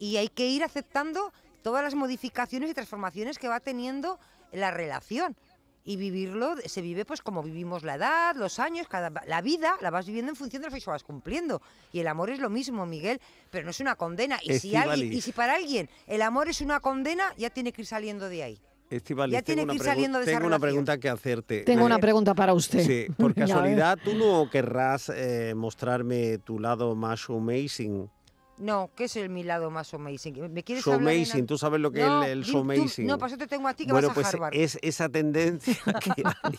[SPEAKER 7] y hay que ir aceptando todas las modificaciones y transformaciones que va teniendo la relación y vivirlo se vive pues como vivimos la edad, los años, cada la vida la vas viviendo en función de lo que vas cumpliendo y el amor es lo mismo, Miguel, pero no es una condena y si alguien
[SPEAKER 6] Estíbaliz.
[SPEAKER 7] y si para alguien el amor es una condena ya tiene que ir saliendo de ahí.
[SPEAKER 6] Estíbaliz,
[SPEAKER 7] Ya tiene
[SPEAKER 6] tengo
[SPEAKER 7] que ir
[SPEAKER 6] una pregu-
[SPEAKER 7] saliendo de esa
[SPEAKER 6] Tengo una
[SPEAKER 7] relación.
[SPEAKER 6] pregunta que hacerte.
[SPEAKER 5] Tengo
[SPEAKER 6] Eh,
[SPEAKER 5] una pregunta para usted.
[SPEAKER 6] Sí, por
[SPEAKER 7] ¿eh?
[SPEAKER 5] Ya ves.
[SPEAKER 6] casualidad, tú no querrás eh, mostrarme tu lado más amazing.
[SPEAKER 7] No, ¿qué es el mi lado más amazing? ¿Me quieres hablar en
[SPEAKER 6] Showmazing,
[SPEAKER 7] al-
[SPEAKER 6] tú sabes lo que
[SPEAKER 7] No,
[SPEAKER 6] es el- el
[SPEAKER 7] di- tú-
[SPEAKER 6] showmazing.
[SPEAKER 7] No, para eso te tengo a ti que
[SPEAKER 6] bueno,
[SPEAKER 7] vas a
[SPEAKER 6] pues
[SPEAKER 7] Harvard.
[SPEAKER 6] es esa tendencia que hay,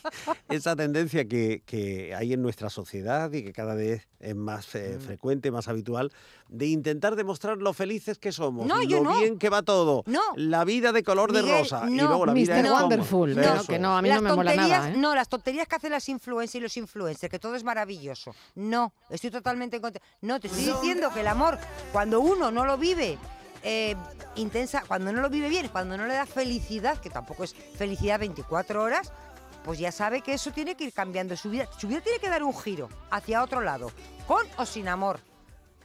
[SPEAKER 6] esa tendencia que, que hay en nuestra sociedad y que cada vez es más eh,
[SPEAKER 7] Mm.
[SPEAKER 6] frecuente, más habitual, de intentar demostrar lo felices que somos,
[SPEAKER 7] No,
[SPEAKER 6] lo
[SPEAKER 7] yo no.
[SPEAKER 6] bien que va todo,
[SPEAKER 7] No.
[SPEAKER 6] la vida de color de
[SPEAKER 7] Miguel,
[SPEAKER 6] rosa y
[SPEAKER 7] no.
[SPEAKER 6] luego la vida
[SPEAKER 5] Mr.
[SPEAKER 6] es como-
[SPEAKER 5] Wonderful, no,
[SPEAKER 6] Eso
[SPEAKER 5] que
[SPEAKER 6] es.
[SPEAKER 5] no, a mí
[SPEAKER 7] las
[SPEAKER 5] no me mola
[SPEAKER 7] tonterías,
[SPEAKER 5] nada. ¿eh?
[SPEAKER 7] no, las tonterías que hacen las influencers y los influencers, que todo es maravilloso. No, estoy totalmente en contra. No, te estoy diciendo que el amor, cuando uno no lo vive eh, intensa, cuando no lo vive bien, cuando no le da felicidad, que tampoco es felicidad 24 horas, pues ya sabe que eso tiene que ir cambiando su vida. Su vida tiene que dar un giro hacia otro lado, con o sin amor.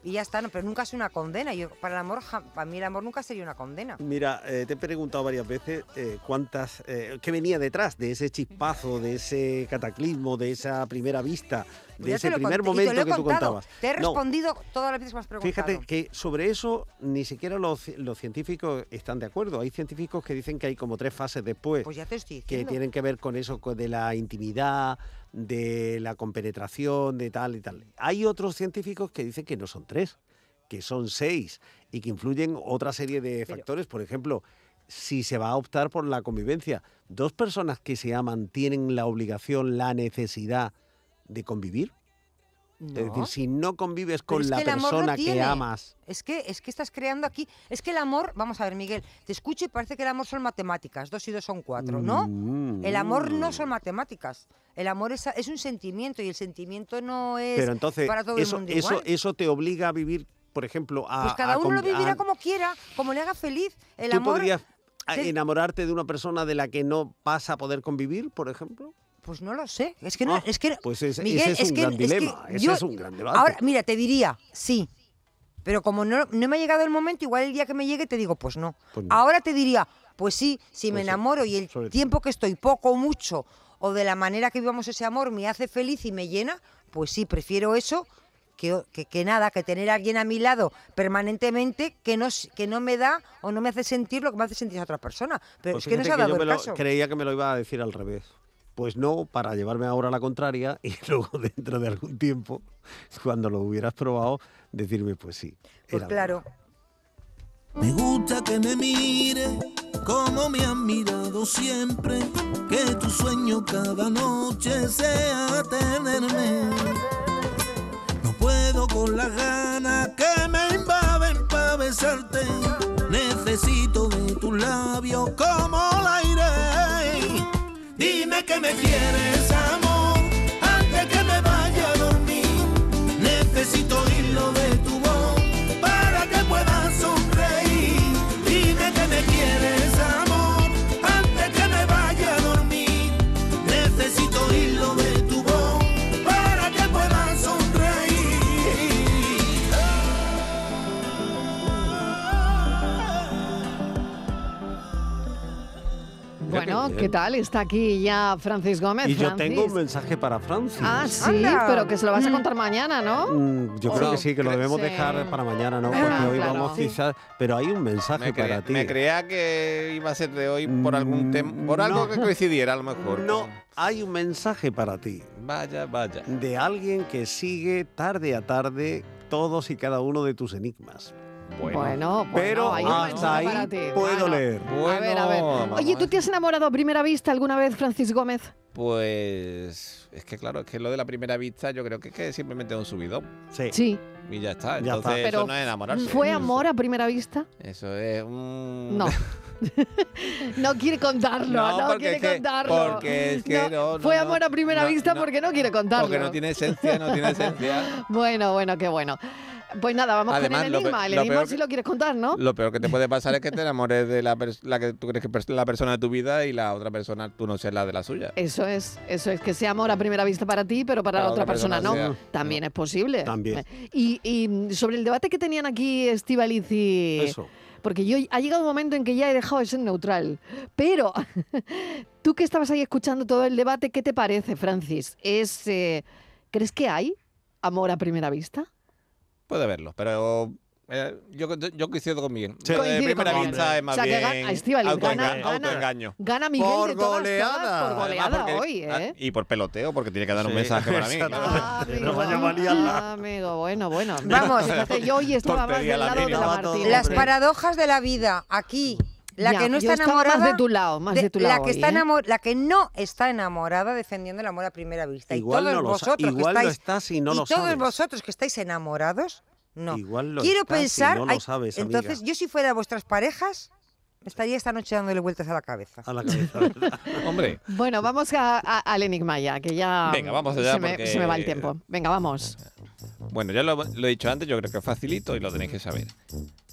[SPEAKER 7] Y ya está, no, pero nunca es una condena. Yo, para el amor, ja- para mí el amor nunca sería una condena.
[SPEAKER 6] Mira, eh, te he preguntado varias veces eh, cuántas, eh, qué venía detrás de ese chispazo, de ese cataclismo, de esa primera vista, de
[SPEAKER 7] Pues ya
[SPEAKER 6] ese
[SPEAKER 7] te lo conté-
[SPEAKER 6] primer
[SPEAKER 7] y te
[SPEAKER 6] momento
[SPEAKER 7] lo he
[SPEAKER 6] que tú
[SPEAKER 7] contado.
[SPEAKER 6] contabas.
[SPEAKER 7] Te he
[SPEAKER 6] No,
[SPEAKER 7] respondido todas las veces que me has preguntado.
[SPEAKER 6] Fíjate que sobre eso ni siquiera los, ci- los científicos están de acuerdo. Hay científicos que dicen que hay como tres fases después.
[SPEAKER 7] Pues ya te estoy
[SPEAKER 6] Que
[SPEAKER 7] diciendo.
[SPEAKER 6] tienen que ver con eso co- de la intimidad, de la compenetración, de tal y tal. Hay otros científicos que dicen que no son tres, que son seis y que influyen otra serie de factores. Por ejemplo, si se va a optar por la convivencia, dos personas que se aman tienen la obligación, la necesidad de convivir. Es decir, si no convives con
[SPEAKER 7] Pero
[SPEAKER 6] la
[SPEAKER 7] es que el amor lo
[SPEAKER 6] persona que
[SPEAKER 7] tiene.
[SPEAKER 6] amas.
[SPEAKER 7] Es que, es que estás creando aquí. Es que el amor, vamos a ver, Miguel, te escucho y parece que el amor son matemáticas. Dos y dos son cuatro, ¿no?
[SPEAKER 6] Mm.
[SPEAKER 7] El amor no son matemáticas. El amor es, es un sentimiento y el sentimiento no es
[SPEAKER 6] Pero entonces,
[SPEAKER 7] para todo
[SPEAKER 6] eso,
[SPEAKER 7] el mundo
[SPEAKER 6] eso,
[SPEAKER 7] igual.
[SPEAKER 6] eso te obliga a vivir, por ejemplo, a.
[SPEAKER 7] pues
[SPEAKER 6] a
[SPEAKER 7] cada uno lo
[SPEAKER 6] con- a-
[SPEAKER 7] vivirá como quiera, como le haga feliz. El
[SPEAKER 6] ¿Tú
[SPEAKER 7] amor.
[SPEAKER 6] podrías a,
[SPEAKER 7] te-
[SPEAKER 6] enamorarte de una persona de la que no vas a poder convivir, por ejemplo?
[SPEAKER 7] Pues no lo sé. Es que no.
[SPEAKER 6] Ah,
[SPEAKER 7] es que,
[SPEAKER 6] pues es-
[SPEAKER 7] Miguel,
[SPEAKER 6] ese es un
[SPEAKER 7] que-
[SPEAKER 6] gran
[SPEAKER 7] que
[SPEAKER 6] dilema, ese es un gran debate.
[SPEAKER 7] Ahora, mira, te diría, sí. Pero como no, no me ha llegado el momento, igual el día que me llegue te digo, pues no.
[SPEAKER 6] Pues no.
[SPEAKER 7] Ahora te diría, pues sí, si me
[SPEAKER 6] Pues sí,
[SPEAKER 7] enamoro y el
[SPEAKER 6] sobre todo.
[SPEAKER 7] tiempo que estoy, poco o mucho, o de la manera que vivamos ese amor, me hace feliz y me llena, pues sí, prefiero eso que, que- que nada, que tener a alguien a mi lado permanentemente que no, s- que no me da o no me hace sentir lo que me hace sentir a otra persona. Pero
[SPEAKER 6] Pues
[SPEAKER 7] es que no
[SPEAKER 6] fíjate
[SPEAKER 7] se ha
[SPEAKER 6] yo
[SPEAKER 7] dado
[SPEAKER 6] me
[SPEAKER 7] el
[SPEAKER 6] lo-
[SPEAKER 7] caso.
[SPEAKER 6] Creía que me lo iba a decir al revés. Pues no, para llevarme ahora la contraria *laughs* y luego dentro de algún tiempo, cuando lo hubieras probado, decirme, pues sí.
[SPEAKER 7] Pues
[SPEAKER 6] era
[SPEAKER 7] claro.
[SPEAKER 15] Me gusta que me mire como me han mirado siempre, que tu sueño cada noche sea tenerme. No puedo con las ganas que me invaden para besarte. Necesito de tus labios como el aire. Dime que me quieres, amor, antes que me vaya a dormir. Necesito hilo de tu voz para que pueda sonreír. Dime que me quieres, amor, antes que me vaya a dormir. Necesito hilo de tu voz para que pueda sonreír.
[SPEAKER 5] *laughs* Bueno,
[SPEAKER 6] bien.
[SPEAKER 5] ¿qué tal? Está aquí ya Francis Gómez.
[SPEAKER 6] Y yo
[SPEAKER 5] Francis.
[SPEAKER 6] tengo un mensaje para Francis.
[SPEAKER 5] Ah, sí, pero que se lo vas a contar mañana, ¿no?
[SPEAKER 6] Mm, Yo
[SPEAKER 5] Sí.
[SPEAKER 6] creo que sí, que lo debemos
[SPEAKER 5] Sí.
[SPEAKER 6] dejar para mañana, ¿no?
[SPEAKER 5] Ah,
[SPEAKER 6] Porque hoy
[SPEAKER 5] claro.
[SPEAKER 6] vamos quizás. Pero hay un mensaje
[SPEAKER 8] Me, crea-
[SPEAKER 6] para ti. Mm,
[SPEAKER 8] me creía que iba a ser de hoy por algún tema, por algo
[SPEAKER 6] no.
[SPEAKER 8] que coincidiera a lo mejor.
[SPEAKER 6] No, *laughs* hay un mensaje para ti.
[SPEAKER 8] Vaya, vaya.
[SPEAKER 6] De alguien que sigue tarde a tarde todos y cada uno de tus enigmas.
[SPEAKER 5] Bueno, bueno,
[SPEAKER 6] pero
[SPEAKER 5] hay un mensaje
[SPEAKER 6] hasta ahí
[SPEAKER 5] para ti.
[SPEAKER 6] puedo
[SPEAKER 5] Bueno,
[SPEAKER 6] leer.
[SPEAKER 5] a ver, a ver. Oye, ¿tú te has enamorado a primera vista alguna vez, Francis Gómez?
[SPEAKER 8] Pues es que claro, es que lo de la primera vista yo creo que es que simplemente es un subidón.
[SPEAKER 6] Sí.
[SPEAKER 5] Sí.
[SPEAKER 8] Y ya está.
[SPEAKER 5] Ya
[SPEAKER 8] Entonces
[SPEAKER 5] está.
[SPEAKER 8] eso
[SPEAKER 5] Pero
[SPEAKER 8] no es enamorarse. Mm.
[SPEAKER 5] ¿Fue amor a primera vista?
[SPEAKER 8] Eso es un...
[SPEAKER 5] No. *laughs* no quiere contarlo,
[SPEAKER 8] No,
[SPEAKER 5] no,
[SPEAKER 8] porque
[SPEAKER 5] quiere
[SPEAKER 8] es que-
[SPEAKER 5] contarlo.
[SPEAKER 8] porque es que no, no,
[SPEAKER 5] fue
[SPEAKER 8] no,
[SPEAKER 5] amor a primera
[SPEAKER 8] no,
[SPEAKER 5] vista
[SPEAKER 8] no.
[SPEAKER 5] porque no quiere contarlo.
[SPEAKER 8] Porque no tiene esencia, no tiene esencia.
[SPEAKER 5] Bueno, bueno, qué bueno. Pues nada, vamos
[SPEAKER 8] Además,
[SPEAKER 5] con el
[SPEAKER 8] lo pe-
[SPEAKER 5] enigma. El
[SPEAKER 8] lo
[SPEAKER 5] enigma
[SPEAKER 8] peor
[SPEAKER 5] si
[SPEAKER 8] que-
[SPEAKER 5] lo quieres contar, ¿no?
[SPEAKER 8] Lo peor que te puede pasar es que te enamores de la, pers- la que tú crees que es la persona de tu vida y la otra persona tú no seas la de la suya.
[SPEAKER 5] Eso es, eso es, que sea amor a primera vista para ti, pero para, la otra persona, no.
[SPEAKER 8] sea.
[SPEAKER 5] También es posible.
[SPEAKER 8] También.
[SPEAKER 5] Y, y sobre el debate que tenían aquí Estivaliz y...
[SPEAKER 6] Eso.
[SPEAKER 5] Porque yo ha llegado un momento en que ya he dejado de ser neutral. Pero *laughs* tú que estabas ahí escuchando todo el debate, ¿qué te parece, Francis? ¿Es, eh, ¿Crees que hay amor a primera vista?
[SPEAKER 8] Puede verlo, pero eh, yo, yo coincido con Miguel. Lo de
[SPEAKER 5] Coincide
[SPEAKER 8] primera
[SPEAKER 5] con Miguel.
[SPEAKER 8] vista es más
[SPEAKER 5] O sea, que
[SPEAKER 8] bien
[SPEAKER 5] gana- Estíbaliz,
[SPEAKER 8] autoenga-
[SPEAKER 5] gana- gana-
[SPEAKER 8] autoengaño.
[SPEAKER 5] Gana Miguel
[SPEAKER 8] Por
[SPEAKER 5] de todas, todas,
[SPEAKER 8] goleada.
[SPEAKER 5] por
[SPEAKER 8] Además,
[SPEAKER 5] goleada
[SPEAKER 8] porque-
[SPEAKER 5] hoy, ¿eh?
[SPEAKER 8] Y por peloteo, porque tiene que dar un mensaje para mí.
[SPEAKER 5] Amigo, bueno, bueno.
[SPEAKER 7] Vamos.
[SPEAKER 5] Fíjate, yo hoy estaba más
[SPEAKER 8] Tontería
[SPEAKER 5] del
[SPEAKER 8] la
[SPEAKER 5] lado de la
[SPEAKER 8] mínima. Estaba todo
[SPEAKER 5] Martina.
[SPEAKER 7] Las paradojas de la vida, aquí. La
[SPEAKER 5] Ya,
[SPEAKER 7] que no
[SPEAKER 5] yo
[SPEAKER 7] está
[SPEAKER 5] estaba más
[SPEAKER 7] enamorada.
[SPEAKER 5] de tu lado, más de tu
[SPEAKER 7] la
[SPEAKER 5] lado
[SPEAKER 7] Que
[SPEAKER 5] hoy,
[SPEAKER 7] está
[SPEAKER 5] ¿eh?
[SPEAKER 7] enamo- la que no está enamorada defendiendo el amor a primera vista. y
[SPEAKER 6] Igual
[SPEAKER 7] todos
[SPEAKER 6] no lo sa-
[SPEAKER 7] vosotros que
[SPEAKER 6] igual lo
[SPEAKER 7] estáis.
[SPEAKER 6] estás y no
[SPEAKER 7] y
[SPEAKER 6] lo
[SPEAKER 7] todos
[SPEAKER 6] sabes.
[SPEAKER 7] vosotros que estáis enamorados, no.
[SPEAKER 6] Igual lo
[SPEAKER 7] Quiero
[SPEAKER 6] estás y
[SPEAKER 7] pensar.
[SPEAKER 6] no lo
[SPEAKER 7] ay,
[SPEAKER 6] sabes, amiga.
[SPEAKER 7] entonces, yo si fuera vuestras parejas, estaría esta noche dándole vueltas a la cabeza.
[SPEAKER 6] A la
[SPEAKER 5] *laughs*
[SPEAKER 6] cabeza.
[SPEAKER 8] Hombre.
[SPEAKER 5] Bueno, vamos a- a- al enigma ya, que ya
[SPEAKER 8] Venga, vamos allá,
[SPEAKER 5] se, me,
[SPEAKER 8] porque- eh,
[SPEAKER 5] se me va el tiempo. Venga, vamos.
[SPEAKER 8] Bueno, ya lo, lo he dicho antes, yo creo que es facilito y lo tenéis que saber.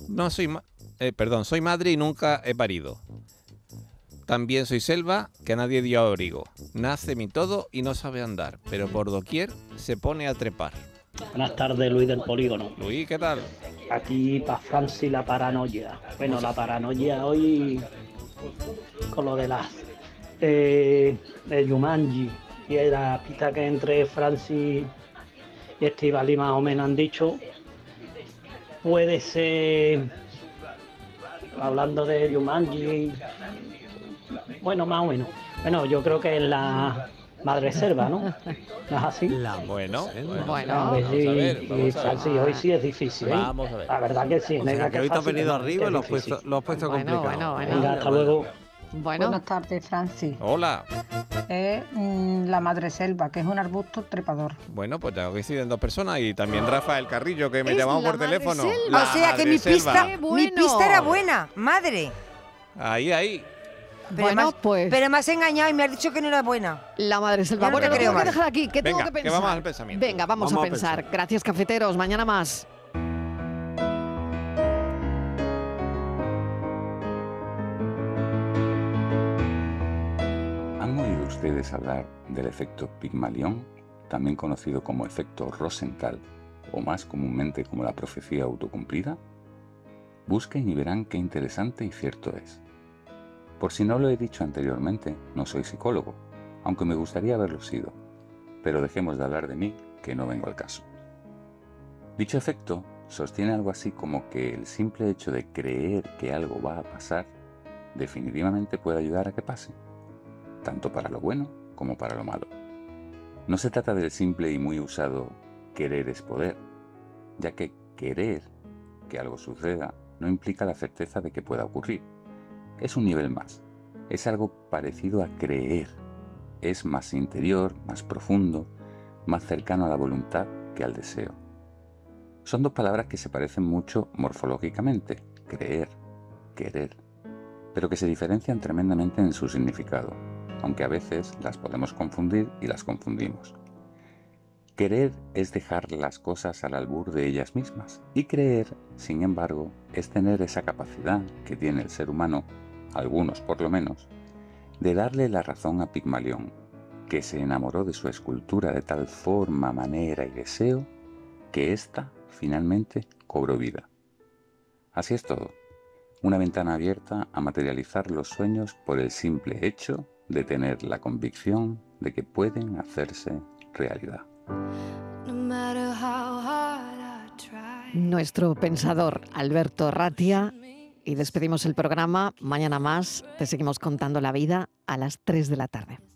[SPEAKER 8] No soy ma- eh, perdón, soy madre y nunca he parido. También soy selva, que a nadie dio abrigo. Nace mi todo y no sabe andar, pero por doquier se pone a trepar.
[SPEAKER 16] Buenas tardes, Luis del Polígono.
[SPEAKER 8] Luis, ¿qué tal?
[SPEAKER 16] Aquí para Francis la paranoia. Bueno, la paranoia hoy con lo de las eh, de Jumanji y de la pista que entre Francis y Estivali más o menos han dicho. Puede ser hablando de Jumanji. Bueno, más o menos. Bueno, yo creo que es la madre selva, ¿no? ¿No es así?
[SPEAKER 8] Bueno, bueno,
[SPEAKER 16] A ver,
[SPEAKER 8] vamos a ver,
[SPEAKER 16] sí,
[SPEAKER 8] vamos a ver.
[SPEAKER 16] sí, hoy sí es difícil. ¿eh?
[SPEAKER 8] Vamos a ver.
[SPEAKER 16] La verdad que sí.
[SPEAKER 6] O
[SPEAKER 16] no hay
[SPEAKER 6] sea,
[SPEAKER 16] nada
[SPEAKER 6] que hoy te has
[SPEAKER 16] fácil,
[SPEAKER 6] venido
[SPEAKER 16] no,
[SPEAKER 6] arriba
[SPEAKER 16] que
[SPEAKER 6] y lo has
[SPEAKER 16] difícil.
[SPEAKER 6] puesto, lo has puesto complicado.
[SPEAKER 16] Venga, hasta luego.
[SPEAKER 5] Bueno.
[SPEAKER 22] Buenas tardes, Francis.
[SPEAKER 8] Hola.
[SPEAKER 22] Es mm, la madre selva, que es un arbusto trepador.
[SPEAKER 8] Bueno, pues tengo que decir en dos personas y también Rafael Carrillo, que me
[SPEAKER 22] Es
[SPEAKER 8] llamó
[SPEAKER 22] la
[SPEAKER 8] por
[SPEAKER 22] madre
[SPEAKER 8] teléfono.
[SPEAKER 22] selva.
[SPEAKER 8] La
[SPEAKER 22] O sea
[SPEAKER 7] que
[SPEAKER 8] madre
[SPEAKER 7] mi
[SPEAKER 8] selva.
[SPEAKER 7] pista, mi pista era buena, madre.
[SPEAKER 8] Ahí, ahí.
[SPEAKER 7] Pero
[SPEAKER 5] Bueno,
[SPEAKER 7] más,
[SPEAKER 5] pues.
[SPEAKER 7] Pero me has engañado y me has dicho que no era buena.
[SPEAKER 5] La madre selva. Bueno, lo tengo que dejar aquí. ¿Qué tengo
[SPEAKER 7] Venga,
[SPEAKER 5] que
[SPEAKER 7] que
[SPEAKER 5] pensar?
[SPEAKER 7] vamos al pensamiento.
[SPEAKER 5] Venga, vamos,
[SPEAKER 7] Vamos
[SPEAKER 5] a
[SPEAKER 7] a
[SPEAKER 5] pensar. Gracias, cafeteros. Mañana más.
[SPEAKER 10] ¿Han oído ustedes hablar del efecto Pigmalión, también conocido como efecto Rosenthal o más comúnmente como la profecía autocumplida? Busquen y verán qué interesante y cierto es. Por si no lo he dicho anteriormente, no soy psicólogo, aunque me gustaría haberlo sido, pero dejemos de hablar de mí, que no vengo al caso. Dicho efecto sostiene algo así como que el simple hecho de creer que algo va a pasar definitivamente puede ayudar a que pase tanto para lo bueno como para lo malo. No se trata del simple y muy usado querer es poder, ya que querer que algo suceda no implica la certeza de que pueda ocurrir. Es un nivel más, es algo parecido a creer, es más interior, más profundo, más cercano a la voluntad que al deseo. Son dos palabras que se parecen mucho morfológicamente, creer, querer pero que se diferencian tremendamente en su significado, aunque a veces las podemos confundir y las confundimos. Querer es dejar las cosas al albur de ellas mismas y creer, sin embargo, es tener esa capacidad que tiene el ser humano, algunos por lo menos, de darle la razón a Pigmalión, que se enamoró de su escultura de tal forma, manera y deseo que ésta finalmente cobró vida. Así es todo una ventana abierta a materializar los sueños por el simple hecho de tener la convicción de que pueden hacerse realidad.
[SPEAKER 18] No matter how hard I try.
[SPEAKER 5] Nuestro pensador, Alberto Ratia. Y despedimos el programa. Mañana más te seguimos contando la vida a las 3 de la tarde.